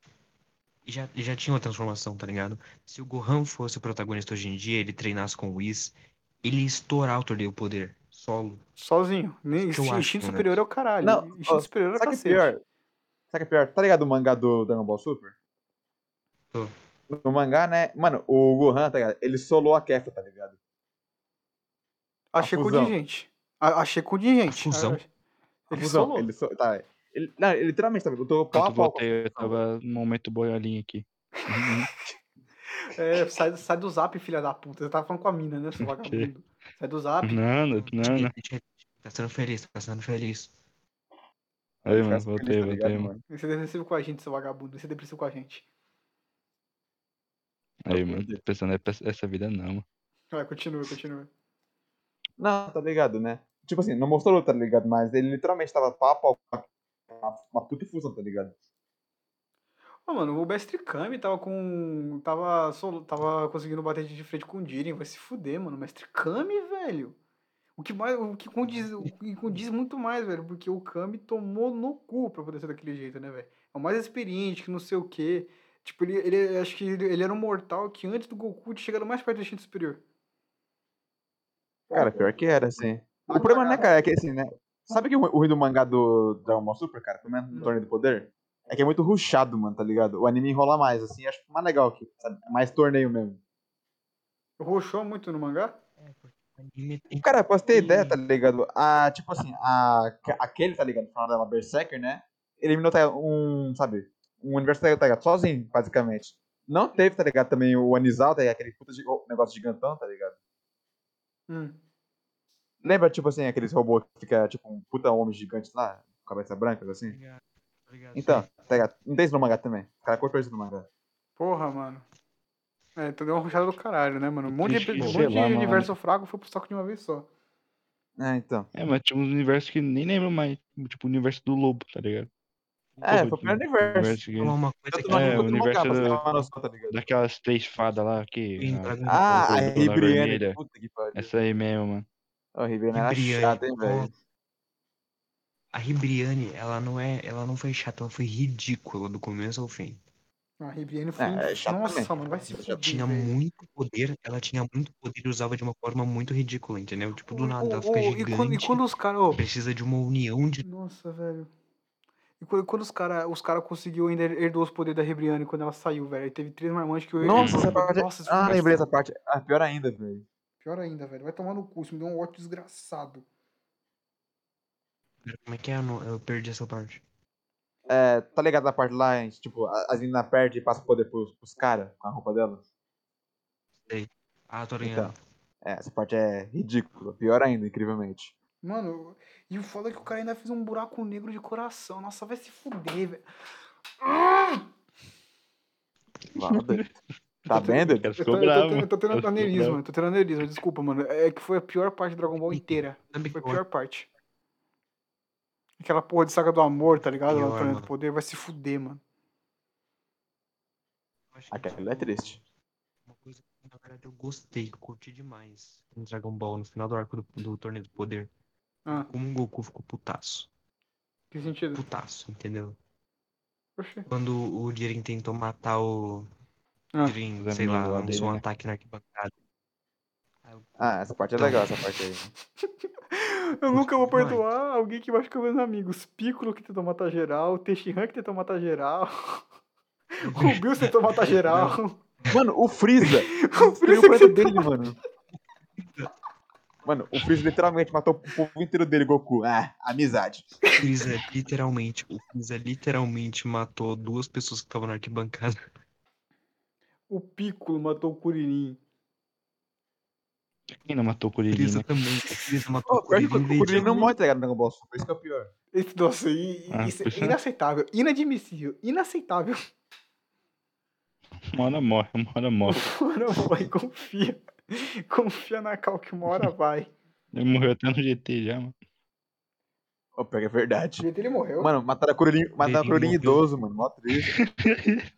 E já, e já tinha uma transformação, tá ligado? Se o Gohan fosse o protagonista hoje em dia, ele treinasse com o Whis, ele ia estourar o torneio poder. Solo. Sozinho. Nem, Isso que eu instinto acho, instinto né? superior é o caralho. Não, instinto ó, superior é o Sabe que é cacete. pior? Sabe que é pior? Tá ligado o mangá do Dragon Ball Super? Tô. No mangá, né? Mano, o Gohan, tá ligado? Ele solou a Kefla, tá ligado? Achei A fusão. contingente. A- Achei contingente. A fusão? A- A Ele fusão, solou. Ele so... Tá. Ele... Não, ele literalmente, tá ligado? Eu tô pau a Enquanto pau. com a voltei, eu fusão. tava no momento boiolinha aqui. É, sai, sai do zap, filha da puta. Você tava falando com a mina, né, seu vagabundo? Sai do Uhum. zap. Não, não, não. não. Tá sendo feliz, tá sendo feliz. Aí, Ficar mano, feliz, voltei, tá ligado, voltei, mano. mano? Você é depressivo com a gente, seu vagabundo. Você é depressivo com a gente. Aí, mano, tô pensando, é pra- essa vida não, mano. Vai, continua, continua. Não, tá ligado, né? Tipo assim, não mostrou, tá ligado? Mas ele literalmente tava pau a pau com a- uma, uma puta fusão, tá ligado? Ô, mano, o Mestre Kami tava com. Tava, solo... tava conseguindo bater de frente com o Jiren. Vai se fuder, mano. O Mestre Kami, velho. O que, mais, o, que condiz, o que condiz muito mais, velho, porque o Kami tomou no cu pra poder ser daquele jeito, né, velho? É o mais experiente, que não sei o quê. Tipo, ele, ele acho que ele, ele era um mortal que antes do Goku tinha chegado mais perto do instinto superior. Cara, pior que era, assim. O problema, né, cara, é que assim, né? Sabe que o o ruim do mangá do Dragon Ball Super, cara, pelo menos Hum. no Torneio do Poder? É que é muito ruchado, mano, tá ligado? O anime enrola mais, assim, acho mais legal aqui, sabe? É Mais torneio mesmo. Roxou muito no mangá? O anime tem Cara, pra você ter ideia, tá ligado? A, tipo assim, a, aquele, tá ligado? Final dela, Berserker, né? Eliminou tá, um, sabe? Um universo, tá ligado? Sozinho, basicamente. Não teve, tá ligado? Também o Anizal, tá ligado? Aquele puta gi- negócio gigantão, tá ligado? Hum. Lembra, tipo assim, aqueles robôs que fica, tipo, um puta homem gigante lá? com Cabeça branca, assim? tá ligado? Então, tá ligado? Não tem isso no mangá também. O cara cortou isso no mangá. Porra, mano. É, então deu uma roxada do caralho, né, mano? Um monte de, Triste, um monte sei de lá, mano. universo fraco foi pro saco de uma vez só. É, então. É, mas tinha uns universos que nem lembro mais. Tipo, o universo do lobo, tá ligado? É, Lobo foi o primeiro tinha Vou falar universo. um que- uma coisa Tanto que no anime É, eu o quanto no mangá, universo pra você ter da- uma noção, tá ligado? Daquelas três fadas lá que. vi em a- Dragon Ball Ah, a Azul, azul, Ribriane, vermelha. puta que pariu. Essa aí mesmo, mano. Ó, A Ribriane era Ribriane, chata, hein, nossa. velho. A Ribriane, ela não é, ela não foi chata, ela foi ridícula do começo ao fim. A Ribiane foi. um É, é chato Nossa, também. mano, vai se Ela fuder. Tinha velho. muito poder, ela tinha muito poder e usava de uma forma muito ridícula, entendeu? Tipo, do Ô, nada, ela ô, fica ô, gigante, e, quando, e quando os caras. precisa de uma união de... nossa, velho. E quando, quando os caras os cara conseguiu ainda herdou os poderes da Ribriane quando ela saiu, velho. Aí teve três marmantes que eu Nossa, essa parte. é- Nossa, isso Ah, foi lembrei dessa parte. Ah, pior ainda, velho. pior ainda, velho. Vai tomar no cu, isso me deu um ódio desgraçado. Pera, Como é que é? Eu, não- eu perdi essa parte. É, tá ligado na parte lá, hein? tipo, a- as meninas perdem e passam poder pros, pros caras com a roupa dela? Ah, tô Então. ligado. É, essa parte é ridícula. Pior ainda, incrivelmente. Mano, e o foda é que o cara ainda fez um buraco negro de coração. Nossa, vai se fuder, velho. Fala, doido. Tá vendo? Ela Eu tô, ficou eu, tô, brava. eu, tô, eu tô tendo Ela ficou aneurisma, brava. eu tô tendo aneurisma, desculpa, mano. É que foi a pior parte do Dragon Ball inteira. Sabe Foi a que eu pior parte. Aquela porra de saga do amor, tá ligado? Lá Pior, no Planeta mano. do Poder vai se fuder, mano. acho que Aquela é triste. Uma coisa que, na verdade, eu gostei, eu curti demais em Dragon Ball, no final do arco do, do Torneio do Poder. Ah, Como o Goku ficou putaço. que sentido? Putaço, entendeu? Oxi. Quando o Jiren tentou matar o. Ah. Jiren, Os sei lá, amigos lá lançou um dele, né? ataque na arquibancada. Aí o Goku Ah, essa parte é legal, essa parte aí. Eu nunca vou demais. perdoar alguém que machucou meus amigos. Piccolo que tentou matar geral, Teixeira que tentou matar geral, o Bill tentou matar geral. Mano, o Freeza. O Destruiu Freeza o planeta que- dele, mano. Mano, o Freeza literalmente matou o povo inteiro dele, Goku. Ah, amizade. O Freeza é literalmente, o Freeza literalmente matou duas pessoas que estavam na arquibancada. O Piccolo matou o Kuririn. Quem não matou o O Kuririn, Freeza né? também. O Freeza matou Pô, o pior que Kuririn. o em vez de- Kuririn não morre, tá ligado? no Dragon Ball Super, isso que é o pior. Esse- Nossa, i- i- Ah, isso puxa. é inaceitável. Inadmissível. Inaceitável. Uma hora morre, uma hora morre. Mano, vai, confia. Confia na Cal que uma hora vai. Ele morreu até no GT já, mano. Ô, pior que é verdade. Jeito ele morreu. Mano, mataram o Kuririn, mataram o Kuririn morreu. idoso, mano. Mó triste.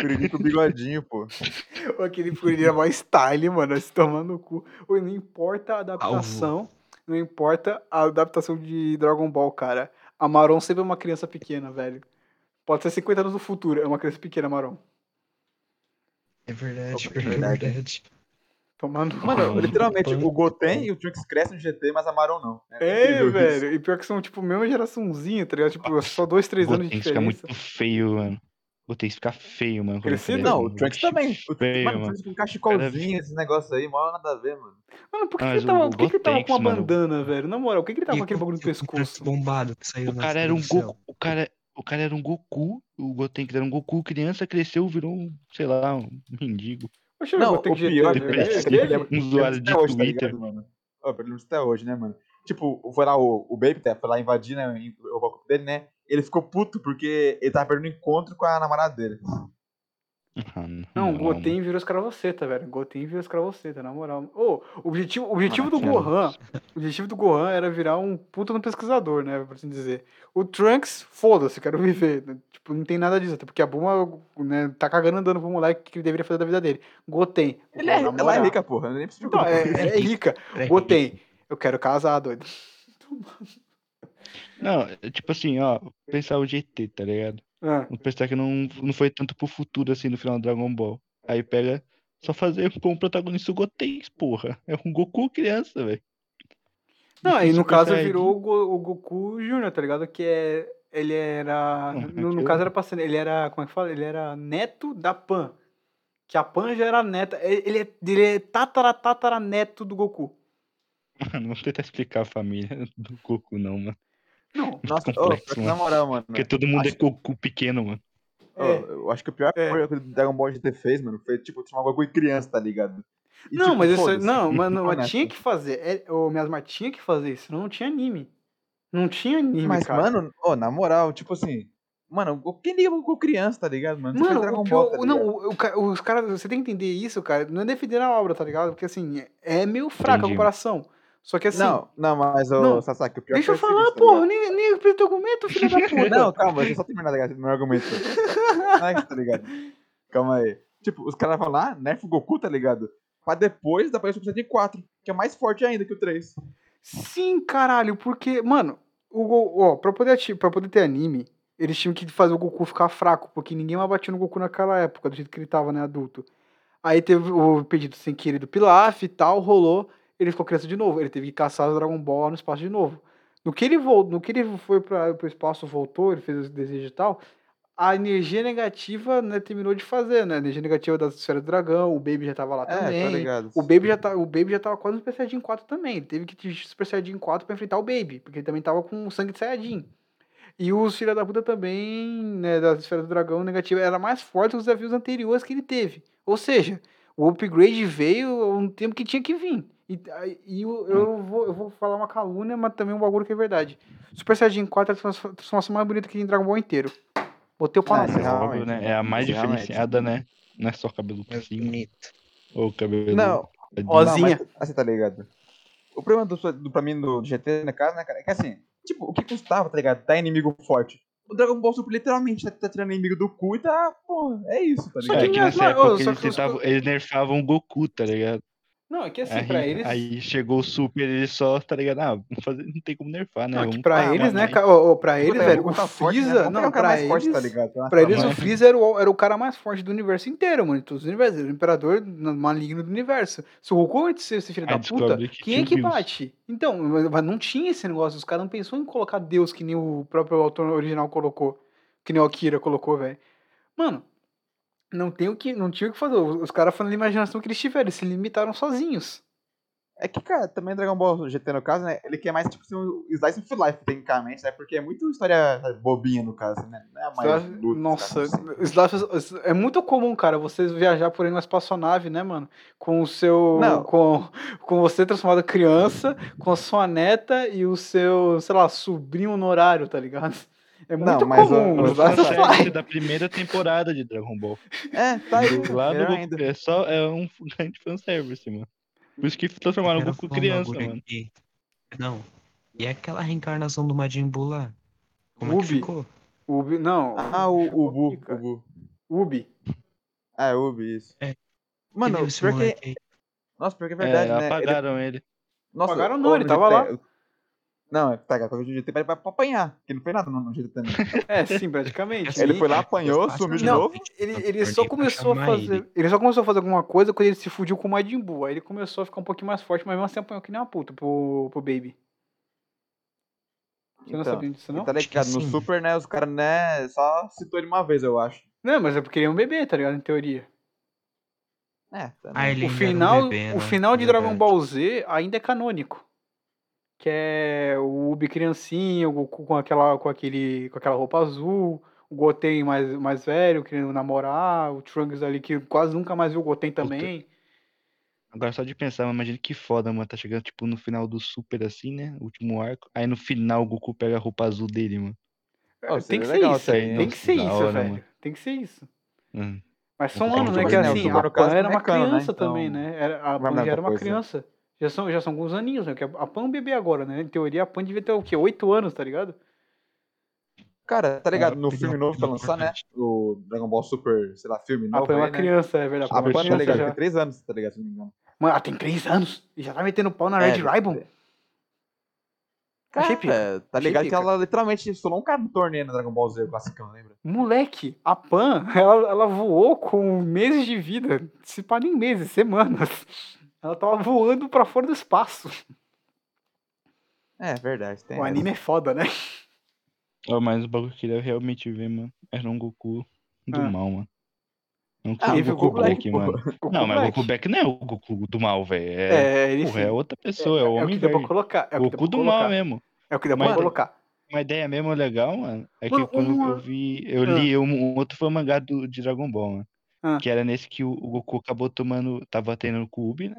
Kuririn com o bigodinho, pô. Aquele Kuririn é mó style, mano. Se tomando no cu. Oi, Não importa a adaptação. Não importa a adaptação de Dragon Ball, cara. A Maron sempre é uma criança pequena, velho. Pode ser 50 anos no futuro. É uma criança pequena, Maron. É verdade, Opa, é é verdade. verdade. Tomando. Mano, Mano, literalmente, pano. o Goten e o Trunks crescem no GT, mas a Maron não. É, incrível isso. velho. E pior que são, tipo, mesma geraçãozinha, tá ligado? Tipo, só dois, três O anos de Gotenks fica diferença. muito feio, mano. O Gotenks fica feio, mano. quando Crescido? aparece, Não, o mano. Trunks também. O Feio, mano, o mano. Trunks com cachecolzinho, esses negócios aí, mó nada a ver, mano. Mano, por que, Ah, que mas ele tava, o por que que ele tava com uma Gotenks, mano, bandana, velho? Na moral, por que, que ele tava E com aquele bagulho no o Trunks pescoço? um bombado que saiu O na cara era um do céu. Goku. O cara, o cara era um Goku. O Gotenks era um Goku. Criança cresceu, virou, um, sei lá, um mendigo. Poxa, Não, eu vou ter o que GT, pior velho. é que É ele aquele? lembra- Um usuário de até hoje, Twitter. Tá ligado, mano? Ó, pelo menos até hoje, né, mano? Tipo, foi lá o, o Baby Tap, foi lá invadir, né, em- o balcão dele, né? Ele ficou puto porque ele tava perdendo encontro com a namorada dele. Ah, Não, o mano. Goten virou escravoceta, velho. O Goten virou escravoceta, na moral. Ô, o objetivo, o objetivo do Maravilha. Gohan. O objetivo do Gohan era virar um puta no pesquisador, né? Por assim dizer. O Trunks, foda-se, quero viver. né? Tipo, não tem nada disso. Até porque a Buma né, tá cagando andando pro moleque o que ele deveria fazer da vida dele. Goten. Ele é, vou ela é namorar. rica, porra. Nem precisa de Não, é, é rica. Goten, eu quero casar, doido. Não, é tipo assim, ó. Pensar o GT, tá ligado? Ah. Vamos pensar que não, não foi tanto pro futuro assim no final do Dragon Ball. Aí pega. Só fazer com o protagonista o Gotenks, porra. É um Goku criança, velho. Não, aí no Super caso Saiyajin. virou o, Go- o Goku Jr., tá ligado? Que é. Ele era. é No, Não, no aquilo- caso era pra ser. Ele era. Como é que fala? Ele era neto da Pan. Que a Pan já era neta. e- Ele é, ele é tatara, tatara neto do Goku. Mano, vamos tentar explicar a família do Goku, não, mano. Não. Nossa, ô, complexo, pior que mano. na moral, mano. Porque todo mundo acho- é Goku pequeno, mano. ô, É. eu acho que o pior É. coisa que o Dragon Ball GT fez, mano, foi, tipo, chamar o Goku e criança, tá ligado? E, não, tipo, mas isso. é, foda-se. Não, mano, Não, né? mas tinha que fazer. É, o Miasma tinha que fazer isso. Não tinha anime. Não tinha anime, Mas, cara. mano, ô, na moral, tipo assim. Mano, o- quem liga pro Goku criança, tá ligado, mano? Isso foi Mano, Dragon o Ball, pior, tá ligado? não, o- o ca- os caras, você tem que entender isso, cara. Não é defender a obra, tá ligado? Porque assim, é meio fraca a Entendi. comparação. Só que assim, Não, não, mas ô, Não. Sasaki, o pior Deixa eu foi o falar, seguinte, tá ligado? porra, é nem, nem eu fiz documento, filho da puta. Não, calma, deixa eu só terminar tá ligado, meu argumento. Ai, tá ligado? Calma aí. Tipo, os caras vão lá, nerf o Goku, tá ligado? Pra depois aparecer o Super Saiyajin 4, que é mais forte ainda que o 3. Sim, caralho, porque, mano, o Go, ó, pra poder, ati- pra poder ter anime, eles tinham que fazer o Goku ficar fraco, porque ninguém mais batia no Goku naquela época, do jeito que ele tava, né, adulto. Aí teve o pedido sem querer do Pilaf e tal, rolou, ele ficou criança de novo, ele teve que caçar o Dragon Ball lá no espaço de novo. No que ele, vol no que ele foi pra, pro espaço, voltou, ele fez os desejos e tal, a energia negativa, né, terminou de fazer, né, a energia negativa da esfera do dragão, o Baby já tava É, lá tá também. ligado? O Baby já, tá, o Baby já tava quase no Super Saiyajin 4 também. Ele teve que atingir o Super Saiyajin 4 pra enfrentar o Baby, porque ele também tava com o sangue de Saiyajin. E os filha da puta também, né, da Esfera do Dragão negativa, era mais forte que os desafios anteriores que ele teve. Ou seja, o upgrade veio a um tempo que tinha que vir. E, aí- e eu, Hum. eu, vou, eu vou falar uma calúnia, mas também um bagulho que é verdade. Super Saiyajin 4 é a transforma- transformação mais bonita que tem em Dragon Ball inteiro. Botei o pau Ah, na isso mesa. é É óbvio, Realmente, né? né? É a mais Isso realmente. diferenciada, né? Não é só cabelo Mas sim bonito. ou cabelo. Não, Ó, não, Ozinha. mas assim, tá ligado? O problema do, do, pra mim do GT, na casa, né, cara, é que assim, tipo, o que custava, tá ligado? Tá inimigo forte. O Dragon Ball Super literalmente tá, tá tirando inimigo do cu e tá, pô, é isso, Só tá ligado? É que nessa Mas, ô, época só eles, que os- tentavam, eles nerfavam o Goku, tá ligado? Não, é que assim, aí, pra eles. aí chegou o Super, ele só, tá ligado? Ah, vamos fazer, não tem como nerfar, né? Não, é que Vamos pra Ah, eles, mas né, aí- cara? Ô, ô, pra eles, Puta, velho, Goku o tá forte, né? Freeza. Vamos pegar Não, o pra cara mais eles. forte, tá ligado? Tá na Pra eles, sua o Mas- Freeza era o, era o cara mais forte do universo inteiro, mano. De todos os universos. Era o imperador maligno do universo. Se o Goku antes de ser esse filho aí da puta, descobre que quem tinha é que o Bills. bate? Então, mas não tinha esse negócio. Os caras não pensou em colocar Deus que nem o próprio autor original colocou. Que nem o Akira colocou, velho. Mano, Não, tem o que, não tinha o que fazer. Os os caras foram na imaginação que eles tiveram, eles se limitaram sozinhos. É que, cara, também Dragon Ball GT, no caso, né? Ele quer mais, tipo, ser um Slice of Life, tecnicamente, né? Porque é muito história sabe, bobinha, no caso, né? Não é a mais Slav- luta, assim. Nossa, sabe? Não sei. Slav- é muito comum, cara, vocês viajar por aí numa espaçonave, né, mano? Com o seu. Não. Com, com você transformado em criança, com a sua neta e o seu, sei lá, sobrinho honorário, tá ligado? É Não, muito mas o- comum. o o Slav- Slav- fanservice da primeira temporada de Dragon Ball. É, tá aí. Do lado do melhor Goku. ainda. É só é um grande fanservice, mano. Por isso que transformaram o Quero Goku falar um criança, bagulho mano. aqui. Não. E aquela reencarnação do Majin Buu lá? Como é que Ubi. ficou? Ubi, não. Ah, É o, o Bu, Fica. o Bu. Ubi. Ah, é o Ubi, isso. É. Mano, Entendeu esse pior que... é moleque aí? Nossa, pior que é É, verdade, né? Ele- apagaram ele. Nossa, Apagaram ô, não, ele no tava GT, Não, é, pega, qualquer GT pra, pra apanhar, que não fez nada no, no GT também. É, sim, praticamente. Essa Ele aí, foi lá, cara, apanhou, passa- sumiu de Não, novo. Ele, Eu ele só acordei pra começou a chamar fazer. ele. Ele. só começou a fazer alguma coisa quando ele se fudiu com o Majin Buu. Aí ele começou a ficar um pouquinho mais forte, mas mesmo assim apanhou que nem uma puta pro, pro Baby. Você não Então, sabia disso, não? Tá Acho que ligado? No sim. Super, né? Os caras, né? Só citou ele uma vez, eu acho. Não, mas é porque ele é um bebê, tá ligado? Em teoria. É, tá. né? Ah, ele o ainda era um final, bebê, o né? final é de Verdade. Dragon Ball Z ainda é canônico. Que é o Ubi criancinha, o Goku com aquela, com aquele, com aquela roupa azul, o Goten mais, mais velho querendo namorar, o Trunks ali que quase nunca mais viu o Goten também. Agora só de pensar, mano, imagina que foda, mano. Tá chegando, tipo, no final do Super, assim, né? Último arco. Aí no final o Goku pega a roupa azul dele, mano. É, Ó, tem seria que ser legal isso, isso aí, né? hein? tem que ser Da isso, hora, velho. mano. Tem que ser isso. Hum. Mas são Concordo anos, né? com Que você, assim, né? a Sobre o caso Pan era também é uma cano, né? criança Então, também, né? Era, a vai Pan mudar já era uma muita coisa. criança. Já são, já são alguns aninhos, né? Porque a Pan é um bebê agora, né? Em teoria, a Pan devia ter o quê? Oito anos, tá ligado? Cara, tá É, ligado? Ah, No legal, filme novo que um vai legal, lançar, né? O Dragon Ball Super, sei lá, filme A novo. Pan é uma aí, né? criança, é verdade. A A Pan é uma Pan, tá criança ligado? já. Tem três anos, tá ligado? Se não me engano. Mano, ela tem três anos e já tá metendo pau na É, Red Ribbon. Achei pica. Cara, tá Achei ligado que pica. ela literalmente solou um cara no torneio no Dragon Ball Z, o classicão, lembra? Moleque, a Pan, ela, ela voou com meses de vida. Se pá, nem meses, semanas. Ela tava voando pra fora do espaço. É, verdade. Tem O essa. anime é foda, né? Ó, mas É o um bagulho que eu queria realmente ver, mano, era um Goku do Ah. mal, mano. Não Ah, queria o ver o Goku Goku Black, Black, pô. mano. Goku Não, mas o Black. Goku Black não é o Goku do mal, velho. É, É, ele porra, é sim. outra pessoa, é, o É o homem que deu pra velho. colocar. É o que deu Goku pra do mal né? colocar. mesmo. É o que deu pra Mas- colocar. Uma ideia mesmo legal, mano, é que Mano, quando uma- eu vi, eu Ah. li um, um outro foi mangá do, de Dragon Ball, mano. Ah. Que era nesse que o, o Goku acabou tomando, tava treinando com o Ubi, né?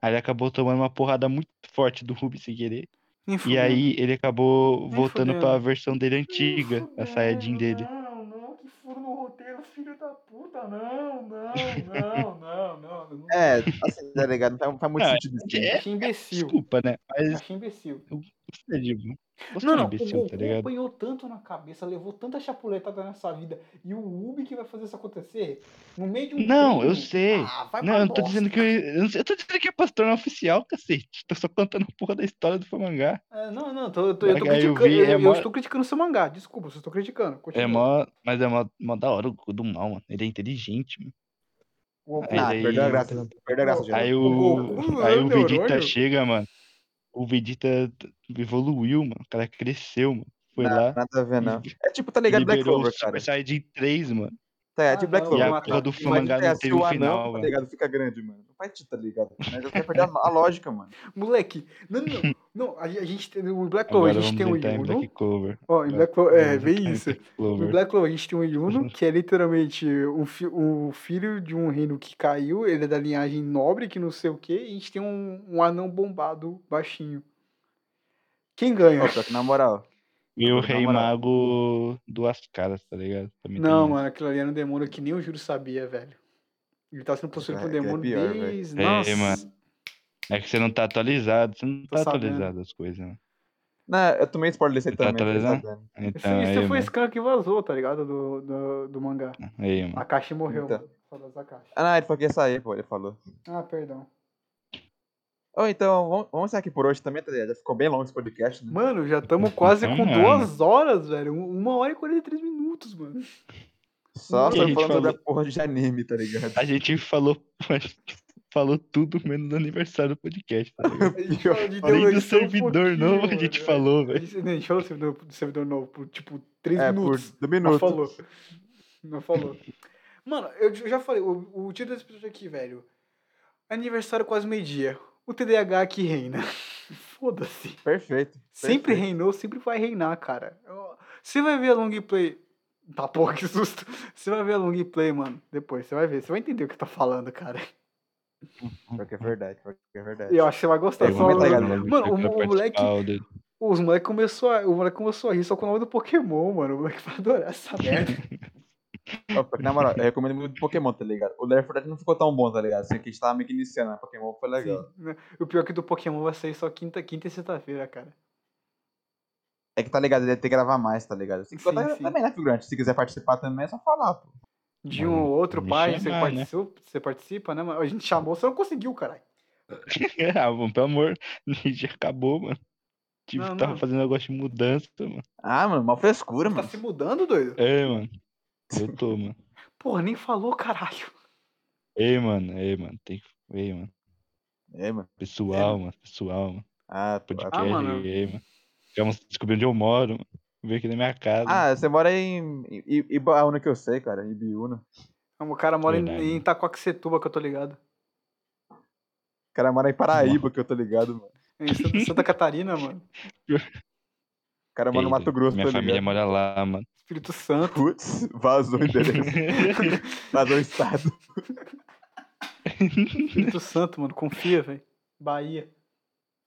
Aí ele acabou tomando uma porrada muito forte do Ubi sem querer. Nem E fudendo. aí ele acabou Nem voltando fudendo. pra versão dele Nem antiga, a fudendo, Saiyajin dele. Não, não, que furo no roteiro, filho da puta. Não, não, não, não, não. não. É, assim, tá ligado? Não faz- faz muito Ah, sentido isso. né? É, Achei imbecil. desculpa, né? Mas Achei imbecil. você, tipo, você Não, é um não, imbecil, o tá Goku ligado? apanhou tanto na cabeça, levou tanta chapuletada nessa vida, e o Ubi que vai fazer isso acontecer? No meio de um Não, treino? eu sei. Ah, vai Não, pra eu não tô bosta. dizendo que eu, eu não sei- eu tô dizendo que é pra se tornar oficial, cacete. Tô só contando a porra da história do mangá. É, não, não, tô- eu tô- eu tô Aí eu criticando, vi, eu, é eu mó- estou criticando o seu mangá, desculpa, eu só estou criticando. É continua. mó, mas é mó, mó da hora o Goku do mal, mano. Ele é inteligente, mano. O Goku- Aí Ah, daí- perdeu a graça. Perdeu a graça, Não, já. Aí O o, Goku, aí né, o Vegeta neurônio? chega, mano. O Vegeta t- evoluiu, mano. O cara cresceu, mano. Foi Não, lá, Nada a ver, não. É tipo, tá e ligado Black liberou o Clover, cara. Super Saiyajin 3, mano. Tá, é Ah, tipo Black não, E Clover. a vou matar. porra do Imagina mangá é, não se teve um o anão, final, tá velho. ligado? Fica grande, mano. Não faz sentido, tá ligado? Mas vai perder a, a lógica, mano. Moleque, não, não, não, a, a gente tem o Black Clover, Agora a gente vamos tem o entrar em Black Yuno. Clover. Ó, em Agora Black Clover, é, vamos entrar bem em isso. Black Em Clover. Uhum. Black Clover a gente tem o Yuno, que é literalmente o, fi- o filho de um reino que caiu, ele é da linhagem nobre, que não sei o quê, e a gente tem um, um anão bombado baixinho. Quem ganha? Ó, pior que na moral. E o Na Rei moral. Mago duas caras, tá ligado? Também tem Não, isso. mano, aquilo ali era um demônio que nem o Júlio sabia, velho. Ele tava sendo possuído por um É, que é demônio pior, velho. desde. É, Nossa. mano. É que você não tá atualizado, você não Tô tá sabendo. atualizado as coisas, né? Não, eu tomei spoiler desse aí Tá também, fiquei atualizando? sabendo. Isso, Então, isso aí, foi mano. Uhum. Scan que vazou, tá ligado? Do, do, do mangá. Aí, mano. A Kashi morreu. Então. mano. Saudades da Kashi. Ah, não, ele falou que ia sair, pô, ele falou. Ah, perdão. Ô, então, vamos, vamos sair aqui por hoje também, tá ligado? Já ficou bem longo esse podcast, né? Mano, já estamos quase Então, com mano. duas horas, velho. Um- Uma hora e 43 minutos, mano. Só E a sobre gente falando sobre a falou- porra de anime, tá ligado? Ah. A gente falou, a gente falou tudo menos do aniversário do podcast, tá ligado? A gente falou de Nem do ideologia um servidor pouquinho, né? novo a mano, gente velho. falou, A velho. gente, não, a gente falou do servidor, do servidor novo por tipo 3 É, por minutos. do Não minuto. falou. Não falou. Mano, eu j- já falei, o, o título desse episódio aqui, velho. Aniversário quase meio-dia. O TDAH aqui reina. Foda-se. Perfeito. Sempre Perfeito. reinou, sempre vai reinar, cara. Eu- Você vai ver a long play. Tá porra, que susto. Você vai ver a long play, mano. Depois, você vai ver. Você vai entender o que eu tô falando, cara. Pior que é verdade, pior que é verdade. Eu acho que você vai gostar. Eu só vou a long- pegar- Mano, o- o moleque- né? Os moleques começou a, o moleque começou a rir só com o nome do Pokémon, mano. O moleque vai adorar essa merda. Ó, porque, na moral, eu recomendo muito Pokémon, tá ligado? O Left 4 Dead não ficou tão bom, tá ligado? Assim, que a gente tava meio que iniciando, né? Pokémon foi legal. Sim, né? O pior é que do Pokémon vai sair só quinta, quinta e sexta-feira, cara. É que tá ligado, ele deve ter que gravar mais, tá ligado? Assim, Sim, tá- sim. Também né, figurante. Se quiser participar também, é só falar, pô. De Mas um ou outro me pai, você, chamar, participa, você participa, né? mano? A gente chamou, você não conseguiu, caralho. ah, mano, pelo amor, já acabou, mano. Tive, Não, tava não. fazendo negócio de mudança, mano. Ah, mano, mal frescura, Tá mano. se mudando, doido? É, mano. Eu tô, mano. Porra, nem falou, caralho. Ei, mano, ei, mano. Tem que. Ei, mano. É, mano. Pessoal, mano. Pessoal, mano. Ah, pô. Podcast, Ah, mano. ei, mano. Ficamos descobrindo onde eu moro, mano. Veio aqui na minha casa. Ah, você mora em I- I- Ibaúna que eu sei, cara. Ibiúna. O cara mora em, Verdade. em Itacoaxetuba, que eu tô ligado. O cara mora em Paraíba, que eu tô ligado, mano. Em Santa, Santa Catarina, mano. O cara mora no Ei, Mato Grosso, Minha tá família ligado? mora lá, mano. Espírito Santo. Putz, vazou o Tá endereço. Vazou o estado. Espírito Santo, mano. Confia, velho. Bahia.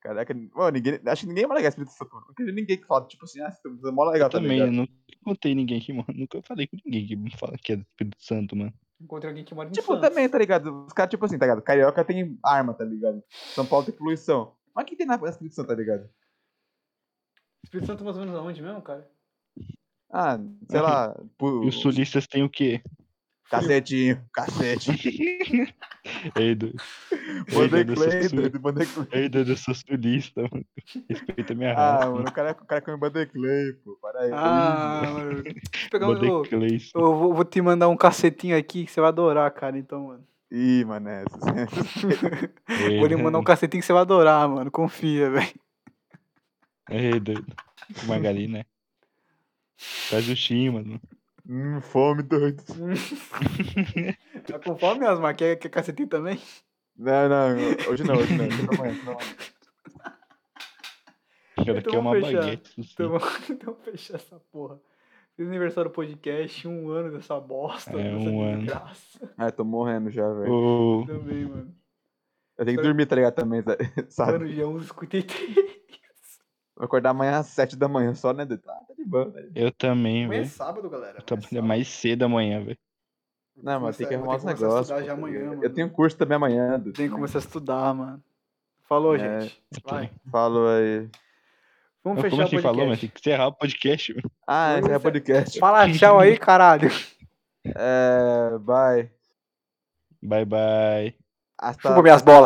Caraca, mano, ninguém, acho que ninguém é mais legal Espírito Santo. mano. Não acredito em ninguém que fala, tipo assim, ah, você é mó legal, Eu tá também, ligado? eu nunca contei ninguém que mora. Nunca falei com ninguém que me fala que é do Espírito Santo, mano. Encontrei alguém que mora em Tipo, Santos. também, tá ligado? Os caras, tipo assim, tá ligado? Carioca tem arma, tá ligado? São Paulo tem poluição. Mas o que tem na na Espírito Santo, tá ligado? tá- Espírito Santo mais ou menos aonde mesmo, cara? Ah, sei lá, pu... E os sulistas têm o quê? cacetinho, cacete. Ei, doido. Ei, Bandei doido, eu sou Clay, sul- doido, Bandei Clay. ei, doido, eu sou sulista, mano. Respeita minha raça. Ah, mano, o cara, o cara come Bandei Clay, pô, para aí. Ah, mano. Deixa eu pegar um Mandei o- Clay. Eu vou, vou te mandar um cacetinho aqui que você vai adorar, cara. Então, mano. Ih, mano, é... Ei, Vou lhe Uhum. mandar um cacetinho que você vai adorar, mano. Confia, velho. Ei, doido. Magali, né? Faz o Shin, mano. hum, fome, doido. Tá com fome, Asmar? Quer, quer cacetinho também? Não, não, hoje não, hoje não. Hoje amanhã, hoje amanhã. Ela Então quer uma vamos fechar. baguete. assim. Então, vamos- então fechar essa porra. Feliz aniversário do podcast, um ano dessa bosta, É, dessa um ano. desgraça. Ah, eu tô morrendo já, velho. Ô, Também, mano. Eu tenho que dormir, tá ligado? Também, tá- sabe? Mano, já é 11h53. Vou acordar amanhã às 7 da manhã só, né? Dudu? Ah, tá de boa, velho. eu também, Amanhã é velho. sábado, galera. amanhã é Trabalho sábado. mais cedo amanhã, velho. Não, começar- mas tem que eu vou arrumar ter os que começar a negócios. estudar já pô, tá amanhã, ligado? Eu mano. tenho curso também amanhã. Dudu. Tem que começar a estudar, mano. Falou, É. gente. Vai. Falo aí. Vamos Mas fechar Como o assim podcast. falou, mas tem que encerrar o podcast, velho. Ah, Oi, esse é Zé. podcast. Fala tchau aí, caralho. É. Bye. Bye, bye. Hasta Tá. Chupa minhas bolas.